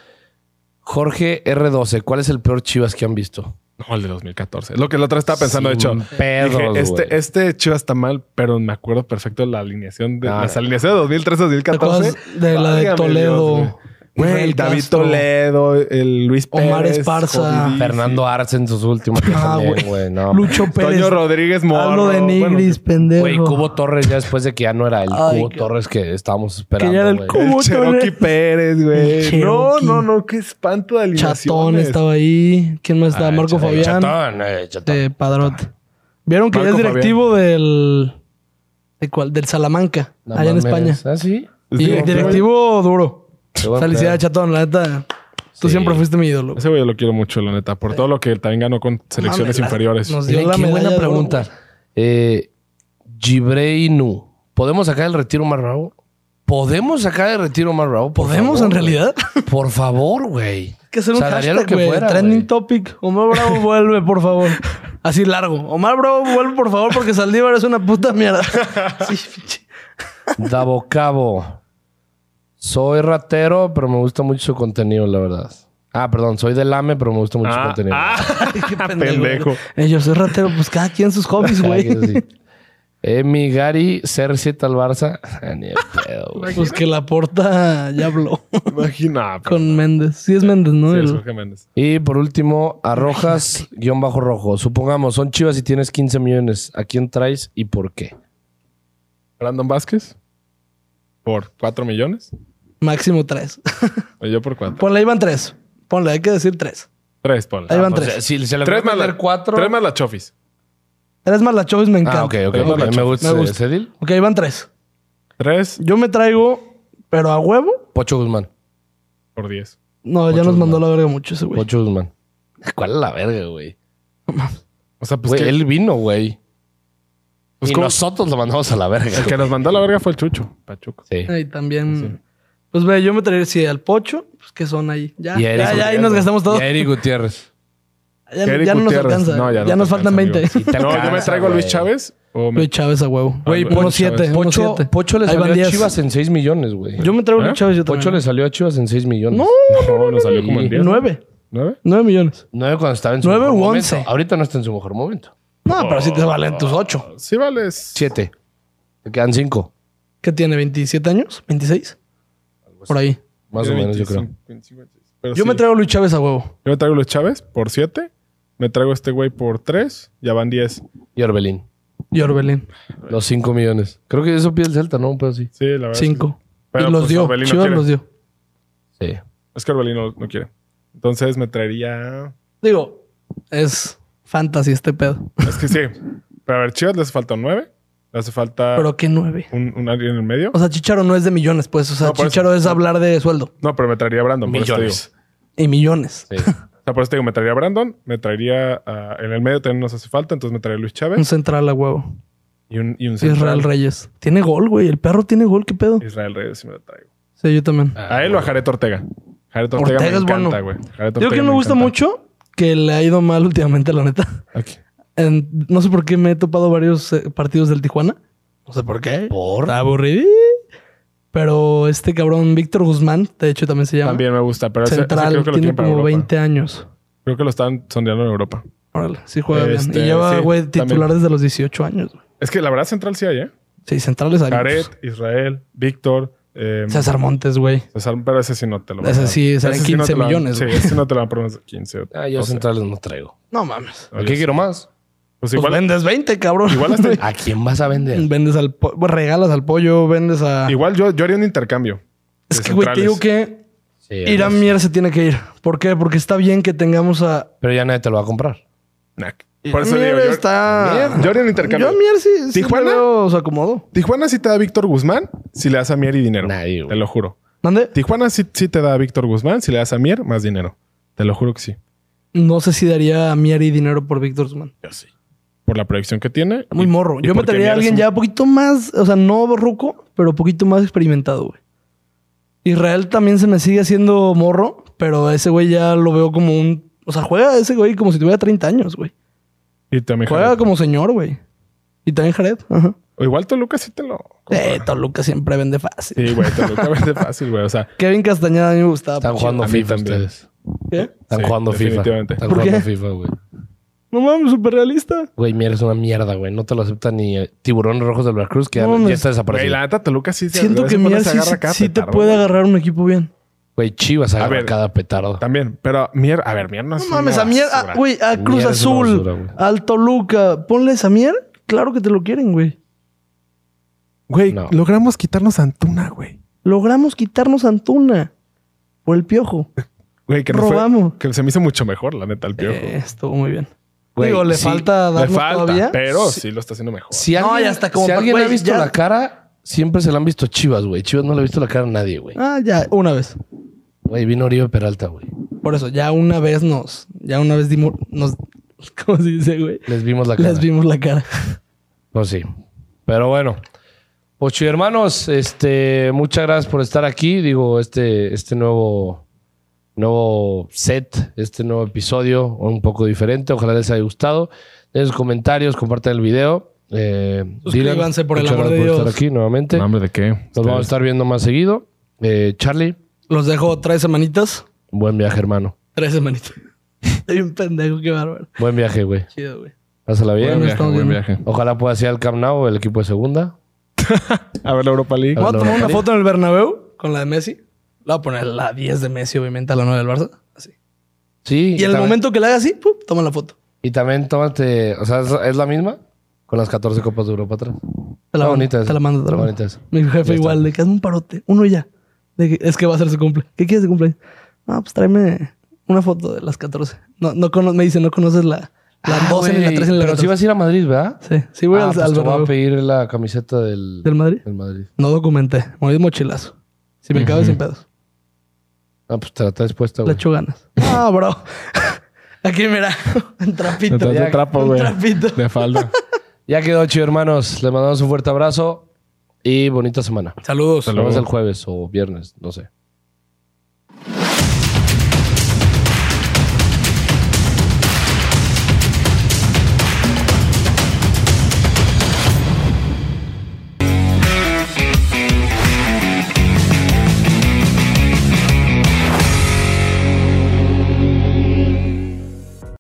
Speaker 1: Jorge R12, ¿cuál es el peor Chivas que han visto?
Speaker 3: No, el de 2014. Lo que la otra estaba pensando,
Speaker 1: Sin
Speaker 3: de hecho.
Speaker 1: pedos,
Speaker 3: dije, este,
Speaker 1: güey.
Speaker 3: este Chivas está mal, pero me acuerdo perfecto de la alineación de
Speaker 1: Claro.
Speaker 3: las alineaciones de 2013 2014.
Speaker 2: ¿Te acuerdas de la de
Speaker 3: Válgame
Speaker 2: Toledo?
Speaker 3: Dios, güey. Güey,
Speaker 2: Israel
Speaker 3: David
Speaker 2: Castro.
Speaker 3: Toledo, el Luis Pérez,
Speaker 2: Omar Esparza.
Speaker 3: Jovidi,
Speaker 1: Fernando Arce en sus últimos.
Speaker 2: Ah,
Speaker 1: también,
Speaker 2: güey.
Speaker 1: güey, no,
Speaker 2: Lucho Pérez.
Speaker 3: Toño Rodríguez Morro.
Speaker 2: Hablo de
Speaker 3: Bueno,
Speaker 2: Nigris, pendejo.
Speaker 1: Güey, Cubo Torres ya después de que ya no era el
Speaker 2: Ay,
Speaker 1: Cubo
Speaker 2: qué-
Speaker 1: Torres que estábamos esperando.
Speaker 2: que ya era el
Speaker 1: güey.
Speaker 2: Cubo.
Speaker 3: el
Speaker 2: Hubo
Speaker 3: Cherokee
Speaker 2: Toledo.
Speaker 3: Pérez, güey.
Speaker 2: El
Speaker 3: No,
Speaker 2: Cherokee.
Speaker 3: no, no, qué espanto de alineaciones.
Speaker 2: Chatón estaba ahí. ¿Quién más estaba?
Speaker 1: Ah,
Speaker 2: Marco
Speaker 1: ch-
Speaker 2: Fabián.
Speaker 1: Chatón, eh, Chatón.
Speaker 2: de Padrot. ¿Vieron que ya es
Speaker 3: Marco
Speaker 2: directivo del. ¿De cuál? Del Salamanca,
Speaker 1: No
Speaker 2: allá en
Speaker 1: mames.
Speaker 2: España.
Speaker 1: ¿Ah, sí?
Speaker 3: Es
Speaker 2: Y
Speaker 3: directivo.
Speaker 2: directivo duro.
Speaker 1: Qué buen
Speaker 2: Felicidades, chatón, la neta. Tú
Speaker 1: Sí.
Speaker 2: siempre fuiste mi ídolo. güey.
Speaker 3: Ese güey yo lo quiero mucho, la neta, por todo lo que él también ganó con selecciones
Speaker 2: Mames, la-
Speaker 3: inferiores.
Speaker 2: nos-
Speaker 1: Miren,
Speaker 2: dio Pues la
Speaker 1: qué
Speaker 2: medalla
Speaker 1: buena
Speaker 2: de oro,
Speaker 1: pregunta. Eh, Gibrey Nu. ¿Podemos sacar el retiro más bravo? ¿Podemos sacar el retiro más bravo? Por
Speaker 2: ¿Podemos,
Speaker 1: favor,
Speaker 2: en
Speaker 1: güey.
Speaker 2: realidad? [laughs]
Speaker 1: Por favor, güey.
Speaker 2: Hay que hacer un
Speaker 1: O sea, daría
Speaker 2: hashtag,
Speaker 1: lo que
Speaker 2: güey,
Speaker 1: fuera,
Speaker 2: Trending
Speaker 1: güey.
Speaker 2: topic.
Speaker 1: [laughs]
Speaker 2: Omar Bravo vuelve, por favor. Así largo. Omar Bravo vuelve, por favor, porque Saldívar es una puta
Speaker 1: [laughs]
Speaker 2: mierda. Sí, pinche.
Speaker 1: Davo Cabo. Soy ratero, pero me gusta mucho su contenido, la verdad. Ah, perdón, soy del AME, pero me gusta mucho su
Speaker 3: Ah,
Speaker 1: contenido.
Speaker 3: ah, [laughs]
Speaker 2: Ay, qué
Speaker 3: Pendejo.
Speaker 2: Ellos es ratero, pues cada quien sus hobbies,
Speaker 1: Ah,
Speaker 2: güey.
Speaker 1: que sí. Eh, Emi Gary, Cersei tal Barça. Ah, [laughs] Ni el
Speaker 3: [laughs]
Speaker 1: pedo, güey.
Speaker 2: [laughs] Pues que la porta ya habló [laughs]
Speaker 3: imagina. pero-
Speaker 2: con Méndez. Sí es Méndez, ¿no?
Speaker 3: Sí,
Speaker 2: El-
Speaker 3: es Jorge Méndez.
Speaker 1: Y por último, a Rojas, guión bajo rojo. Supongamos, son chivas y tienes 15 millones. ¿A quién traes y por qué?
Speaker 3: Brandon Vázquez por 4 millones.
Speaker 2: Máximo tres. [laughs]
Speaker 3: O yo por 4.
Speaker 2: Ponle, ahí van tres. Ponle, hay que decir tres.
Speaker 3: 3, ponle.
Speaker 2: Ahí van
Speaker 3: Ah,
Speaker 2: tres.
Speaker 1: O sea, si se le
Speaker 3: Tres
Speaker 1: puede
Speaker 3: más
Speaker 1: meter
Speaker 3: la,
Speaker 1: cuatro.
Speaker 3: tres más la Chofis.
Speaker 2: Tres más la Chovis me encanta.
Speaker 1: Ah, ok, ok.
Speaker 3: Tres más
Speaker 1: ok.
Speaker 3: la
Speaker 1: Me
Speaker 3: chofis.
Speaker 1: gusta,
Speaker 2: Me gusta.
Speaker 1: ese deal.
Speaker 2: Ok, van tres.
Speaker 3: Tres
Speaker 2: Yo me traigo, pero a huevo.
Speaker 1: Pocho Guzmán.
Speaker 3: por diez.
Speaker 2: No, ya
Speaker 1: Ocho,
Speaker 2: nos mandó la verga mucho
Speaker 3: Pues
Speaker 2: ese güey.
Speaker 1: Pocho
Speaker 3: [laughs]
Speaker 1: Guzmán. ¿Cuál es la verga, güey?
Speaker 3: O sea, pues,
Speaker 1: Güey,
Speaker 3: que,
Speaker 1: él vino, güey.
Speaker 3: pues
Speaker 1: y
Speaker 3: como-
Speaker 1: nosotros lo mandamos a la verga.
Speaker 3: [laughs] el que nos mandó a la verga fue el Chucho, Pachuco.
Speaker 1: Sí.
Speaker 2: Y también. Pues ve, yo me traería, sí, al Pocho, pues que son ahí. Ya,
Speaker 1: Y a Eric
Speaker 2: ya, ya, ahí
Speaker 1: Gutiérrez,
Speaker 2: nos
Speaker 1: güey.
Speaker 2: gastamos todo.
Speaker 1: Y a Eric Gutiérrez.
Speaker 2: Ya,
Speaker 3: Que Eric
Speaker 2: ya no nos
Speaker 3: Gutiérrez.
Speaker 2: alcanza.
Speaker 3: No, ya
Speaker 2: ya
Speaker 3: no te
Speaker 2: nos faltan
Speaker 3: alcanza,
Speaker 2: 20.
Speaker 1: Sí, te
Speaker 3: [laughs] No, yo me
Speaker 1: alcanza,
Speaker 3: traigo a Luis
Speaker 1: güey.
Speaker 3: Chávez o me-
Speaker 2: Luis Chávez a huevo. Güey,
Speaker 3: güey,
Speaker 2: uno
Speaker 3: Luis Chávez.
Speaker 2: siete. uno
Speaker 1: Pocho,
Speaker 2: siete.
Speaker 1: Pocho le
Speaker 2: Ahí
Speaker 1: salió
Speaker 2: van
Speaker 1: a
Speaker 2: 10.
Speaker 1: Chivas en 6 millones, güey.
Speaker 2: Yo me traigo a
Speaker 3: ¿Eh?
Speaker 2: Luis Chávez. Yo
Speaker 1: Pocho le
Speaker 2: también.
Speaker 1: salió a Chivas en 6 millones. [laughs]
Speaker 2: No,
Speaker 3: No, nos salió como en 10.
Speaker 2: nueve.
Speaker 3: ¿Nueve?
Speaker 2: Nueve millones.
Speaker 1: Nueve cuando estaba en su
Speaker 2: Nueve
Speaker 1: mejor
Speaker 2: u
Speaker 1: momento.
Speaker 2: once.
Speaker 1: Ahorita no está en su mejor momento.
Speaker 2: No, pero sí te valen tus ocho.
Speaker 3: Sí, vales.
Speaker 1: Siete. Te quedan cinco.
Speaker 2: ¿Qué tiene? ¿27 años? ¿26? Por ahí.
Speaker 1: Más o
Speaker 3: Tiene
Speaker 1: menos, yo creo.
Speaker 3: 25, 56. Pero
Speaker 2: Yo
Speaker 3: sí.
Speaker 2: me traigo a Luis Chávez a huevo.
Speaker 3: Yo me traigo los Chávez por 7. Me traigo este güey por 3. Ya van 10.
Speaker 1: Y Orbelín.
Speaker 2: Y Orbelín.
Speaker 1: Los 5 millones. Creo que eso pide el Celta, ¿no? Pero sí.
Speaker 3: Sí, la verdad.
Speaker 2: Cinco.
Speaker 3: Pero,
Speaker 2: y los
Speaker 3: pues,
Speaker 2: dio.
Speaker 3: Orbelín no
Speaker 2: Chivas
Speaker 3: quiere.
Speaker 2: los dio.
Speaker 1: Sí.
Speaker 3: Es que Orbelín no, no quiere. Entonces me traería.
Speaker 2: Digo, es fantasy este pedo.
Speaker 3: Es que sí. Pero a ver, Chivas le hace falta un 9. Le hace falta
Speaker 2: Pero qué nueve.
Speaker 3: un, un alguien en el medio.
Speaker 2: O sea, Chicharo no es de millones, pues. O sea,
Speaker 3: No, por eso. Ah.
Speaker 2: Chicharo es hablar de sueldo.
Speaker 3: No, pero me traería a Brandon. Por eso te digo.
Speaker 1: Millones.
Speaker 2: Y millones.
Speaker 1: Sí.
Speaker 3: O sea, por eso te digo, me traería a Brandon. Me traería. a- en el medio también nos hace falta. Entonces me traería a Luis
Speaker 2: Un
Speaker 3: Chávez.
Speaker 2: central a huevo.
Speaker 3: Y un, y un
Speaker 2: Israel Reyes. Tiene gol, güey. El perro tiene gol, qué pedo.
Speaker 3: Israel Reyes, sí Ah, me lo traigo.
Speaker 2: Sí, yo también.
Speaker 1: Ah,
Speaker 3: ¿A él o a Jared Ortega? Jared Ortega,
Speaker 2: Ortega
Speaker 3: me
Speaker 2: es
Speaker 3: encanta,
Speaker 2: bueno.
Speaker 3: güey. Jared
Speaker 2: Yo
Speaker 3: Ortega
Speaker 2: que no me gusta
Speaker 3: encanta.
Speaker 2: mucho, que le ha ido mal últimamente, la neta.
Speaker 3: Aquí.
Speaker 2: En- no sé por qué me he topado varios eh, partidos del Tijuana. No sé por qué.
Speaker 1: ¿Por?
Speaker 2: Está aburrido. Pero este cabrón, Víctor Guzmán, de hecho también se llama.
Speaker 3: También me gusta, pero ese- ese
Speaker 2: Central,
Speaker 3: creo que lo
Speaker 2: tiene
Speaker 3: tienen para
Speaker 2: como
Speaker 3: Europa.
Speaker 2: 20 años.
Speaker 3: Creo que lo están sondeando en Europa.
Speaker 2: Órale, sí juega
Speaker 3: Este,
Speaker 2: bien. Y lleva,
Speaker 3: sí,
Speaker 2: güey, titular
Speaker 3: también.
Speaker 2: desde los 18 años. güey.
Speaker 3: Es que la verdad central sí hay, ¿eh?
Speaker 2: Sí, centrales hay
Speaker 3: Jared,
Speaker 2: muchos.
Speaker 3: Israel, Víctor. eh,
Speaker 2: César Montes, güey.
Speaker 3: César, pero ese sí no te lo van a
Speaker 2: Ese
Speaker 3: dar.
Speaker 2: sí, serán
Speaker 3: Ese no
Speaker 2: 15
Speaker 3: te lo van-
Speaker 2: millones,
Speaker 3: Sí,
Speaker 2: güey.
Speaker 3: ese no te lo van a poner unos 15. o-
Speaker 1: [laughs] [laughs] Ah, yo
Speaker 3: o sea,
Speaker 1: centrales no traigo.
Speaker 2: No mames.
Speaker 1: ¿A qué quiero más?
Speaker 3: Pues
Speaker 2: Pues
Speaker 3: igual,
Speaker 2: vendes 20, cabrón. [laughs]
Speaker 3: igual, hasta-
Speaker 1: ¿A quién vas a vender?
Speaker 2: vendes al po- bueno, regalas al pollo, vendes a.
Speaker 3: igual yo, yo haría un intercambio.
Speaker 2: es
Speaker 3: de
Speaker 2: que, güey, te digo
Speaker 3: centrales.
Speaker 2: que
Speaker 1: Sí,
Speaker 2: Irán
Speaker 1: además.
Speaker 2: Mier se tiene que ir. ¿Por qué? Porque está bien que tengamos a.
Speaker 1: Pero ya nadie te lo va a comprar.
Speaker 3: Nah, Por eso
Speaker 2: Irán
Speaker 3: digo,
Speaker 2: Mier
Speaker 3: yo,
Speaker 2: está.
Speaker 3: yo haría un intercambio.
Speaker 2: Yo a Mier sí.
Speaker 3: ¿Tijuana?
Speaker 2: ¿Tijuana? o se acomodo.
Speaker 3: Tijuana sí te da a Víctor Guzmán si le das a Mier y dinero.
Speaker 1: Nadie, güey.
Speaker 3: Te lo juro.
Speaker 2: ¿Dónde?
Speaker 3: Tijuana sí, sí te da a Víctor Guzmán si le das a Mier más dinero. Te lo juro que sí.
Speaker 2: No sé si daría a Mier y dinero por Víctor Guzmán.
Speaker 3: Yo sí. Por la proyección que tiene.
Speaker 2: Muy
Speaker 3: y-
Speaker 2: morro.
Speaker 3: y
Speaker 2: Yo me
Speaker 3: porque
Speaker 2: traería a
Speaker 3: Mier es
Speaker 2: alguien
Speaker 3: un-
Speaker 2: ya un poquito más, o sea, no ruco, pero un poquito más experimentado, güey. Israel también se me sigue haciendo morro, pero a ese güey ya lo veo como un. O sea, juega a ese güey como si tuviera 30 años, güey.
Speaker 3: Y también
Speaker 2: Juega
Speaker 3: Jared.
Speaker 2: como señor, güey. Y también Jared. Ajá.
Speaker 3: O igual Toluca sí te lo. compra.
Speaker 2: Eh, Toluca siempre vende fácil.
Speaker 3: Sí, güey, Toluca [laughs] vende fácil, güey. O sea,
Speaker 2: Kevin Castañeda a mí me gustaba.
Speaker 1: Están
Speaker 2: por
Speaker 1: jugando
Speaker 3: a mí
Speaker 1: FIFA
Speaker 3: también.
Speaker 1: ustedes.
Speaker 2: Chivas. ¿Qué?
Speaker 1: Están
Speaker 3: Sí,
Speaker 1: jugando FIFA.
Speaker 3: definitivamente.
Speaker 1: Están
Speaker 2: ¿Por
Speaker 1: jugando
Speaker 2: qué?
Speaker 1: FIFA, güey.
Speaker 2: No mames, súper realista.
Speaker 1: Güey, Mier es una mierda, güey. No te lo aceptan ni eh, Tiburones Rojos del Veracruz, que ya,
Speaker 2: No,
Speaker 1: ya
Speaker 2: me-
Speaker 1: está
Speaker 3: güey,
Speaker 1: desaparecido.
Speaker 3: la neta Toluca sí se-
Speaker 2: Siento
Speaker 3: de
Speaker 2: que
Speaker 3: vez en cuando
Speaker 2: Mier
Speaker 3: se
Speaker 2: sí,
Speaker 3: agarra cada
Speaker 2: sí te
Speaker 3: petardo,
Speaker 2: puede
Speaker 3: güey.
Speaker 2: agarrar un equipo bien.
Speaker 1: Güey, Chivas agarra
Speaker 3: ver.
Speaker 1: cada petardo.
Speaker 3: También, pero Mier, a ver, Mier no es.
Speaker 2: No mames,
Speaker 3: una
Speaker 2: a Mier, ah,
Speaker 3: basura.
Speaker 2: a- güey, a
Speaker 1: Mier
Speaker 2: Cruz
Speaker 1: es una
Speaker 2: Azul,
Speaker 1: basura, güey.
Speaker 2: al Toluca, ponles a Mier, claro que te lo quieren, güey.
Speaker 3: Güey,
Speaker 1: No.
Speaker 3: logramos quitarnos a Antuna, güey.
Speaker 2: Logramos quitarnos a Antuna por
Speaker 1: [laughs]
Speaker 2: el piojo.
Speaker 3: Güey, que no fue-
Speaker 2: Robamos.
Speaker 3: que se me hizo mucho mejor, la neta, el piojo.
Speaker 2: Eh, estuvo muy bien.
Speaker 1: Güey,
Speaker 2: Digo, le
Speaker 1: sí,
Speaker 2: falta
Speaker 3: Le
Speaker 2: darnos
Speaker 3: falta,
Speaker 2: todavía.
Speaker 3: pero sí. lo está haciendo mejor.
Speaker 1: Si
Speaker 2: No,
Speaker 1: alguien,
Speaker 2: ya está como
Speaker 1: si
Speaker 2: pa-
Speaker 1: alguien
Speaker 2: güey,
Speaker 1: ha visto
Speaker 2: ya.
Speaker 1: la cara, siempre se la han visto Chivas, güey. Chivas no le ha visto la cara a nadie, güey.
Speaker 2: Ah, ya, una vez.
Speaker 1: Güey, vino Oribe Peralta, güey.
Speaker 2: Por eso, ya una vez nos, ya una vez dimos, nos, [laughs] ¿cómo se dice, güey?
Speaker 1: Les vimos la cara.
Speaker 2: Les vimos la cara.
Speaker 1: Pues sí. Pero bueno. Pues chido, hermanos, este, muchas gracias por estar aquí. Digo, este, este nuevo, nuevo set, este nuevo episodio, un poco diferente. Ojalá les haya gustado. Den sus comentarios, compartan el video. Eh,
Speaker 2: Suscríbanse, por el
Speaker 1: muchas
Speaker 2: amor
Speaker 1: gracias
Speaker 2: de
Speaker 1: por
Speaker 2: Dios.
Speaker 1: estar aquí nuevamente.
Speaker 3: No,
Speaker 1: Nos
Speaker 3: hombre, ¿de qué? Ustedes-
Speaker 1: vamos a estar viendo más seguido. Eh, Charlie,
Speaker 2: Los dejo tres semanitas.
Speaker 1: buen viaje, hermano.
Speaker 2: Tres semanitas. [laughs] Estoy un pendejo, qué bárbaro.
Speaker 1: Buen viaje, güey.
Speaker 2: Chido, güey.
Speaker 1: Pásala bien.
Speaker 3: Buen
Speaker 2: Bueno,
Speaker 3: viaje,
Speaker 2: estamos
Speaker 3: buen
Speaker 2: viendo.
Speaker 3: viaje.
Speaker 1: Ojalá pueda ser al Camp Nou, el equipo de segunda.
Speaker 3: A ver la Europa League.
Speaker 1: A
Speaker 2: Voy a
Speaker 1: ver,
Speaker 2: tomar una
Speaker 1: María.
Speaker 2: foto en el Bernabéu con la de Messi. Le voy a poner la 10 de Messi, obviamente, a la 9 del Barça. Así.
Speaker 1: Sí.
Speaker 2: Y en el
Speaker 1: también-
Speaker 2: momento que la haga así, ¡pum! toma la foto.
Speaker 1: Y también tómate, o sea, es, es la misma con las 14 copas de Europa atrás.
Speaker 2: Te la,
Speaker 1: Está
Speaker 2: mando,
Speaker 1: bonita esa.
Speaker 2: te la mando, te la
Speaker 1: Está
Speaker 2: mando.
Speaker 1: bonita esa.
Speaker 2: Mi
Speaker 1: Ya
Speaker 2: jefe igual,
Speaker 1: está.
Speaker 2: de que hazme un parote. Uno ya. De que, es que va a ser su cumple. ¿Qué quieres de cumpleaños? Ah, pues tráeme una foto de las 14. No, no cono- me dice, no conoces la, la 12 ni la 13 ni la
Speaker 1: Ah, Pero
Speaker 2: 14.
Speaker 1: si vas a ir a Madrid, ¿verdad?
Speaker 2: Sí, sí voy
Speaker 1: Ah,
Speaker 2: al,
Speaker 1: pues
Speaker 2: al
Speaker 1: te voy a
Speaker 2: Bernabéu.
Speaker 1: pedir la camiseta del,
Speaker 2: ¿Del Madrid?
Speaker 1: del Madrid.
Speaker 2: No documenté. Me voy de mochilazo. Si me cabe sin pedos.
Speaker 1: Ah, pues te la traes puesta,
Speaker 2: Le
Speaker 1: güey.
Speaker 2: echo ganas. Ah, bro. [laughs] Aquí, mira. [laughs] Un trapito.
Speaker 3: Detrás
Speaker 1: Ya,
Speaker 3: de trapo,
Speaker 2: un
Speaker 3: güey.
Speaker 2: trapito.
Speaker 3: De falda.
Speaker 1: Ya quedó chido, hermanos. Les mandamos un fuerte abrazo y bonita semana.
Speaker 2: Saludos.
Speaker 1: Nos vemos el jueves o viernes, no sé.